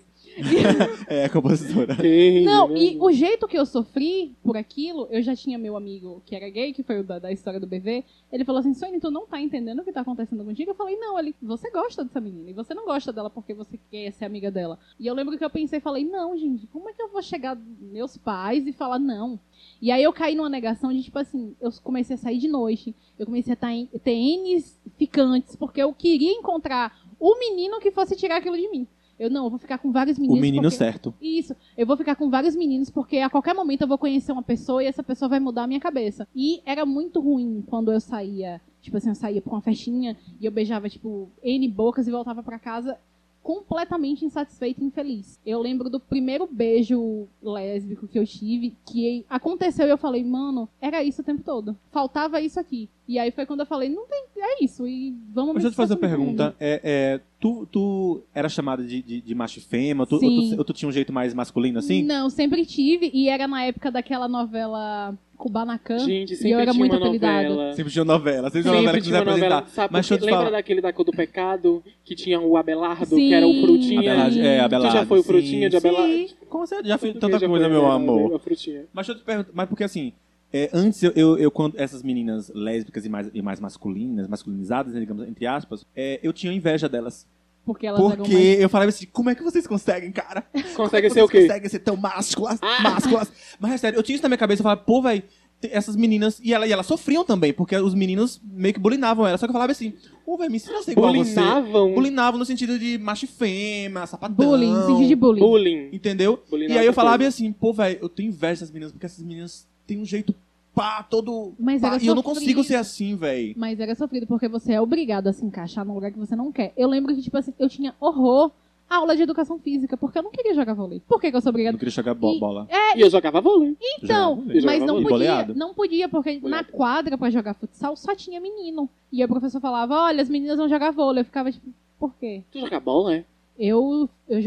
É, a compositora.
Quem,
Não,
né?
e o jeito que eu sofri por aquilo, eu já tinha meu amigo que era gay, que foi o da, da história do BV. Ele falou assim: Sônia, tu não tá entendendo o que tá acontecendo contigo? Eu falei: Não, ele, você gosta dessa menina, e você não gosta dela porque você quer ser amiga dela. E eu lembro que eu pensei falei: Não, gente, como é que eu vou chegar dos meus pais e falar não? E aí eu caí numa negação de tipo assim: eu comecei a sair de noite, eu comecei a tá em- ter N ficantes, porque eu queria encontrar o menino que fosse tirar aquilo de mim. Eu não, eu vou ficar com vários
O
meninos.
menino
porque-
certo.
isso. Eu vou ficar com vários meninos, porque a qualquer momento eu vou conhecer uma pessoa e essa pessoa vai mudar a minha cabeça. E era muito ruim quando eu saía. Tipo assim, eu saía pra uma festinha e eu beijava, tipo, N bocas e voltava pra casa completamente insatisfeita e infeliz. Eu lembro do primeiro beijo lésbico que eu tive, que aconteceu e eu falei, mano, era isso o tempo todo. Faltava isso aqui. E aí foi quando eu falei, não tem, é isso, e vamos... tá
Deixa eu te fazer uma
assumir todo mundo.
pergunta. É, é, tu, tu era chamada de, de, de macho e fêmea? Tu, ou,
Sim.
tu, ou tu tinha um jeito mais masculino assim?
Não, sempre tive. E era na época daquela novela Kubanacan.
Gente,
e eu
sempre
era
tinha
muito
uma
apelidada.
novela.
Sempre tinha novela, sempre tinha
Sempre
novela que
tinha
quiser
uma novela.
apresentar.
Sabe
Mas
por
deixa eu
quê?
te
lembra
falar.
daquele da Cor do Pecado? Que tinha o Abelardo,
Sim.
que era o Frutinha.
Abelardo, é, Abelardo.
já foi o
sim,
Frutinha de Abelardo?
Sim, com certeza. Já fiz
Português
tanta
já
coisa,
foi,
meu
né,
amor.
A frutinha.
Mas deixa eu te perguntar, mas porque assim, é, antes eu, eu, eu quando essas meninas lésbicas e mais, e mais masculinas, masculinizadas, né, digamos, entre aspas, é, eu tinha inveja delas.
Porque elas eram
Porque
mais...
eu falava assim, como é que vocês conseguem, cara? é
Consegue
Vocês
ser o quê?
Conseguem ser tão másculas,
Ah.
másculas. Mas é sério, eu tinha isso na minha cabeça, eu falava, pô, velho, te- essas meninas. E, ela, e elas sofriam também, porque os meninos meio que bulinavam ela. Só que eu falava assim: Ô, velho, me ensina a ser igual a você.
Bulinavam.
Bulinavam no sentido de macho e fêmea, sapatão.
Bullying, sentido de bullying.
Bullying.
Entendeu?
Bullying
e
é
aí eu
outra
falava
coisa.
assim, pô, velho, eu tenho inveja dessas meninas, porque essas meninas têm um jeito pá, todo.
Mas
pá,
era
e eu não
sofrido.
consigo ser assim, velho.
Mas era sofrido porque você é obrigado a se encaixar num lugar que você não quer. Eu lembro que, tipo assim, eu tinha horror à aula de educação física, porque eu não queria jogar vôlei. Por que, que eu sou
Eu não
obrigado?
queria jogar bo-
E-
bola.
E eu jogava vôlei.
Então,
Jogava vôlei.
mas não
E
podia,
boleada.
não podia, porque na
Boleada.
quadra pra jogar futsal só tinha menino. E aí o professor falava, olha, as meninas vão jogar vôlei. Eu ficava tipo, por quê?
Tu jogava bola, é?
Eu, eu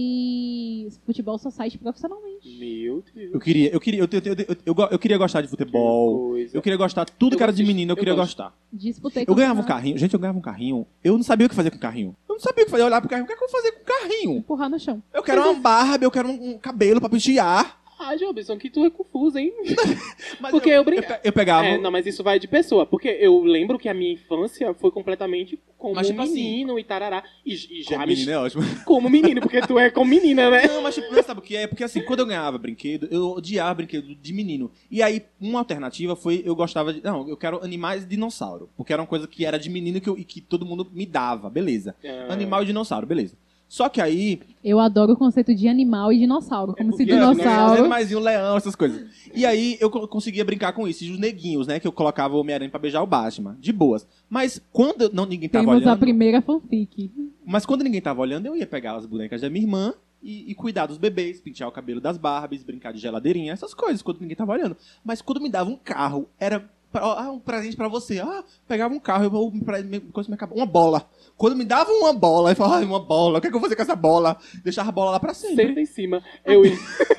joguei futebol society profissionalmente.
Meu Deus.
Eu queria, eu queria, eu, te- eu, te- eu, eu, go- eu queria gostar de futebol.
Coisa.
Eu queria gostar de tudo
Eu
que era de
gosto de-
menino, eu
eu
queria
gosto.
gostar.
Disputei
Eu ganhava um
campeonato.
carrinho, gente, eu ganhava um carrinho. Eu não sabia o que fazer com o carrinho. Eu não sabia o que fazer, eu olhava pro carrinho, o que é que eu vou fazer com o carrinho?
Empurrar no chão.
Eu quero
é
uma barba, eu quero um, um cabelo pra pentear.
Ah, Jobson, que tu é confuso, hein?
[LAUGHS] Mas
Porque
eu,
eu brinca-
pe- eu pegava. um
É, não, mas isso vai de pessoa. Porque eu lembro que a minha infância foi completamente como
Mas, tipo
um
assim,
menino e tarará. E, e já
Como
me-
menino é ótimo.
[LAUGHS] Como menino, porque tu é como
[LAUGHS]
menina, né?
Não, mas tipo, não sabe o que é? Porque assim, quando eu ganhava brinquedo, eu odiava brinquedo de menino. E aí, uma alternativa foi eu gostava de. Não, eu quero animais e dinossauro. Porque era uma coisa que era de menino que eu- e que todo mundo me dava, beleza.
É.
Animal e dinossauro, beleza. Só que aí.
Eu adoro o conceito de animal e dinossauro, como
[LAUGHS]
se
porque-
Os
dinossauro...
animaizinho, um leão, essas coisas. E aí eu co- conseguia brincar com isso. E os neguinhos, né? Que eu colocava o Homem-Aranha pra beijar o Batman. De boas. Mas quando eu- não, ninguém tava
Temos a
olhando.
primeira fanfic.
Mas quando ninguém tava olhando, eu ia pegar as bonecas da minha irmã e, e cuidar dos bebês, pentear o cabelo das Barbies, brincar de geladeirinha, essas coisas, quando ninguém tava olhando. Mas quando me dava um carro, era pra- ah, um presente pra você. Ah, pegava um carro, eu, um pre- me- coisa me acabava, uma bola. Quando me dava uma bola, eu falava, ai, uma bola, o que, é que eu vou fazer com essa bola? Deixava a bola lá pra sempre.
Senta em cima. Eu ia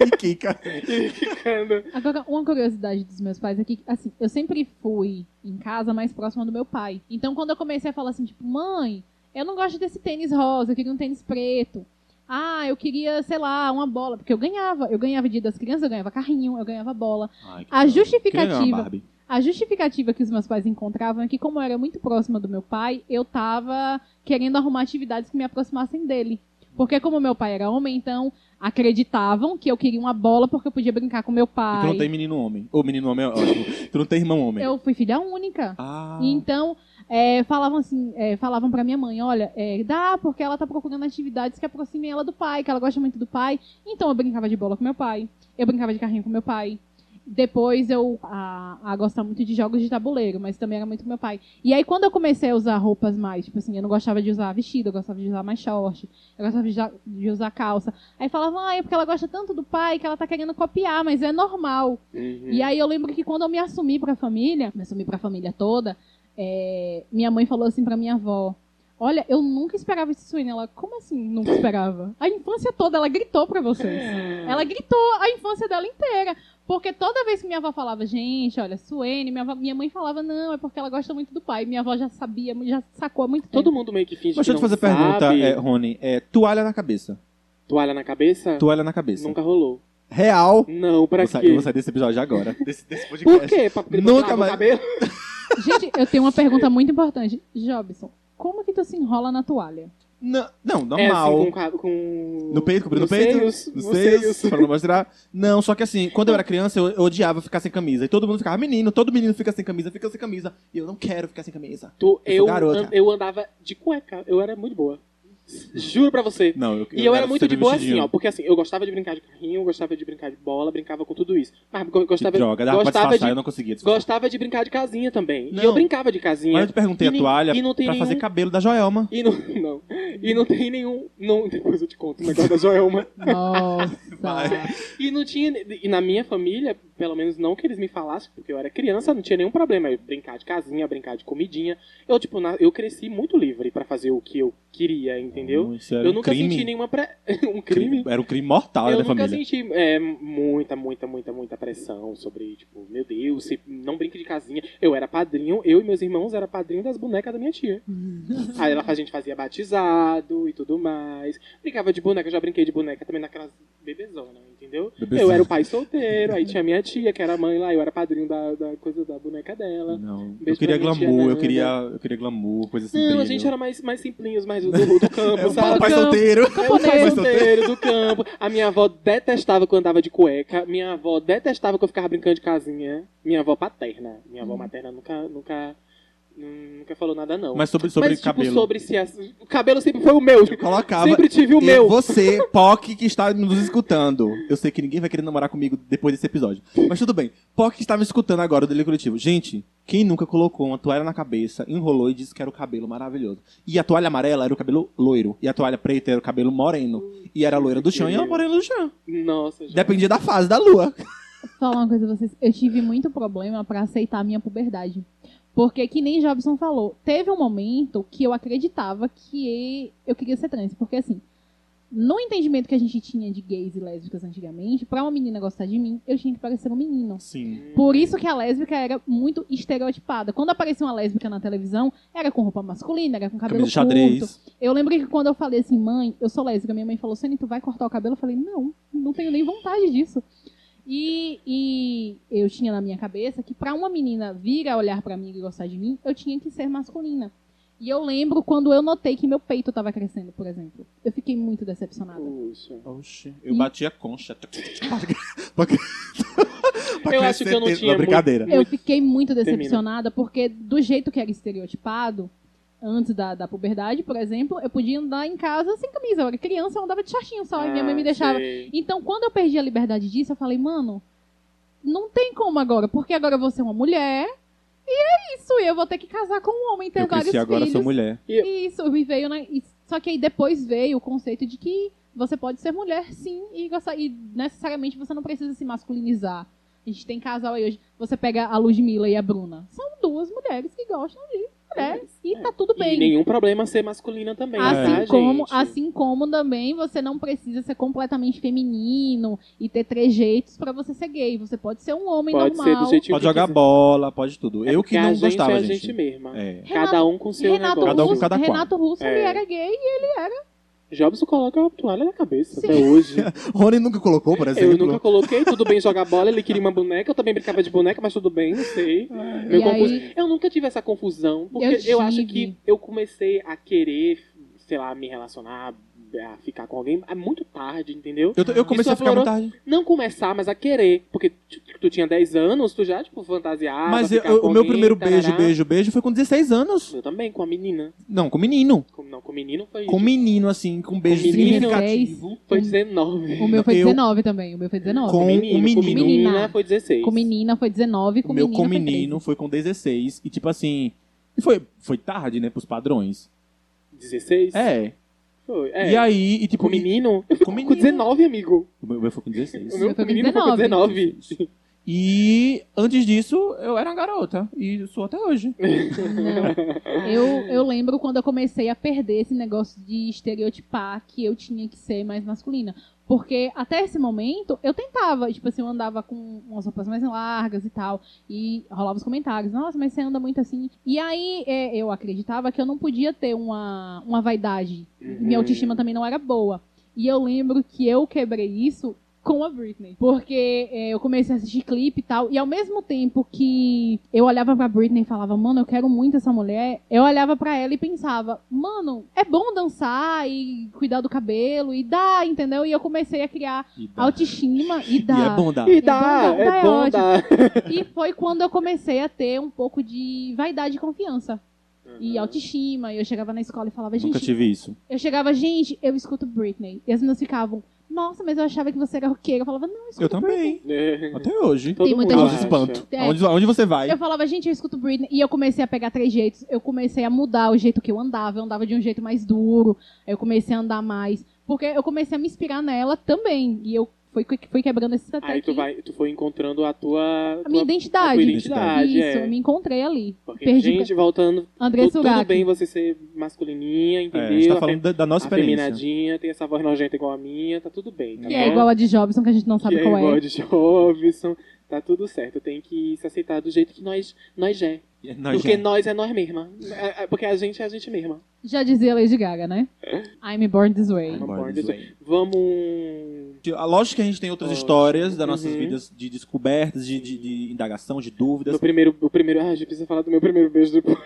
E Kika.
ficando.
Agora, uma curiosidade dos meus pais é que, assim, eu sempre fui em casa mais próxima do meu pai. Então, quando eu comecei a falar assim, tipo, mãe, eu não gosto desse tênis rosa, eu queria um tênis preto. Ah, eu queria, sei lá, uma bola, porque eu ganhava. Eu ganhava dia das crianças, eu ganhava carrinho, eu ganhava bola. [LAUGHS] A justificativa, a justificativa que os meus pais encontravam é que, como eu era muito próxima do meu pai, eu tava querendo arrumar atividades que me aproximassem dele. Porque como meu pai era homem, então acreditavam que eu queria uma bola porque eu podia brincar com meu
E tu
pai.
não tem menino homem. Ou menino homem é ótimo. tu não tem irmão homem.
Eu fui filha única.
Ah.
E Então, é, falavam assim, é, falavam pra minha mãe, olha, é, dá, porque ela tá procurando atividades que aproximem ela do pai, que ela gosta muito do pai. Então eu brincava de bola com meu pai, eu brincava de carrinho com meu pai. Depois eu a, a gostar muito de jogos de tabuleiro, mas também era muito com meu pai. E aí quando eu comecei a usar roupas mais, tipo assim, eu não gostava de usar vestido, eu gostava de usar mais short, eu gostava de usar, de usar calça. Aí falavam, ah, é porque ela gosta tanto do pai que ela tá querendo copiar, mas é normal. E aí eu lembro que quando eu me assumi pra família, me assumi pra família toda, é, minha mãe falou assim pra minha avó: Olha, eu nunca esperava esse sonho. Ela, como assim nunca esperava? A infância toda, ela gritou pra vocês. Ela gritou a infância dela inteira. Porque toda vez que minha avó falava, gente, olha, Suene, minha, avó- minha mãe falava, não, é porque ela gosta muito do pai. Minha avó já sabia, já sacou há muito tempo.
Todo mundo meio que finge
Mas deixa eu
que
te fazer
não
a pergunta,
sabe.
é, Rony. É, toalha na cabeça.
Toalha na cabeça?
Toalha na cabeça.
Nunca rolou.
Real.
Não, pra
Vou
quê?
sair, eu vou sair desse episódio agora. Desse, desse podcast.
Por quê? Pra poder
Nunca
botar no
mais.
cabelo?
Gente, eu tenho uma pergunta muito importante. Jobson, como que tu se enrola na toalha?
Não, não
É,
normal.
assim, com, ca- com...
No peito, cobrindo o
nos
peito?
Seios,
Nos
nos
seios,
seios.
pra não mostrar. Não, só que assim, quando eu era criança, eu, eu odiava ficar sem camisa. E todo mundo ficava, menino, todo menino fica sem camisa, fica sem camisa. E eu não quero ficar sem camisa.
Tu-
Eu sou
eu,
garota.
an- eu andava de cueca. Eu era muito boa. Juro pra você.
Não, eu,
E eu era muito de
sempre
boa assim,
vestidinho.
ó. Porque assim, eu gostava de brincar de carrinho, eu gostava de brincar de bola, brincava com tudo isso. Mas go-
Que
gostava,
droga, dava pra
gostava,
disfarçar,
de,
eu não conseguia disfarçar.
gostava de brincar de casinha também.
Não.
E eu brincava de casinha.
Mas eu te perguntei
E
a
nem-
toalha
e não tem
pra fazer
nenhum-
cabelo da Joelma.
E não, [LAUGHS] não. E não tem nenhum. Não, [LAUGHS] depois eu te conto o negócio da Joelma.
Nossa.
E não tinha. E na minha família, pelo menos não que eles me falassem, porque eu era criança, não tinha nenhum problema. Eu brincar de casinha, brincar de comidinha. Eu, tipo, na- eu cresci muito livre pra fazer o que eu queria, entendeu?
Hum, Isso era
Eu
um
nunca
crime.
senti nenhuma. Pre... [LAUGHS] um crime.
Era um crime mortal né,
Eu
da
nunca
família.
senti é, muita, muita, muita, muita pressão sobre, tipo, meu Deus, se não brinque de casinha.
Uhum.
Eu era padrinho, eu e meus irmãos era padrinho das bonecas da minha tia. Aí ela, a gente fazia batizado, lado e tudo mais. Brincava de boneca, já brinquei de boneca também naquelas bebezona, entendeu?
Bebezona.
Eu era o pai solteiro, aí tinha minha tia, que era mãe lá, eu era padrinho da, da coisa da boneca dela.
Não. Eu
Beijo
queria
pra minha tia
glamour, eu
Nanda.
queria, eu queria glamour, coisa assim.
Não, a
brilho.
gente era mais, mais simplinhos, mais do, do campo,
É o
sabe?
papai
Campo.
solteiro.
Eu
Camponês.
sou solteiro do campo. A minha avó detestava que eu andava de cueca. Minha avó detestava que eu ficava brincando de casinha. Minha avó paterna. Minha
Hum.
avó materna nunca, nunca, nunca falou nada, não.
Mas sobre, sobre
Mas, tipo,
cabelo.
sobre se... as- O cabelo sempre foi o meu.
Eu colocava.
Sempre tive o
E
meu.
Você, POC, que está nos escutando. Eu sei que ninguém vai querer namorar comigo depois desse episódio. Mas tudo bem. POC que está me escutando agora do Delírio Coletivo. Gente, quem nunca colocou uma toalha na cabeça, enrolou e disse que era o cabelo maravilhoso. E a toalha amarela era o cabelo loiro. E a toalha preta era o cabelo moreno. E era a loira do chão e a morena do chão.
Nossa, gente.
Dependia da fase da lua.
falar uma coisa pra vocês. Eu tive muito problema pra aceitar a minha puberdade. Porque, que nem Jobson falou, teve um momento que eu acreditava que eu queria ser trans. Porque, assim, no entendimento que a gente tinha de gays e lésbicas antigamente, pra uma menina gostar de mim, eu tinha que parecer um menino.
Sim.
Por isso que a lésbica era muito estereotipada. Quando aparecia uma lésbica na televisão, era com roupa masculina, era com cabelo
Camisa de
curto.
xadrez.
Eu lembrei que quando eu falei assim, mãe, eu sou lésbica, minha mãe falou, Sônia, tu vai cortar o cabelo? Eu falei, não, não tenho nem vontade disso. E, e eu tinha na minha cabeça que pra uma menina vir a olhar pra mim e gostar de mim, eu tinha que ser masculina. E eu lembro quando eu notei que meu peito tava crescendo, por exemplo. Eu fiquei muito decepcionada.
Puxa.
Oxi. Eu
E-
bati a [LAUGHS] concha. [LAUGHS]
Eu acho que eu não tinha
brincadeira.
muito-
Eu fiquei muito
Termina.
decepcionada porque do jeito que era estereotipado, antes da, da puberdade, por exemplo, eu podia andar em casa sem camisa. Eu era criança, eu andava de shortinho só e minha mãe me
Ah,
deixava.
sei.
Então, quando eu perdi a liberdade disso, eu falei, mano, não tem como agora, porque agora eu vou ser uma mulher e é isso, e eu vou ter que casar com um homem, ter
Eu
vários
cresci agora,
filhos.
sou mulher.
E isso me veio, né? e- só que aí depois veio o conceito de que você pode ser mulher, sim, e, gostar- e necessariamente você não precisa se masculinizar. A gente tem casal aí hoje. Você pega a Ludmilla e a Bruna. São duas mulheres que gostam de mulheres. E tá tudo bem.
E nenhum problema ser masculina também,
Assim,
tá,
como,
gente?
assim como também você não precisa ser completamente feminino e ter trejeitos pra você ser gay. Você pode ser um homem
Pode ser
normal.
do jeitinho
Pode
que
jogar
quiser.
bola, pode tudo. eu que
Porque a
não
gente Tipo é
gostava,
a
gente.
gente mesma.
É.
Cada um com seu
Renato,
negócio.
Cada um com
Russo,
cada qual.
Renato Russo, ele
É.
era gay e ele era.
Jobson coloca a toalha na cabeça
Sim.
até
[LAUGHS]
hoje.
Rony nunca colocou, por
Eu
exemplo.
nunca coloquei, tudo bem jogar bola, ele queria uma boneca, eu também brincava de boneca, mas tudo bem, não sei. Meu
E
confuso-
aí-
Eu nunca tive essa confusão, porque
Eu
eu, acho
tive.
que eu comecei a querer, sei lá, me relacionar, a ficar com alguém é muito tarde, entendeu?
Eu, eu comecei
Isso
a ficar muito
aflorou-
tarde.
Não começar, mas a querer, porque tu, tu tinha 10 anos, tu já, tipo, fantasiava.
Mas eu-
ficava com
o meu
alguém,
primeiro beijo,
tarará.
beijo, beijo foi com 16 anos.
Eu também, com a menina.
Não, com menino.
Com- não, com menino foi.
Com menino, assim, com beijo
Com menino.
significativo.
Foi 19.
O meu foi
Eu-
19 também. O meu foi 19.
Com um
com
menino.
menina
Menina.
foi 16.
Com menina foi
É,
19, com
O meu
menino
com
foi 13.
menino foi com 16. E tipo assim. E foi, foi tarde, né, pros padrões.
16?
É.
Foi, é.
E aí, e tipo.
Com menino? Eu fui
Com
com,
menino.
19, amigo.
O meu o meu foi com 16.
O
Eu
meu
fui com
menino foi com 19.
E antes disso, eu era uma garota. E sou até hoje.
Não. Eu, eu lembro quando eu comecei a perder esse negócio de estereotipar que eu tinha que ser mais masculina. Porque até esse momento eu tentava, tipo assim, eu andava com umas roupas mais largas e tal. E rolava os comentários, nossa, mas você anda muito assim. E aí é, eu acreditava que eu não podia ter uma, uma vaidade. Minha
Hum.
autoestima também não era boa. E eu lembro que eu quebrei isso com a Britney. Porque é, eu comecei a assistir clipe e tal. E ao mesmo tempo que eu olhava pra Britney e falava, mano, eu quero muito essa mulher, eu olhava pra ela e pensava, mano, é bom dançar e cuidar do cabelo e dá, entendeu? E eu comecei a criar
E dá.
autoestima e
E é
dá.
bom dar.
E dá,
É bom dar,
é
é
bom
ótimo.
dar.
E foi quando eu comecei a ter um pouco de vaidade e confiança. E autoestima, e eu chegava na escola e falava, gente,
Nunca tive isso.
eu chegava, gente, eu escuto Britney. E as meninas ficavam, nossa, mas eu achava que você era roqueira. Eu falava, não, eu escuto
Eu também.
É.
Até hoje.
Todo
Tem muita
mundo
Aonde
acha.
espanto.
É.
Aonde, aonde você vai?
Eu falava, gente, eu escuto Britney. E eu comecei a pegar três jeitos. Eu comecei a mudar o jeito que eu andava. Eu andava de um jeito mais duro. Eu comecei a andar mais. Porque eu comecei a me inspirar nela também. E eu fui, fui quebrando esses até
Aí tu,
que-
vai, tu foi encontrando a tua,
A minha
tua, a tua
identidade.
identidade.
Isso,
é.
eu me encontrei ali.
Porque,
Perdi.
gente, voltando,
André
tu, tudo
Surak.
bem você ser masculininha,
É,
entendeu?
a gente tá
Afe-
falando da, da nossa experiência.
afeminadinha, tem essa voz nojenta igual a minha, tá tudo bem. Tá
Que
bom?
é igual a de Jobson, que a gente não sabe
que
qual
é igual
é.
a de Jobson. Tá tudo certo, tem que se aceitar do jeito que nós, nós é.
E nós
Porque
já-
nós é nós mesma. É- é porque a gente é a gente mesma.
Já dizia Lady Gaga, né?
É.
I'm born this way.
Born
Born
This
This
Way.
Vamos.
A lógica que a gente tem outras
Olha.
histórias das nossas
Uhum.
vidas de descobertas, de, de- de indagação, de
Meu
dúvidas.
primeiro, o primeiro. Ah, a gente precisa falar do meu primeiro beijo depois.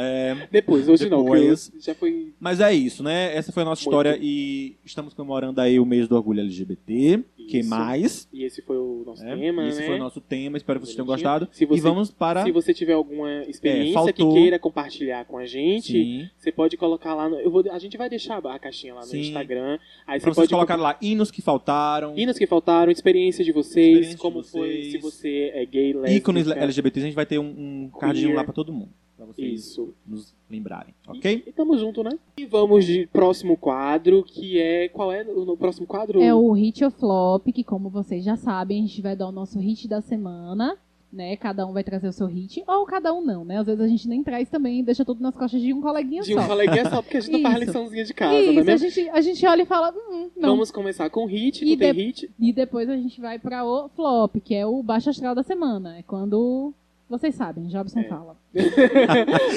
É,
Depois, hoje não, porque
Depois.
eu já foi.
mas é isso, né? Essa foi a nossa
Muito.
história e estamos comemorando aí o mês do orgulho LGBT. Que
Isso.
mais?
E esse foi o nosso
né?
tema,
Esse
né?
foi o nosso tema, espero que vocês tenham
Bonitinho.
gostado.
Se você-
e vamos para.
Se você tiver alguma experiência
faltou.
que queira compartilhar com a gente,
Sim,
você pode colocar lá. No, eu vou, a gente vai deixar a caixinha lá no
Sim.
Instagram.
pra
Aí você
vocês
pode
colocar lá hinos que faltaram,
Hinos que faltaram, experiência de vocês,
Experiência de
como foi,
vocês.
se você é gay, lésbica.
ícones LGBTs, a gente vai ter um, um cardinho lá pra todo mundo. Pra vocês
Isso.
nos lembrarem, ok?
E tamo junto, né? E vamos de próximo quadro, que é... Qual é o no- próximo quadro?
É o hit ou flop, que como vocês já sabem, a gente vai dar o nosso hit da semana, né? Cada um vai trazer o seu hit, ou cada um não, né? Às vezes a gente nem traz também e deixa tudo nas costas de um coleguinha
De
só.
um coleguinha só, porque a gente não faz
[LAUGHS] Isso.
liçãozinha de casa, não é
Isso, a
mesmo?
gente, a gente olha e fala, hum, não.
Vamos começar com hit,
E
não tem
de-
hit.
E depois a gente vai pra o flop, que é o baixo astral da semana. É quando, vocês sabem, Jobson
É.
fala.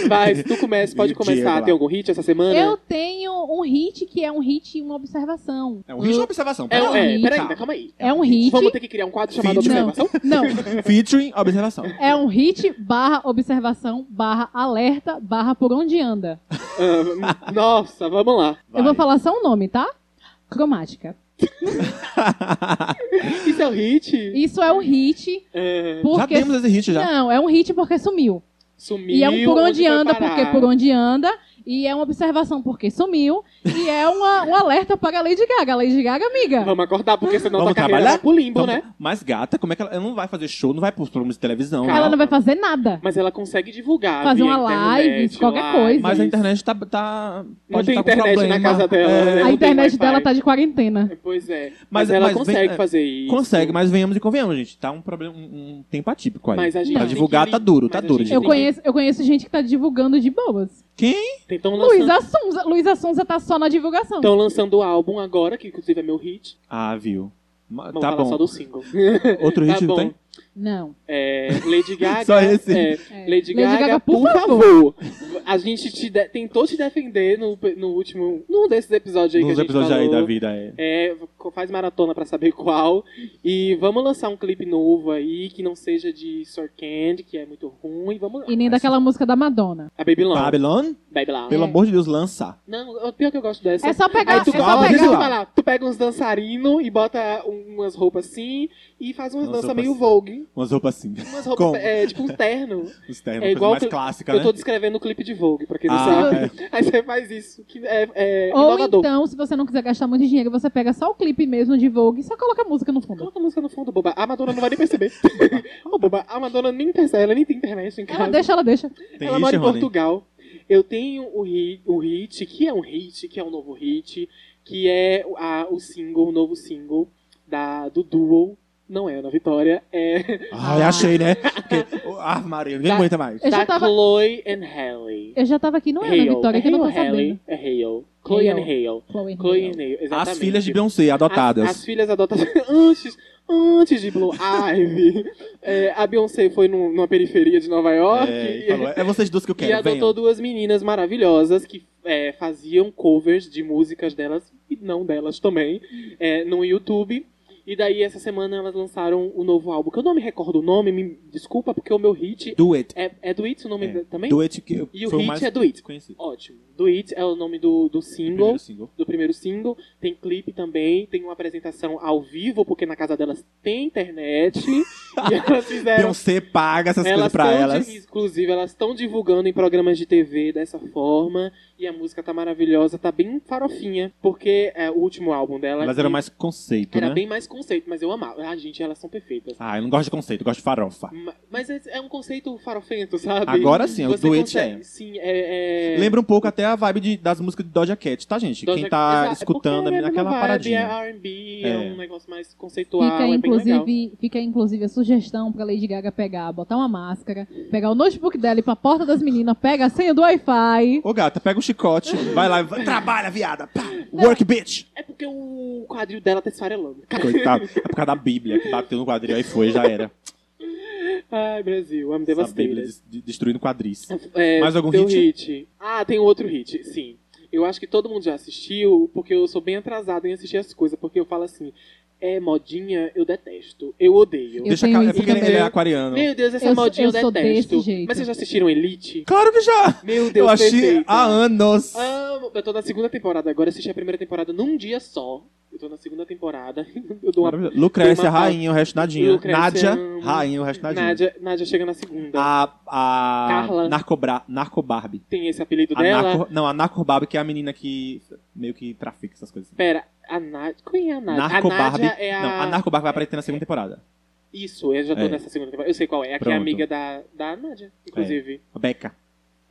Vai, se tu
[LAUGHS]
começa, pode
E o Diego
começar.
lá.
Tem algum hit essa semana?
Eu tenho um hit que é um hit e uma observação.
É um risco de observação.
É,
pera
um
lá.
é,
hit.
peraí, ainda, calma aí.
É um hit.
Vamos ter que criar um quadro chamado
Feed.
Observação?
Não,
[LAUGHS]
um-
Featuring observação.
é um hit barra observação barra alerta barra por onde anda.
Ah, nossa, vamos lá.
Eu vou
Vai.
falar só um nome, tá? Cromática.
[LAUGHS]
Isso é o hit?
Isso é um hit
Já
Ah,
porque.
temos esse hit já.
Não, é um hit porque sumiu.
sumiu.
E é um por onde
foi
anda
parar?
porque por onde anda. E é uma observação porque sumiu. E é uma- um alerta para a Lady Gaga. Lady Gaga, amiga.
Vamos acordar, porque senão
Vamos
tua carreira
trabalhar?
vai pro limbo,
Então,
né?
Mas gata, como é que ela, ela não vai fazer show, não vai pros programas de televisão.
Cara,
Ela não vai fazer nada.
Mas ela consegue divulgar.
Fazer
via
uma
internet,
live, qualquer coisa.
Mas a
isso.
internet tá. tá
Não
pode
tem
tá com
internet
problema.
na casa dela.
É.
né?
A
Não tem
internet
Wi-Fi.
dela tá de quarentena.
Pois é. Mas,
Mas-
ela
mas vem-
consegue
é,
fazer isso.
Consegue, mas venhamos e convenhamos, gente. Tá um problema, um, um tempo atípico aí.
Mas é- a gente
pra
tem
divulgar
que-
tá duro, tá
mas a
duro,
gente
gente.
Eu
Sim.
conheço, eu conheço gente que tá divulgando de boas.
Quem?
Então lançando...
Luísa Sonza. Luísa Sonza tá só na divulgação.
Estão lançando o álbum agora, que inclusive é meu hit.
Ah, viu. Ma-
Vamos
tá
falar só
bom.
do single.
Outro
tá
hit não
bom.
tem?
Não.
É,
[LAUGHS]
Lady Gaga.
Só esse.
é,
É.
Lady, Gaga, por, favor. A gente te de- tentou te defender no, no último. Num desses episódios aí
Nos
que a gente
episódios aí
falou.
da vida, é.
É, faz maratona pra saber [LAUGHS] qual. E vamos lançar um clipe novo aí, que não seja de Sir Candy, que é muito ruim. Vamos lá.
E nem daquela música da Madonna.
A Babylon.
Babylon?
Babylon.
Pelo amor de Deus, lança.
Não, o pior que eu gosto dessa.
É só pegar.
Aí tu,
é
fala,
só
fala,
mas
pegar
isso
deixa eu
lá.
falar, tu pega uns dançarinos e bota um- umas roupas assim e faz umas
Umas
danças
roupas
meio vogue.
Umas roupas assim. [LAUGHS]
Umas roupas,
Como?
é, tipo um
[LAUGHS]
terno.
Os termos,
É
coisa
igual
mais
que-
clássica,
Eu tô
né?
descrevendo o clipe de vogue, pra quem não
Ah,
sabe. Aí você faz isso, que é, é
Ou
inovador.
então, se você não quiser gastar muito dinheiro, você pega só o clipe mesmo de Vogue e só coloca a música no fundo.
Coloca a música no fundo, boba. A Madonna não vai
[LAUGHS]
nem perceber. Ô, boba, a Madonna nem percebe, ela nem tem internet em casa.
Ela deixa, ela deixa.
Tem
ela
isso,
mora em
Rony?
Portugal. Eu tenho o, hi- o hit, que é um hit, que é um novo hit, que é o- a- o single, o novo single da, do Duo. Não é Ana Vitória, é
Ai, achei, né? Porque, ah, Maria, ninguém
Tá.
aguenta mais.
Eu já
da
tava-
Chloe and Halle.
Eu já tava aqui, não é, Ana
Hale,
Vitória,
é
que eu não tô
Hale ou
sabendo.
Halle? É Hale. Chloe and Hale.
Chloe
Chloe
Hale.
and Hale, exatamente.
As filhas de Beyoncé, adotadas.
As, as filhas adotadas. [LAUGHS] antes, antes de Blue Ivy, é, a Beyoncé foi num- numa periferia de Nova York.
É, e falou, é vocês duas que eu
e
quero,
adotou
venham.
duas meninas maravilhosas que é, faziam covers de músicas delas e não delas também é, no YouTube. E daí, essa semana, elas lançaram o novo álbum, que eu não me recordo o nome, me desculpa, porque o meu hit
Do It.
é, é do It, o nome
É,
da- também?
Do It que eu-
E o
foi
hit
o mais
é Do It.
conhecido.
Ótimo. Do It é o nome do, do single,
Primeiro single.
do primeiro single. Tem clipe também, tem uma apresentação ao vivo, porque na casa delas tem internet. e
[LAUGHS]
elas fizeram
Beyoncé paga essas coisas pra
tão di-
elas.
Inclusive, elas estão divulgando em programas de TV dessa forma. E a música tá maravilhosa, tá bem farofinha. Porque é, o último álbum dela.
Elas
que
eram mais conceito,
era
né?
bem mais conceito, mas eu amava. Ah, gente, elas são perfeitas.
Ah, eu não gosto de conceito, eu gosto de farofa.
Ma- Mas é, é um conceito farofento, sabe?
Agora sim, o
Você
duet
consegue-
é.
Sim, é. é...
Lembra um pouco até a vibe de- das músicas de Doja Cat, tá, gente?
Doja-
Quem tá
Então, Exato,
escutando
porque é a mesma
aquela
vibe,
paradinha.
É R&B, é.
É.
um negócio mais conceitual,
Fica,
é bem legal.
inclusive, fica inclusive a sugestão pra Lady Gaga pegar, botar uma máscara, pegar o notebook dela e ir pra porta das meninas, pega a senha do Wi-Fi.
Ô, gata, pega o chicote, vai lá, vai- trabalha, viada. pá, work, bitch.
É porque o quadril dela tá esfarelando.
Coitado. É por causa da Bíblia que bateu no quadril, aí foi, já era.
Ai, Brasil, I'm
Essa Bíblia
devastated.
des- de- destruindo quadris.
É,
Mais algum
tem um
hit?
Ah, tem outro hit, sim. Eu acho que todo mundo já assistiu, porque eu sou bem atrasado em assistir as coisas, porque eu falo assim, é modinha, eu detesto, eu odeio.
Eu
Deixa
tenho
ca- É
isso
porque ele ele é
também.
aquariano.
Meu Deus, essa
Eu sou-
modinha eu,
eu sou
detesto.
desse jeito.
Mas vocês já assistiram Elite?
Claro que já!
Meu Deus,
Eu achei
perfeito. Ah,
há anos.
Amo. Eu tô na segunda temporada agora, assisti a primeira temporada num dia só. Eu tô na segunda temporada. [LAUGHS] Eu dou uma
Maravilhoso. Lucrécia,
Dou uma-
rainha, o resto nadinha.
Lucrécia,
Nádia,
amo.
rainha, o resto nadinha.
Nádia, Nádia chega na segunda.
A, a
Carla.
Narcobra, Narcobarbie.
Tem esse apelido
A
dela.
narco, não, a Narcobarbie, que é a menina que meio que trafica essas coisas.
Pera, a Nádia. Quem é a Nádia? a
Narcobarbie.
Nádia é a. É.
Não, a Narcobarbie vai aparecer na segunda temporada.
Isso, eu já tô
É.
nessa segunda temporada. Eu sei qual é. Aqui é a
Pronto.
amiga da, da Nádia, inclusive.
A Becca.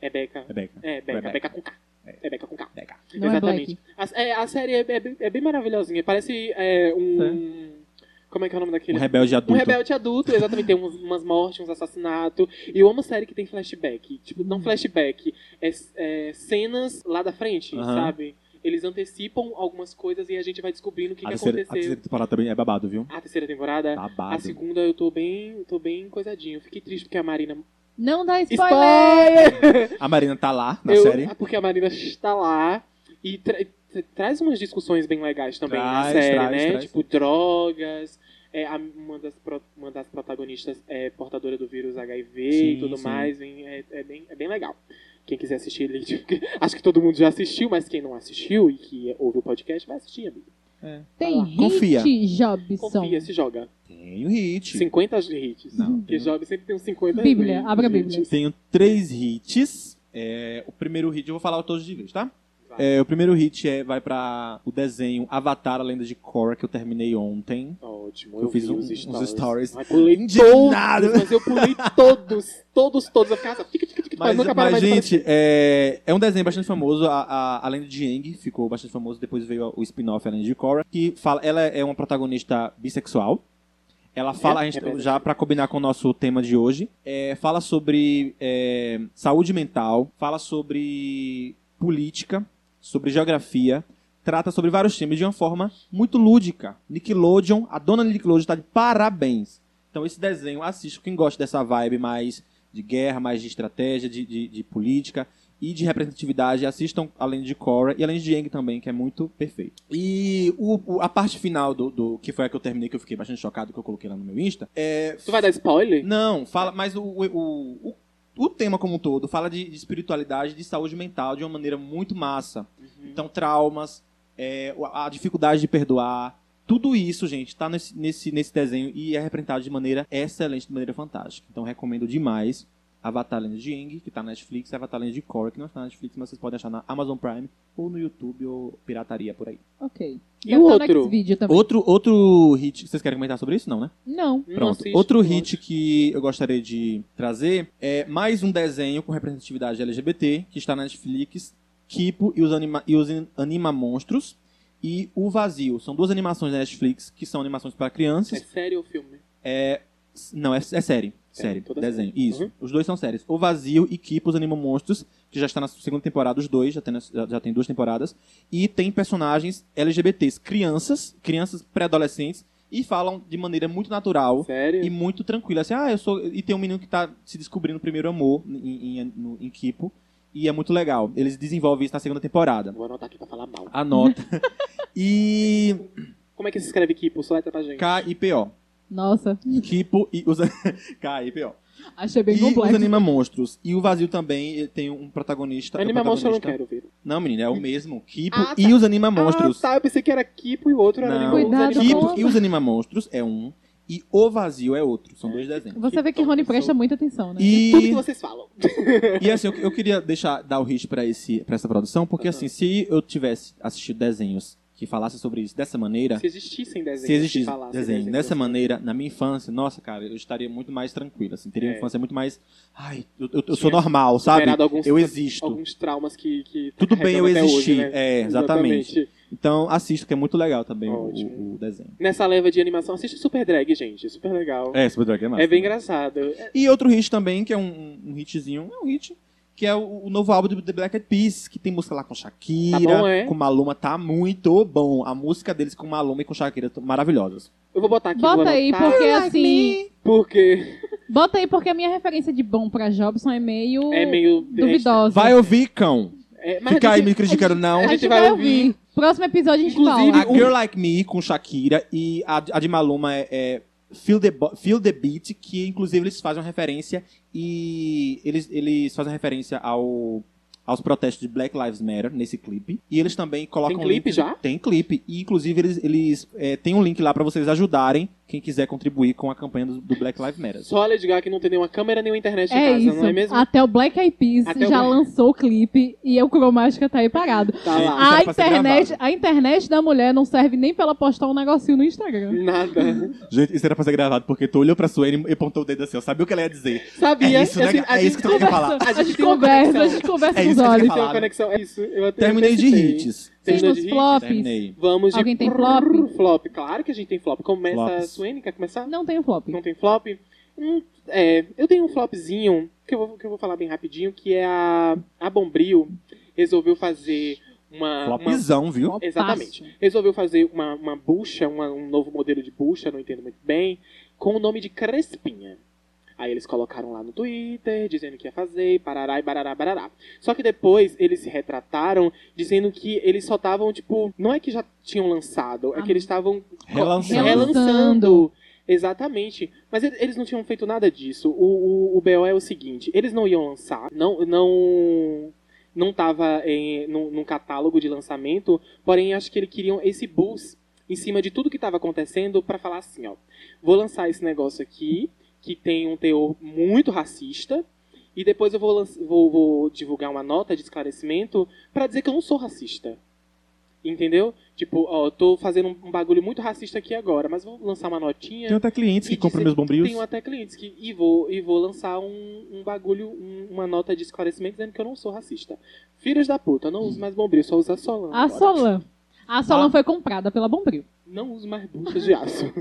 É, Becca.
É Becca.
É, Becca.
Becca.
Becca com K. É Becca com K.
Becca.
Não é
Exatamente. a, é, a série é, é bem- é bem maravilhosinha. Parece é, um. Como é que é o nome
Um
daquele?
rebelde adulto.
Um rebelde adulto, exatamente. Tem uns- umas mortes, uns assassinatos. E eu amo série que tem flashback. Tipo,
Hum.
não flashback. É, é cenas lá da frente,
Aham.
sabe? Eles antecipam algumas coisas e a gente vai descobrindo o que,
a,
que
terceira, a
aconteceu. É. Assim,
terceira temporada também é babado, viu?
A terceira temporada.
Babado.
A segunda eu tô bem, tô bem coisadinho. Eu Fiquei triste porque a Marina.
Não dá spoiler!
Spoiler!
A Marina tá lá na
Eu- é
série.
Porque a Marina está lá e tra- tra- traz umas discussões bem legais também
Traz,
na série,
traz,
né?
traz.
Tipo, drogas. é, a- uma, das pro- uma das protagonistas é portadora do vírus HIV e
Sim,
tudo
sim.
mais. vem- é, é bem, é bem legal. Quem quiser assistir, ele, [LAUGHS] porque acho que todo mundo já assistiu, mas quem não assistiu e que ouve o podcast, vai assistir, amigo.
Tem
lá. Confia.
hit, Jobson.
Confia, se joga.
Tem o hit.
50 hits.
Não,
Porque
tem-
Job sempre tem uns 50
Bíblia,
hits,
abra a
gente.
Bíblia.
Tenho três hits. É, o primeiro hit, eu vou falar todos de vez, tá?
Vai.
É, o primeiro hit é, vai pra o desenho Avatar, a Lenda de Korra, que eu terminei ontem.
Tá Ótimo,
Eu fiz
vi
um-
os
uns
stories.
stories.
Ai, pulei
Indignado.
todos, mas eu pulei todos, todos, todos. Eu ficava assim, tic, tic, tic,
Mas,
nunca para
mas,
mais de aparecer.
gente, é, é um desenho bastante famoso. A, a, a Lenda de Aang ficou bastante famoso. Depois veio o spin-off A Lenda de Korra, que fala, ela é uma protagonista bissexual. Ela fala,
É,
a gente-
é verdade.
já pra combinar com o nosso tema de hoje, é, fala sobre é, saúde mental, fala sobre política, sobre geografia, trata sobre vários temas de uma forma muito lúdica. Nickelodeon, a dona Nickelodeon tá de parabéns. Então esse desenho, assista quem gosta dessa vibe mais de guerra, mais de estratégia, de, de, de política e de representatividade, assistam além de Korra e além de Yang também, que é muito perfeito. E o- o- a parte final do, do- que foi a que eu terminei, que eu fiquei bastante chocado, que eu coloquei lá no meu Insta, é...
Tu vai dar spoiler?
Não, fala, mas o, o, o, o tema como um todo fala de, de espiritualidade, de saúde mental de uma maneira muito massa. Então, traumas, é, o- a dificuldade de perdoar, tudo isso, gente, tá nesse, nesse, nesse desenho e é representado de maneira excelente, de maneira fantástica. Então, recomendo demais Avatar Lenda de Aang, que tá na Netflix, e Avatar Lenda de Korra, que não está na Netflix, mas vocês podem achar na Amazon Prime ou no YouTube ou pirataria por aí.
Ok.
E
Deve
o
tá no
outro?
Xvideo também.
Outro, outro hit, vocês querem comentar sobre isso? Não, né?
Não.
Não
Pronto.
assiste,
Outro
não
hit que eu gostaria de trazer é mais um desenho com representatividade LGBT que está na Netflix, Kipo e os, anima e os in- Anima Monstros e O Vazio. São duas animações da Netflix que são animações para
É
crianças.
sério o filme?
Não, é, é série. Série,
toda
desenho.
série.
Isso.
Uhum.
Os dois são séries. O Vazio e Kipo, os Anima Monstros, que já está na segunda temporada, os dois, já tem, na- já, já tem duas temporadas. E tem personagens LGBTs, crianças, crianças pré-adolescentes, e falam de maneira muito natural
Sério?
e muito tranquila. Assim, ah, eu sou. E tem um menino que tá se descobrindo o primeiro amor em, em, no- em Kipo. E é muito legal. Eles desenvolvem isso na segunda temporada.
Vou anotar aqui pra falar mal. [LAUGHS]
Anota. e.
Como é que se escreve Kipo? Soleta pra gente.
K-I-P-O.
Nossa,
Kipo e [LAUGHS] os. K-I-P-O.
achei bem
E os
complexo.
Anima Monstros. E o Vazio também ele tem um protagonista. é um
Anima Monstro eu não
protagonista-
quero ver.
Não, menino, é o mesmo. Kipo
Ah,
e os Anima Monstros.
Ah, tá. Eu pensei que era Kipo e o outro era
Não,
Anima Monstro. Tipo,
Cuidado
Anima
com-
Kipo
Monstro.
e os Anima Monstros é um. E o Vazio é outro. São dois desenhos.
Você vê que
Então,
Rony
eu sou-
presta muita atenção, né?
E...
é Tudo que vocês falam.
E assim, eu, eu queria deixar dar o hit pra, esse, pra essa produção, porque assim, se eu tivesse assistido desenhos que falassem sobre isso dessa maneira,
Se existissem desenhos
Tá. se existisse
que falassem
desenho
desenhos,
dessa
eu-
maneira, na minha infância, nossa, cara, eu estaria muito mais tranquilo, assim, teria uma
É.
infância muito mais. Ai, eu, eu- eu sou
Tinha
normal, sabe?
superado alguns-
eu existo.
Alguns traumas que, que tá
Tudo bem eu
carregando até
existir.
hoje, né?
É, exatamente.
exatamente.
Então assisto, que é muito legal também o,
Ótimo.
o- o desenho.
Nessa leva de animação, assiste Super Drag, gente. É Super legal.
É, Super Dragon é massa.
É bem engraçado. É-
E outro hit também, que é um, um hitzinho, é um hit, que é o, o novo álbum do The Black Eyed Peas, que tem música lá com Shakira,
Tá bom, é?
com Maluma, tá muito bom. A música deles com Maluma e com Shakira, tão maravilhosas.
Eu vou botar aqui. vou
Bota aí,
anotar,
porque assim.
Porque
Bota aí, porque a minha referência de bom pra Jobson é meio.
é meio...
duvidosa.
Vai ouvir, cão.
É, mas
Fica
a
aí
gente-
me criticando, não.
A gente
vai
vai ouvir. Próximo episódio a gente
Inclusive,
fala.
A Girl Like Me com Shakira e a, a de Maluma é, é Feel, the Bo- Feel the Beat, que inclusive eles fazem uma referência e eles, eles fazem referência ao, aos protestos de Black Lives Matter nesse clipe. E eles também colocam.
Tem clipe
link-
já?
Tem clipe. E inclusive eles, eles é, tem um link lá pra vocês ajudarem quem quiser contribuir com a campanha do, do Black Lives Matter.
Só a Lady Gaga que não tem nenhuma câmera, nenhuma internet em
É
casa,
isso.
não é mesmo?
Até o Black Eyed Peas
Até o
já
Black-
lançou o clipe e o Cromática tá aí parado.
Tá lá.
Ah.
A
Isso era pra ser
internet,
gravado.
a internet da mulher não serve nem pra ela postar um negocinho no Instagram.
Nada.
Gente, isso era pra ser gravado, porque tu olhou pra Suene e apontou o dedo assim, eu sabia o que ela ia dizer.
Sabia.
[LAUGHS] É isso, né,
assim,
Gaga? É
a gente
isso que tu quer falar.
A
A
gente
gente,
tem uma
conversa,
conexão.
a gente conversa
É
com os
isso que eu queria
tem
olhos.
uma
falar, né?
conexão. É isso. Eu até
Terminei de
antecipei.
hits.
Vocês
Terminou
nos
de hits?
flops?
Terminei.
Vamos de...
Alguém tem flop?
[LAUGHS] Flop. Claro que a gente tem flop. Começa a
Flops.
Suene, quer começar?
Não tem flop.
Não tem flop? Hum, é, eu tenho um flopzinho que eu, vou, que eu vou falar bem rapidinho, que é a, a Bombril resolveu fazer uma. uma-
Flopzão, viu?
Exatamente.
Fácil.
Resolveu fazer uma, uma bucha, uma- um novo modelo de bucha, não entendo muito bem, com o nome de Crespinha. Aí eles colocaram lá no Twitter, dizendo que ia fazer, parará e barará, barará. Só que depois eles se retrataram, dizendo que eles só estavam, tipo, não é que já tinham lançado, é
Ah.
que eles estavam
Relançando.
relançando. Exatamente. Mas e- eles não tinham feito nada disso. O, o, o BO é o seguinte: eles não iam lançar, não. não não estava num, num catálogo de lançamento, porém acho que eles queriam esse buzz em cima de tudo que estava acontecendo para falar assim, ó, vou lançar esse negócio aqui que tem um teor muito racista e depois eu vou, lanç- vou- vou divulgar uma nota de esclarecimento para dizer que eu não sou racista. Entendeu? Tipo, ó, eu tô fazendo um um bagulho muito racista aqui agora, mas vou lançar uma notinha.
Tem até clientes que
e
compram
dizer-
meus bombrios.
Tenho até clientes que. E vou, e vou lançar um, um bagulho, um- uma nota de esclarecimento dizendo que eu não sou racista. Filhos da puta, não
Hum.
uso mais bombril, só uso a Solan.
A
agora.
Solan. A Solan
Ah.
foi comprada pela Bombril.
Não uso mais buchas de aço.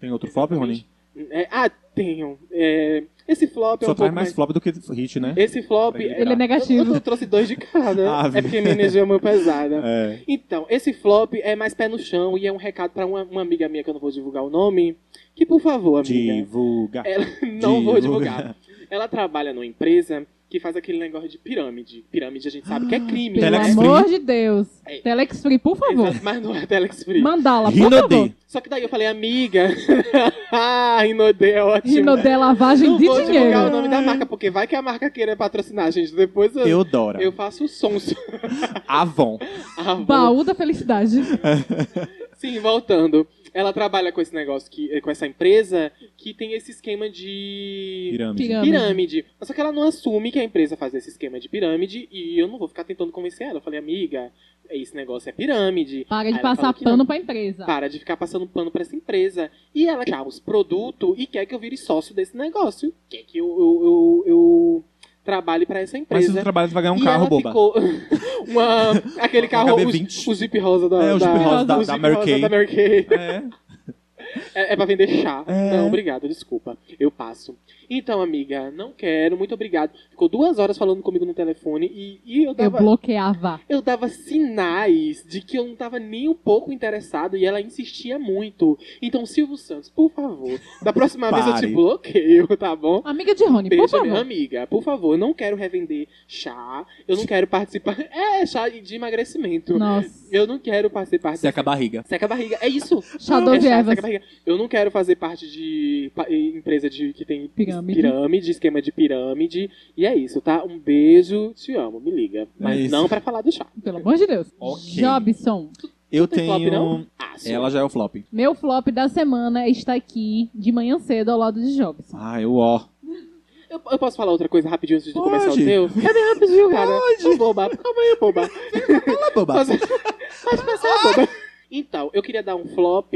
Tem outro flop, Rony?
É, ah, tenho. É, esse flop é
Só
um pouco
traz mais flop do que hit, né?
Esse flop.
Pra equilibrar.
Ele é negativo.
Eu, eu trouxe dois de cada.
[LAUGHS] Ah,
é porque minha energia é muito pesada.
[LAUGHS] É.
Então, esse flop é mais pé no chão e é um recado pra uma, uma amiga minha que eu não vou divulgar o nome. Que, por favor,
É,
amiga.
Divulga.
Ela [LAUGHS] não vou divulgar. Ela trabalha numa empresa que faz aquele negócio de pirâmide. Pirâmide a gente sabe que é crime.
Ah, Pelo
Telex
né?
amor de Deus.
É.
Telex Free, por favor.
Exato, Mas não é Telex Free.
Mandala, por favor.
Rinode.
Só que daí eu falei, amiga. [LAUGHS] ah, Inodê é ótimo.
Rinodé lavagem
não
de
vou divulgar o
dinheiro.
nome da marca, porque vai que a marca queira patrocinar, gente. Depois eu,
Teodora.
eu faço o
[LAUGHS]
sonso.
Avon.
Ah, vou-
Baú da felicidade.
Sim, voltando. Ela trabalha com esse negócio, que, com essa empresa, que tem esse esquema de
Pirâmide.
Pirâmide.
pirâmide. Mas Só que ela não assume que a empresa faz esse esquema de pirâmide e eu não vou ficar tentando convencer ela. Eu falei, amiga, esse negócio é pirâmide.
Para
Aí
de
ela
passar
falou que não. Tá,
pano pra empresa.
Para de ficar passando pano pra essa empresa. E ela quer os produtos e quer que eu vire sócio desse negócio. Quer que eu, eu, eu, eu trabalhe pra essa
Mas se
empresa.
tu trabalha, tu vai ganhar um
é. e
carro,
ela
boba.
ficou [LAUGHS] uma, aquele carro, os-
HB20.
o Jeep Rosa da...
É, o Jeep rosa da-
o
da
Jeep
Mary
rosa
Kay.
da Mary Kay.
É.
É, é pra vender chá.
É.
Não, obrigado, desculpa. Eu passo. Então, amiga, não quero, muito obrigado. Ficou duas horas falando comigo no telefone e, e eu
Eu
dava.
bloqueava.
eu dava sinais de que eu não tava nem um pouco interessado e ela insistia muito. Então, Silvio Santos, por favor, da próxima vez eu te
Pare.
bloqueio, tá bom?
Amiga de Rony, por
Beijo, minha
favor.
amiga. Por favor, eu não quero revender chá. Eu não quero participar. [LAUGHS] É, chá de emagrecimento.
Nossa.
Eu não quero participar.
Seca a barriga.
Seca a barriga. É isso.
Chá
É
doze
chá,
ervas.
seca a barriga. Eu não quero fazer parte de pa- empresa de, que tem
Pirâmide.
pirâmide, esquema de pirâmide. E é isso, tá? Um beijo, te amo, me liga. Mas
É isso.
não pra falar do chá.
Pelo amor de Deus.
Ok.
Jobson,
Eu
tem flop, não?
tenho.
Ah, sua.
Ela já é o flop.
meu flop da semana está aqui de manhã cedo ao lado de Jobson.
Ah, eu ó.
Eu, eu posso falar outra coisa rapidinho antes de tu
Pode.
começar o teu? É bem rapidinho, cara. Ô, boba. Calma aí, [LAUGHS] boba.
Fala, boba.
Pode, Ah! pode passar, boba. Então, eu queria dar um flop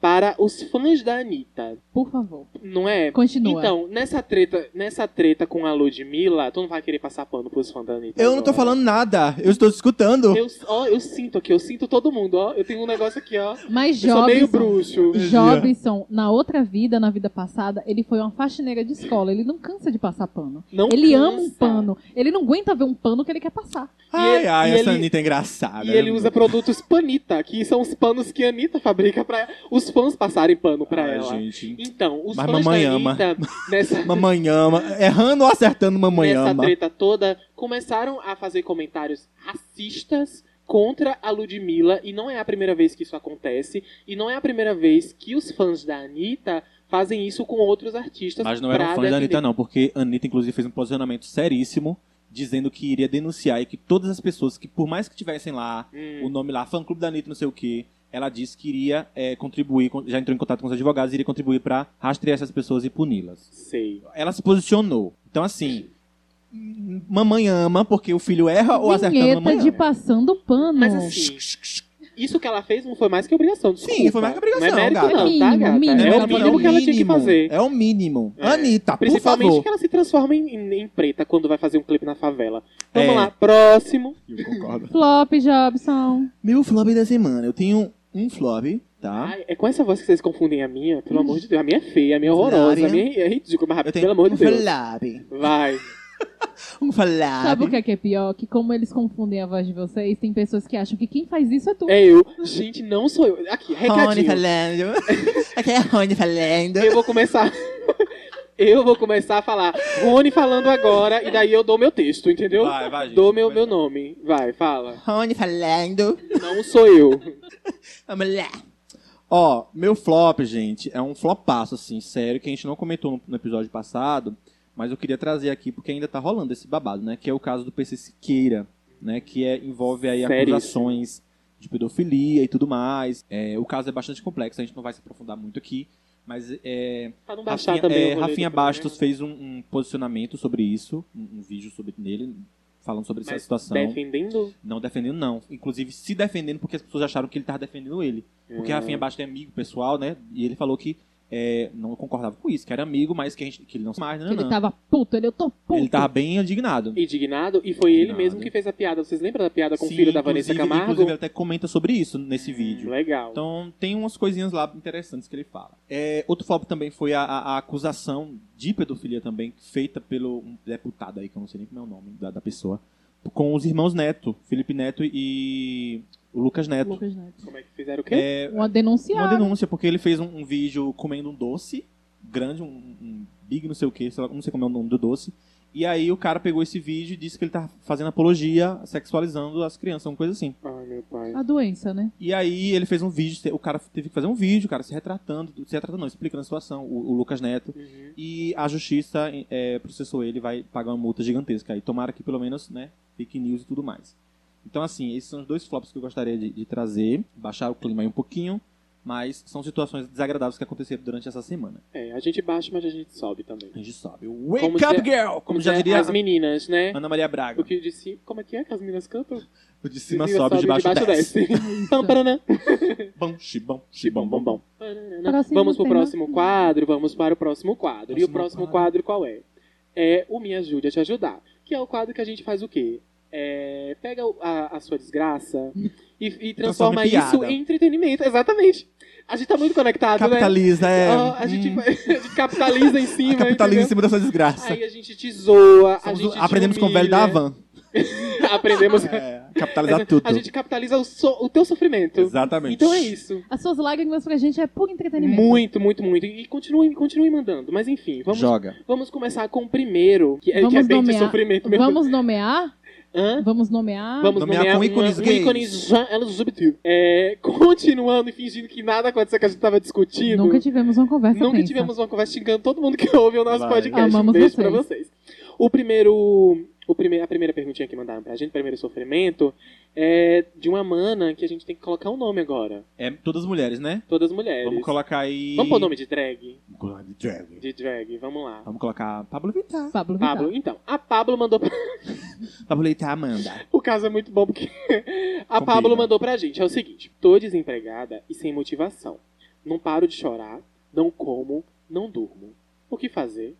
para os fãs da Anitta.
Por favor.
Não é?
Continua.
Então, nessa treta, nessa treta com a Ludmilla, tu não vai querer passar pano pros fãs da Anitta.
Eu não tô
agora.
falando nada, eu estou te escutando.
Eu, ó, eu sinto aqui, eu sinto todo mundo, ó. Eu tenho um negócio aqui, ó.
Mas
Eu sou meio
Jobson,
bruxo.
Jobson, na outra vida, na vida passada, ele foi uma faxineira de escola. Ele não cansa de passar pano.
Não
ele
cansa.
ama um pano. Ele não aguenta ver um pano que ele quer passar.
Ai,
e
ai,
ele-
essa Anitta é engraçada.
E ele usa produtos Panita, que são os panos que a Anitta fabrica pra os fãs passarem pano pra
Ai,
ela.
gente.
Então, os
Mas
fãs
mamãe
da
ama.
Anitta, nessa,
Mamãe ama. Errando ou acertando, [LAUGHS] mamãe
nessa
ama.
treta toda, começaram a fazer comentários racistas contra a Ludmilla, e não é a primeira vez que isso acontece, e não é a primeira vez que os fãs da Anitta fazem isso com outros artistas.
Mas não eram
pra
fãs da
defender.
Anitta, não, porque a Anitta, inclusive, fez um posicionamento seríssimo dizendo que iria denunciar e que todas as pessoas que, por mais que tivessem lá
Hum.
o nome lá, fã clube da Anitta, não sei o quê, ela disse que iria eh, contribuir, com- já entrou em contato com os advogados, e iria contribuir pra rastrear essas pessoas e puni-las.
Sei.
Ela se posicionou. Então, assim, m- mamãe ama porque o filho
Tá,
erra ou acertando mamãe
Vinheta de
ama.
passando pano.
Mas assim, isso que ela fez não foi mais que obrigação, desculpa.
Sim, foi mais que obrigação,
Não é mérito
gata.
não, tá,
Mínimo,
gata?
mínimo.
É
Ela
o
falou,
mínimo que ela tinha que
mínimo,
fazer.
É o mínimo.
É.
Anitta, por
Principalmente
favor.
que ela se transforma em, em- em preta quando vai fazer um clipe na favela. Vamos
É.
lá, próximo.
Eu concordo.
Flop, Jobson.
Meu flop da semana. Eu tenho um flop, tá?
Ai, é com essa voz que vocês confundem a minha, pelo amor de Deus. A minha é feia, a minha é horrorosa, a minha é ridícula, mas
Eu tenho
pelo amor de
um
Deus.
flab.
Vai.
Um flab.
Sabe o que é, que é pior? Que como eles confundem a voz de vocês, tem pessoas que acham que quem faz isso é tu.
É eu. Gente, não sou eu. Aqui,
Rony
recadinho.
falando. [LAUGHS] Aqui é Rony falando.
Eu vou começar. [LAUGHS] Eu vou começar a falar Rony falando agora e daí eu dou meu texto, entendeu?
Vai, vai, gente.
dou meu, meu nome.
[LAUGHS]
Vai, fala.
Rony falando.
Não sou eu.
Vamos lá.
Ó, meu flop, gente, é um flopaço, assim, sério, que a gente não comentou no, no episódio passado, mas eu queria trazer aqui, porque ainda tá rolando esse babado, né? Que é o caso do PC Siqueira, né? Que é, envolve aí
Sério?
acusações de pedofilia e tudo mais. É, o caso é bastante complexo, a gente não vai se aprofundar muito aqui, mas é,
Pra não baixar
Rafinha,
também. o
é,
rolê né? do
Rafinha
programa.
Bastos fez um, um posicionamento sobre isso, um, um vídeo sobre nele, falando sobre essa
Mas
situação.
Defendendo.
Não defendendo, não. Inclusive se defendendo porque as pessoas acharam que ele tava defendendo ele. Porque Rafinha Bastos é amigo pessoal, né? E ele falou que é, não concordava com isso, que era amigo, mas que, a gente- que ele não se mais, né,
Que ele
não, não.
tava puto, ele eu tô puto.
Ele tava bem indignado.
indignado e foi ele
Indignado.
mesmo que fez a piada. Vocês lembram da piada é com
Sim,
o filho da Vanessa
inclusive-
Camargo? Hum,
Inclusive, ele até comenta sobre isso nesse vídeo.
Legal.
Então tem umas coisinhas lá interessantes que ele fala. É, outro flop também foi a, a- a acusação de pedofilia também, feita pelo um deputado aí, que eu não sei nem como é o nome da, da pessoa, com os irmãos Neto, Felipe Neto e o Lucas Neto.
Lucas Neto.
Como é que fizeram o quê?
É,
Uma
uma
denunciada.
denúncia, porque ele fez um, um vídeo comendo um doce grande, um, um big não sei o que, sei lá, não sei como é o nome do doce. E aí o cara pegou esse vídeo e disse que ele tá fazendo apologia, sexualizando as crianças, uma coisa assim.
Ai, meu pai.
A doença, né?
E aí ele fez um vídeo, o cara teve que fazer um vídeo, o cara se retratando, se retratando não, explicando a situação, o, o Lucas Neto.
Uhum.
E a justiça eh, processou ele, vai pagar uma multa gigantesca. E tomara que pelo menos, né, fake news e tudo mais. Então assim, esses são os dois flops que eu gostaria de, de trazer, baixar o clima aí um pouquinho. Mas são situações desagradáveis que aconteceram durante essa semana.
É, a gente baixa, mas a gente sobe também.
A gente sabe. Wake
Como
up,
dizer-
girl! Como já
É,
diria Ah,
as meninas, né?
Ana Maria Braga.
O que disse. Como é que é que as meninas cantam?
O de cima
Meninas
sobe, de baixo desce. [LAUGHS]
Pam, paranã.
Bom, chibão,
Bom,
chibão,
bom,
bom,
bom.
bom.
Próximo
vamos pro
tema.
próximo quadro, vamos para o próximo quadro. e o
Próximo
próximo
quadro.
quadro. qual é? É o Me Ajude a Te Ajudar, que é o quadro que a gente faz o quê? É, pega o- a, a sua desgraça e, e transforma
Transforma em
isso
piada.
em entretenimento, exatamente. A gente tá muito conectado, né?
Capitaliza, é.
Ó,
[LAUGHS]
a, gente,
Hum.
[LAUGHS] a gente capitaliza em cima,
capitalismo em
entendeu?
cima dessa desgraça.
Aí a gente te zoa,
Somos
a gente
o- aprendemos com o velho da Havan.
van. [LAUGHS] aprendemos.
É, capitalizar tudo.
[LAUGHS] A gente capitaliza o, so- o teu sofrimento.
Exatamente.
Então é isso.
As suas lágrimas pra gente é puro entretenimento.
Muito, muito, muito. E continuem, continuem mandando. Mas enfim, vamos,
Joga.
vamos começar com o primeiro, que é, que é
Vamos
bem de
nomear.
sofrimento mesmo.
Vamos nomear?
Hã?
Vamos nomear?
Vamos
Nomear
nomear
com
uma-
ícones
um
gays.
ícone já- LGBT. É, [LAUGHS] continuando e fingindo que nada aconteceu que a gente tava discutindo.
Nunca tivemos uma conversa
Nunca
tensa.
tivemos uma conversa xingando todo mundo que [LAUGHS] ouve o nosso
Vai.
podcast.
Amamos
Beijo
vocês.
pra vocês. O primeiro, o prime a primeira perguntinha que mandaram pra gente, o primeiro sofrimento, é de uma mana que a gente tem que colocar um nome agora.
É todas mulheres, né?
Todas mulheres.
Vamos colocar aí.
Vamos pôr nome de drag?
Vamos colocar de drag.
De drag, vamos lá.
Vamos colocar Pablo Vittar.
Pablo Vittar.
Pablo, então, a Pablo mandou pra... [LAUGHS]
Pablo Vittar Amanda.
O caso é muito bom porque a
Combina.
Pablo mandou pra gente. É o seguinte: tô desempregada e sem motivação. Não paro de chorar, não como, Não durmo. O que fazer?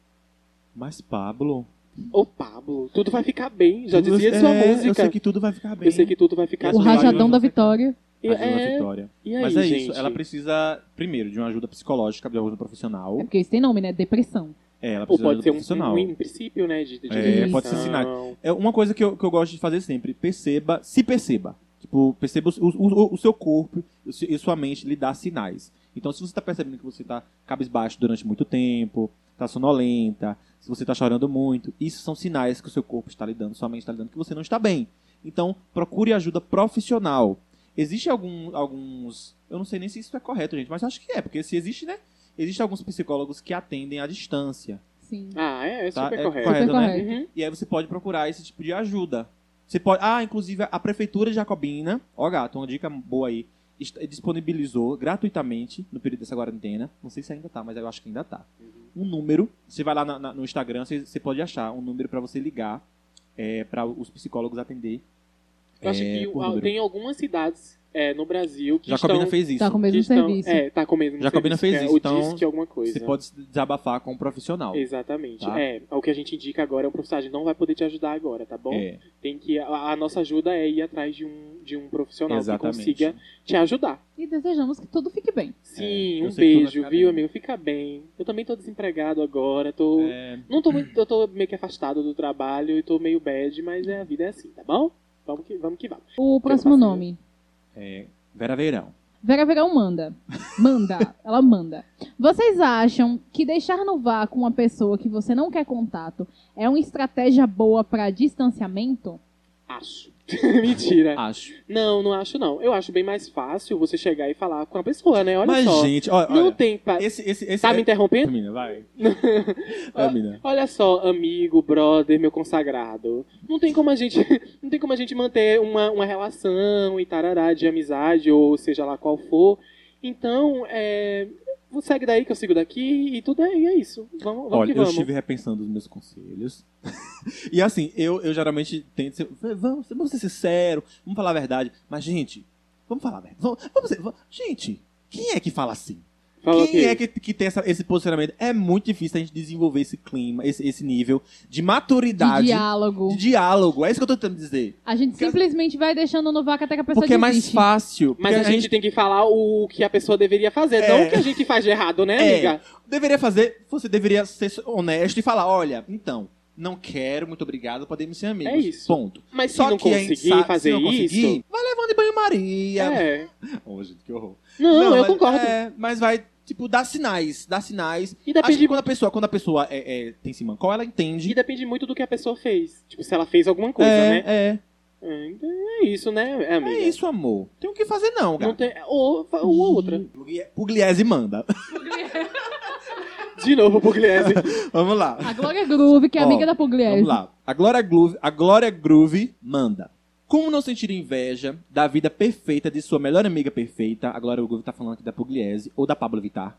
Mas Pablo.
Ô, Pablo, tudo vai ficar bem. Já
tudo-
dizia sua
é,
música.
Eu sei que tudo vai ficar bem.
Eu sei que tudo vai ficar
O
Acho que
rajadão
vai-
da vitória.
E,
Ajuda a
é,
Vitória.
e aí,
Mas é
gente?
isso, ela precisa, primeiro, de uma ajuda psicológica, de uma ajuda profissional.
É porque isso tem nome, né? Depressão.
É, ela
Ou
precisa de
pode
ajuda
ser um,
profissional.
um, um princípio, né? De, de
É,
pode
ser
depressão.
É uma coisa que eu, que eu gosto de fazer sempre, perceba, se perceba. Tipo, perceba o, o- o seu corpo o se- e sua mente lhe dá sinais. Então, se você está percebendo que você está cabisbaixo durante muito tempo, está sonolenta, se você está chorando muito, isso são sinais que o seu corpo está lhe dando, sua mente está lhe dando que você não está bem. Então, procure ajuda profissional. Existe algum, alguns... Eu não sei nem se isso é correto, gente, mas acho que é, porque se existe, né? Existem alguns psicólogos que atendem à distância.
Sim.
Ah, é, é
Tá?
super
É
correto.
correto,
Super
né?
correto.
Uhum.
E aí você pode procurar esse tipo de ajuda. Você pode, ah, inclusive a prefeitura de Jacobina, ó gato, uma dica boa aí, est- disponibilizou gratuitamente no período dessa quarentena, não sei se ainda tá, mas eu acho que ainda tá. Um número, você vai lá na- na- no Instagram, você, você pode achar um número pra você ligar é, para os psicólogos atender.
Eu acho
é,
que
por
ah,
número.
tem algumas cidades é, no Brasil que
Jacobina
estão...
fez isso.
Tá com o mesmo
que estão-
serviço.
É, tá com o mesmo
Jacobina
serviço,
fez
que é
isso,
o
então,
Disque alguma coisa.
Você pode se desabafar com um profissional.
Exatamente.
Tá?
É, o que a gente indica agora é o profissional. A gente não vai poder te ajudar agora, tá bom?
É,
Tem que... A, a nossa ajuda é ir atrás de um, de um profissional
exatamente.
que consiga te ajudar.
E desejamos que tudo fique bem.
Sim,
É, eu sei que
um
tudo vai
beijo,
ficar
viu,
bem.
amigo? Fica bem. Eu também tô desempregado agora, tô...
É,
Não tô muito... Eu tô meio que afastado do trabalho e tô meio bad, mas é, a vida é assim, tá bom? Vamos que vamos. Que vamos.
O próximo
fazer?
nome.
É, Vera Veirão.
Vera Verão manda. Manda. Ela manda. Vocês acham que deixar no vácuo uma pessoa que você não quer contato é uma estratégia boa pra distanciamento?
Acho. [LAUGHS] Mentira.
Acho.
Não, não acho não. Eu acho bem mais fácil você chegar e falar com a pessoa, né? Olha
mas,
só.
gente, olha.
não
olha, é
tem. Pa...
esse, esse, esse,
Tá me interrompendo?
Termina,
[LAUGHS]
vai. Termina.
Olha só, amigo, brother, meu consagrado. Não tem como a gente, [LAUGHS] não tem como a gente manter uma, uma relação e tarará de amizade ou seja lá qual for. Então, é, você segue daí que eu sigo daqui e tudo é, e é isso. Vamos, vamos
Olha,
que
eu
vamos.
estive repensando os meus conselhos. [LAUGHS] e assim, eu, eu geralmente tento ser. Vamos, vamos ser sinceros, vamos falar a verdade. Mas, gente, vamos falar a verdade. Vamos, vamos ser- vamos- gente, quem é que fala assim?
Falou
Quem
que-
é que, que tem essa- esse posicionamento? É muito difícil a gente desenvolver esse clima, esse, esse nível de
De
maturidade, de,
diálogo.
diálogo. É isso que eu tô tentando dizer.
A gente simplesmente vai deixando no vácuo até que a pessoa
Porque é mais
desiste.
fácil.
Mas
porque
a gente tem que falar o que a pessoa deveria fazer, não
É.
o que a gente faz de errado, né,
É.
amiga?
deveria fazer, você deveria ser honesto e falar, olha, então, não quero, muito obrigado, podemos ser amigos.
É isso.
Ponto.
Mas se
Só
não
que a gente
conseguir
sabe-
fazer
se não conseguir,
isso,
vai levando em banho-maria.
é.
Ô, gente, que horror.
Não, eu
mas-
concordo.
é, mas vai, tipo, dar sinais, dar sinais.
E
Acho
depende
que quando a pessoa, quando a pessoa é, é, tem simancol, ela
E
entende.
depende muito do que a pessoa fez. Tipo, se ela fez alguma coisa,
é,
né?
é.
Ah, Então é isso, né, é,
É
amiga?
isso, amor. Tem o que fazer não, cara.
Não tem... ou, ou outra.
Pugliese manda. [LAUGHS]
De novo, Pugliese.
Vamos lá.
A Glória Groove, que é
Ó,
amiga da Pugliese.
Vamos lá. A Glória, Groove, a Glória Groove manda. Como não sentir inveja da vida perfeita de sua melhor amiga perfeita? A Glória Groove tá falando aqui da Pugliese ou da Pablo Vittar.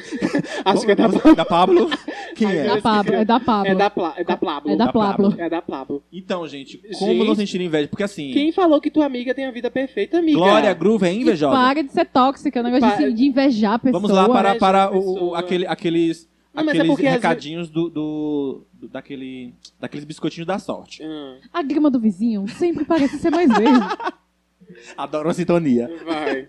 [LAUGHS] Acho que é da
Você-
Pablo.
Da Pablo?
[LAUGHS]
Quem
Ai,
é?
Deus.
Da Pablo, é da Pablo.
É da, Pla... é da Pablo.
É da Pablo.
É da Pablo.
Então, gente, como não
Gente.
sentir inveja? Porque assim,
Quem falou que tua amiga tem a vida perfeita, amiga?
Glória Groove é invejosa.
Para de ser tóxica, o negócio de,
Para-
se- de invejar a pessoa.
Vamos lá para,
Inveja
para
da
o, o-
pessoa.
aquele, aqueles,
né, Não, mas é
aqueles
porque às
recadinhos do, do, do- daquele, daqueles biscoitinhos da sorte.
Ah,
A grama do vizinho sempre parece ser mais verde. [LAUGHS]
Adoro a sintonia.
Ah, vai.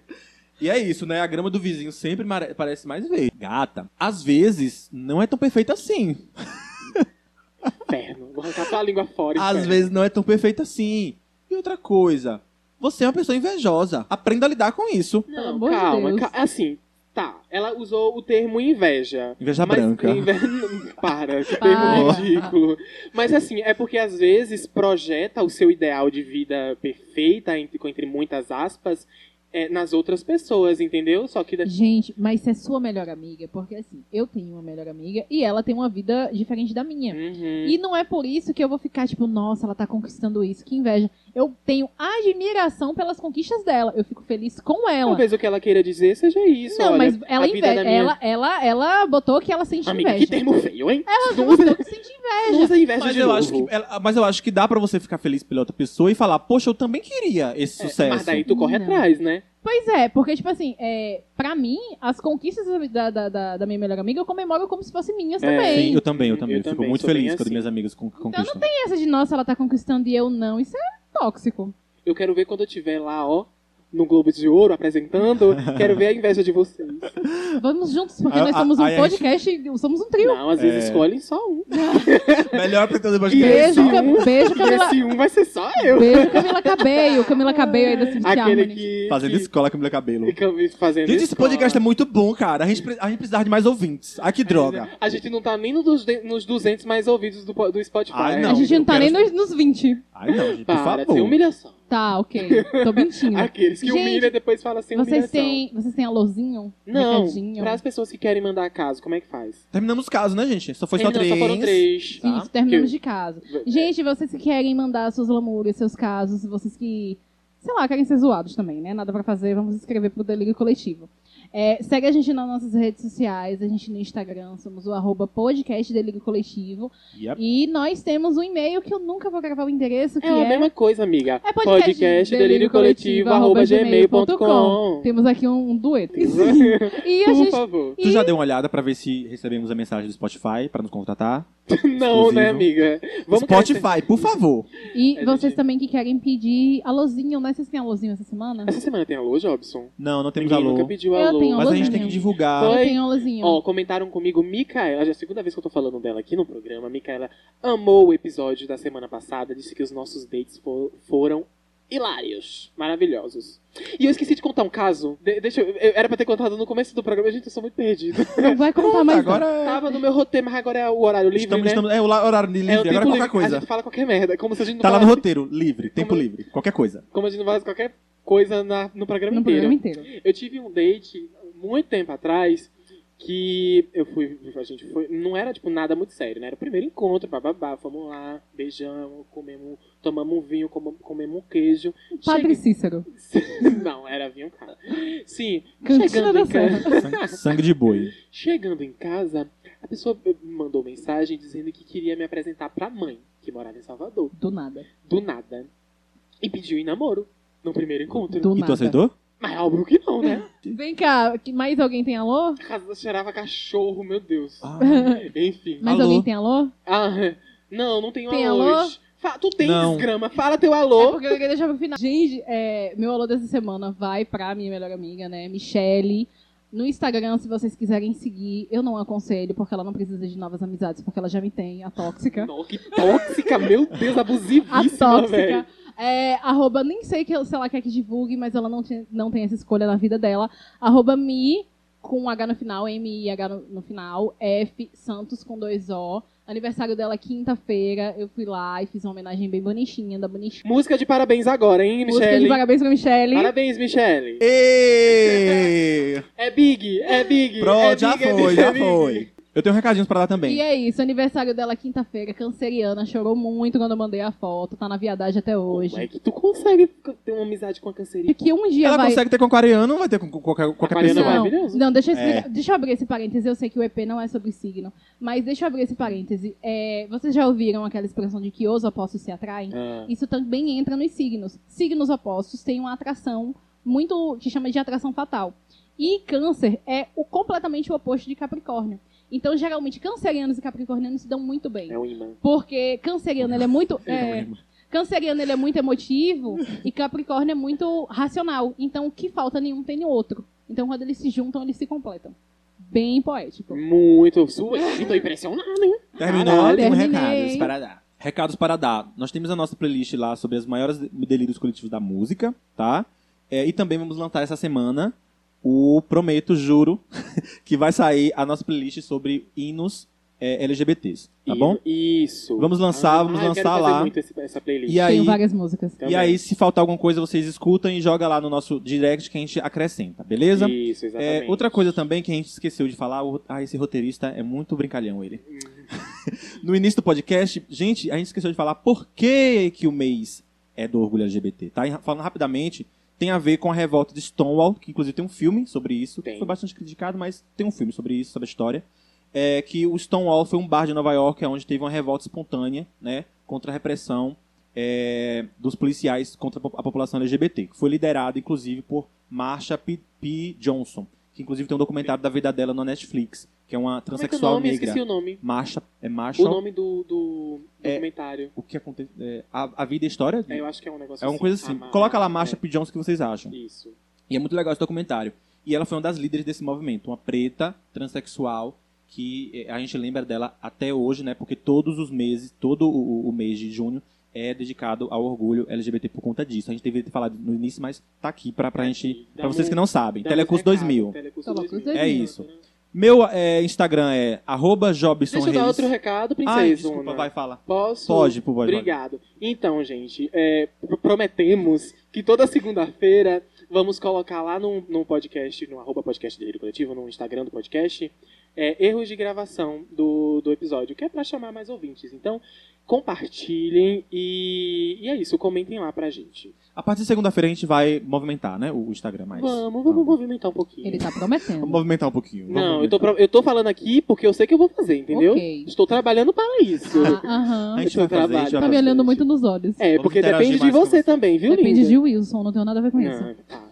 E é isso, né? A grama do vizinho sempre mare- parece mais verde. Gata, às vezes não é tão perfeita assim.
Inferno. Vou arrancar tua língua fora.
Às
inferno.
vezes não é tão perfeita assim. E outra coisa, você é uma pessoa invejosa. Aprenda a lidar com isso.
Pelo
Não,
amor de
calma.
Deus.
ca- Assim, tá. Ela usou o termo inveja.
Inveja
Mas
Tá branca.
inve- [LAUGHS] Para, que termo
Para.
ridículo. Mas assim, é porque às vezes projeta o seu ideal de vida perfeita, entre, entre muitas aspas, é, nas outras pessoas, entendeu? Só que da-
Gente, mas se é sua melhor amiga, porque assim, eu tenho uma melhor amiga e ela tem uma vida diferente da minha.
Uhum.
E não é por isso que eu vou ficar tipo, nossa, ela tá conquistando isso, que inveja. Eu tenho admiração pelas conquistas dela. Eu fico feliz com ela.
Talvez o que ela queira dizer seja isso.
não,
olha,
mas ela
né? a vida
inveja.
da minha-
Ela, ela, ela botou que ela sente
Amiga, que
inveja. É,
termo feio, hein?
Ela
não,
botou
usa,
que sente inveja.
não usa inveja
Mas
de
eu,
novo.
acho que, ela- mas eu acho que dá pra você ficar feliz pela outra pessoa e falar, poxa, eu também queria esse
É,
sucesso.
Mas daí tu corre
Não.
atrás, né?
Pois é, porque, tipo assim, é, pra mim, as conquistas da, da, da, da minha melhor amiga eu comemoro como se fossem minhas
É,
também.
Sim, eu também, eu também.
Eu
Eu fico
também,
muito
sou bem
feliz quando
assim.
minhas amigas con-
não
conquistam. [LAUGHS]
Tem essa de, nossa, ela tá conquistando e eu não. Isso é tóxico.
Eu quero ver quando eu estiver lá, ó, no Globo de Ouro apresentando. quero ver a inveja de vocês.
Vamos juntos, porque
Ah,
nós
ah,
somos
aí
um
a
podcast, e somos um trio.
Não, às vezes
É.
escolhem só um.
Melhor pra todo
E
podcast.
esse
Beijo, Cam-
um, [LAUGHS]
beijo,
e
Camila.
esse um vai ser só eu.
Beijo, Camila Cabello. Camila Cabello aí da City
Aquele
Harmony.
que.
Fazendo
que,
escola com meu cabelo.
que- fazendo
Gente, esse
escola.
podcast é muito bom, cara. A gente, pre- a gente precisava de mais ouvintes. Ai, que droga.
A gente não tá nem nos, duze- nos 200 mais ouvidos do, po- do Spotify.
Ai,
A
não.
gente não tá
eu
nem
quero-
nos, nos 20.
Ai, não, gente, por
Para, um
favor.
sem humilhação.
Tá, ok. Tô mentindo.
Aqueles que
Gente,
humilha e depois fala sem humilhação.
Vocês têm, vocês têm alôzinho?
Não,
Recadinho?
para as pessoas que querem mandar caso, como é que faz?
Terminamos os casos, né, gente? Só foi só
Não,
três.
só foram três.
Tá.
Isso, terminamos
Que-
de casa. um Gente, vocês que querem mandar suas lamúrias, seus casos, vocês que, sei lá, querem ser zoados também, né? Nada pra fazer, vamos escrever pro Delírio Coletivo. É, segue a gente nas nossas redes sociais, a gente no Instagram, somos o arroba podcast Delírio Coletivo.
Yep.
E nós temos um e-mail que eu nunca vou gravar o endereço, que
É a
é...
mesma coisa, amiga.
É podcast,
deliriocoletivo@gmail.com.
Temos aqui um, um dueto. [LAUGHS] E a
Por
gente...
[LAUGHS]
favor.
Tu já deu uma olhada pra ver se recebemos a mensagem do Spotify pra nos contratar?
Não, né, amiga? Vamos crescer.
Spotify, por favor.
E
A
vocês
gente-
também que querem pedir alôzinho, né? Vocês têm alôzinho essa semana?
Essa semana tem alô, Jobson?
Não, não temos
Ninguém
alô.
nunca pediu
Eu
alô.
tenho
Mas a gente
Alô,
tem que
Daniel.
divulgar.
Foi.
Eu tenho alôzinho.
Ó, comentaram comigo, Micaela, já é a segunda vez que eu tô falando dela aqui no programa. A Micaela amou o episódio da semana passada, disse que os nossos dates fo- foram hilários, maravilhosos. E eu esqueci de contar um caso. De- deixa eu, eu- era pra ter contado no começo do programa, gente, eu sou muito [LAUGHS] perdido.
Não vai contar mais. não.
Agora
Tava no meu roteiro, mas agora é o horário livre,
estamos,
né?
estamos- é o la- horário
É o
livre, agora
tempo
qualquer
livre. A
coisa.
gente fala qualquer merda, como se a gente não
Tá lá no
falasse-
roteiro, livre, tempo
Como-
livre, qualquer
[LAUGHS]
coisa.
como a gente não falasse qualquer coisa na- no programa
No
inteiro.
programa inteiro.
Eu tive um date muito tempo atrás que eu fui, a gente foi, não era tipo nada muito sério, né? Era o primeiro encontro, bababá, fomos lá, beijamos, comemos, tomamos um vinho, como- comemos um queijo.
Padre Cícero.
Cheguei- [LAUGHS] Não, era vinho, cara. Sim,
Cantina
chegando
da
em, casa,
Serra.
Sangue, sangue de boi.
chegando em casa, a pessoa me mandou mensagem dizendo que queria me apresentar pra mãe, que morava em Salvador,
Do nada.
do nada. E pediu em namoro no primeiro encontro.
Do
E tu
nada.
aceitou?
Mas óbvio que não, né?
Vem cá, que- mais alguém tem alô?
A casa cheirava cachorro, meu Deus.
Ah,
[LAUGHS] Enfim.
Mais
Alô?
alguém tem alô?
Ah, não, não tenho
Tem
alô.
alô?
Fa- tu tem
Não.
desgrama, fala teu
É
alô.
porque eu queria deixar pro final. Gente, é, meu alô dessa semana vai pra minha melhor amiga, né? Michele. No Instagram, se vocês quiserem seguir, eu não aconselho, porque ela não precisa de novas amizades, porque ela já me tem, a tóxica.
Não, que tóxica, meu Deus,
A
abusivíssima, velho.
tóxica. É, arroba, nem sei que, se ela quer que divulgue, mas ela não, tinha- não tem essa escolha na vida dela. Arroba mi, com H no final, M-I-H no, no final, F Santos com dois O. Aniversário dela quinta-feira. Eu fui lá e fiz uma homenagem bem bonitinha, da bonitinha.
Música de parabéns agora, hein,
Música de
Michele?
parabéns pra Michele.
Parabéns, Michele. [LAUGHS]
Ê!
É Big, é Big. é
Pronto, já
big, é
foi,
big, é
já
big.
foi. Eu tenho recadinhos pra dar
E
também.
é isso, aniversário dela quinta-feira, canceriana, chorou muito quando eu mandei a foto, tá na viadagem até hoje.
Como é que tu consegue ter uma amizade com a
E
cancerina?
que um dia
Ela
vai.
consegue ter com aquariano, vai ter com com qualquer, qualquer
Aquariano
pessoa.
vai.
Não,
maravilhoso.
não, deixa eu,
É.
explicar- deixa eu abrir esse parêntese. Eu sei que o EP não é sobre signo, mas deixa eu abrir esse parêntese. É, vocês já ouviram aquela expressão de que os opostos se atraem?
Ah,
Isso também entra nos signos. Signos opostos têm uma atração muito que chama de atração fatal. E câncer é o completamente o oposto de Capricórnio. Então, geralmente, cancerianos e capricornianos se dão muito bem.
é um imã.
Porque canceriano ele é muito. é,
lembro.
canceriano ele é muito emotivo e Capricórnio é muito racional. Então o que falta nenhum tem no outro. Então quando eles se juntam, eles se completam. Bem poético.
Muito sua, eu tô impressionado, hein?
Terminou,
Caralho,
tem um
terminei.
recados para dar. Recados para dar. Nós temos a nossa playlist lá sobre as maiores de- delírios coletivos da música, tá? É, e também vamos lançar essa semana o Prometo, Juro, [LAUGHS] que vai sair a nossa playlist sobre hinos é, LGBTs, tá
E-
bom?
Isso. Ah,
Vamos lançar, vamos
eu
lançar
quero fazer
lá.
muito esse- essa playlist.
E aí-
Tenho várias músicas.
também.
E aí, se faltar alguma coisa, vocês escutam e joga lá no nosso direct que a gente acrescenta, beleza?
Isso,
É,
exatamente.
outra coisa também que a gente esqueceu de falar, o- ah, esse roteirista é muito brincalhão ele. [LAUGHS] no início do podcast, gente, a gente esqueceu de falar por que, que o mês é do orgulho LGBT, tá? E Falando rapidamente, tem a ver com a revolta de Stonewall, que inclusive tem um filme sobre isso,
Tem.
foi bastante criticado, mas tem um filme sobre isso, sobre a história. É que o Stonewall foi um bar de Nova York onde teve uma revolta espontânea, né, contra a repressão é, dos policiais contra a po- a população LGBT, que foi liderada, inclusive, por Marsha P. P. Johnson, que inclusive tem um documentário da vida dela na Netflix, que é uma
Como é que é o
transexual
nome? Eu
negra.
Esqueci o nome.
Marsha, é Marsha,
O
o,
nome do, do
É,
documentário.
que acontece, é, a, a vida e a história,
É, eu acho que é um negócio
é uma coisa assim,
Ah,
coloca lá
é.
Marsha P. Johnson que vocês acham.
Isso.
E é muito legal esse documentário. E ela foi uma das líderes desse movimento, uma preta transexual que eh, a gente lembra dela até hoje, né? Porque todos os meses, todo o, o mês de junho é dedicado ao orgulho LGBT por conta disso. A gente deveria ter falado no início, mas tá aqui pra, pra
Tá
gente,
aqui. Dá
para vocês
um-
que não sabem.
Dá
Telecurso
um recado,
2000.
Telecurso
Telecurso
2000.
É isso. Meu eh, Instagram é arroba Jobson
Deixa eu dar outro
Reis.
recado, princesa.
Ai, desculpa,
Ana.
vai falar.
Posso?
Pode, pô, pode.
Obrigado. Então, gente, é, pr- prometemos que toda segunda-feira vamos colocar lá num, num podcast, no arroba podcast Delírio Coletivo, no Instagram do podcast, é, erros de gravação do, do episódio, que é pra chamar mais ouvintes. Então, compartilhem e, e é isso, comentem lá pra gente.
A partir de segunda-feira a gente vai movimentar, né? O Instagram mais.
Vamos, vamos movimentar um pouquinho.
Ele tá
Vamos
prometendo.
movimentar um pouquinho. vamos
Não, eu tô,
movimentar.
pro- eu tô falando aqui porque eu sei que eu vou fazer, entendeu?
Ok.
Estou trabalhando para isso.
Ah, Aham.
A gente vai
eu
fazer, a
trabalho.
gente vai
Tá
fazer.
me olhando muito nos olhos.
É,
Vamos
porque
interagir
depende de
mais com
você
você.
também, viu,
Depende
linda?
de Wilson, não tenho nada a ver com isso.
Não, tá.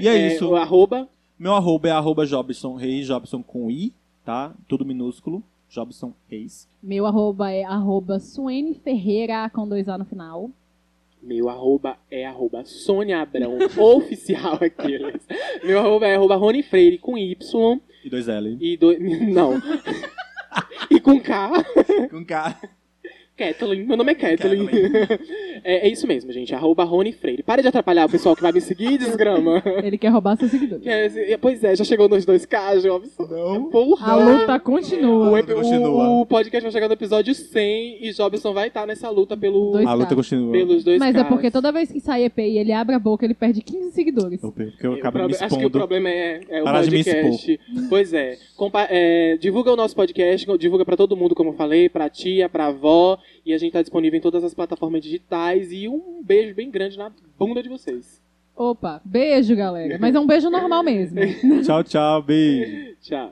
E é isso.
o arroba,
Meu arroba é arroba Jobson Reis, Jobson com I, tá? Tudo minúsculo, Jobson Reis.
Meu arroba é arroba Suene Ferreira com dois A no final.
meu arroba é arroba
[LAUGHS]
Sônia Abrão, oficial aqueles. Meu arroba é arroba Rony Freire com Y
E dois L.
e dois... Não. e [LAUGHS] com K.
Com K.
Kathleen, meu nome é Kathleen. [LAUGHS] é, é isso mesmo, gente, arroba Rony Freire. Para de atrapalhar o pessoal que vai me seguir, desgrama.
Ele quer roubar seus seguidores.
É, se- Pois é, já chegou nos 2K, Jobson.
Não.
um Porra!
A luta
O,
continua.
epi-
Continua.
o- o podcast vai chegar no episódio 100 e Jobson vai estar nessa luta pelo,
Dois-
A luta continua.
pelos dois
Mas é
Ks.
porque toda vez que sai EP e ele abre a boca, ele perde 15 seguidores.
Eu perco, porque eu
O
acabo
prob-
me
Acho que o
expondo.
problema é, é o
Parar de me
podcast. Pois é. Compa- é, Divulga o nosso podcast, divulga pra todo mundo, como eu falei, pra tia, pra avó. E a gente tá disponível em todas as plataformas digitais. E um beijo bem grande na bunda de vocês.
Opa, beijo, galera. Mas é um beijo normal mesmo.
Tchau, tchau, beijo.
Tchau.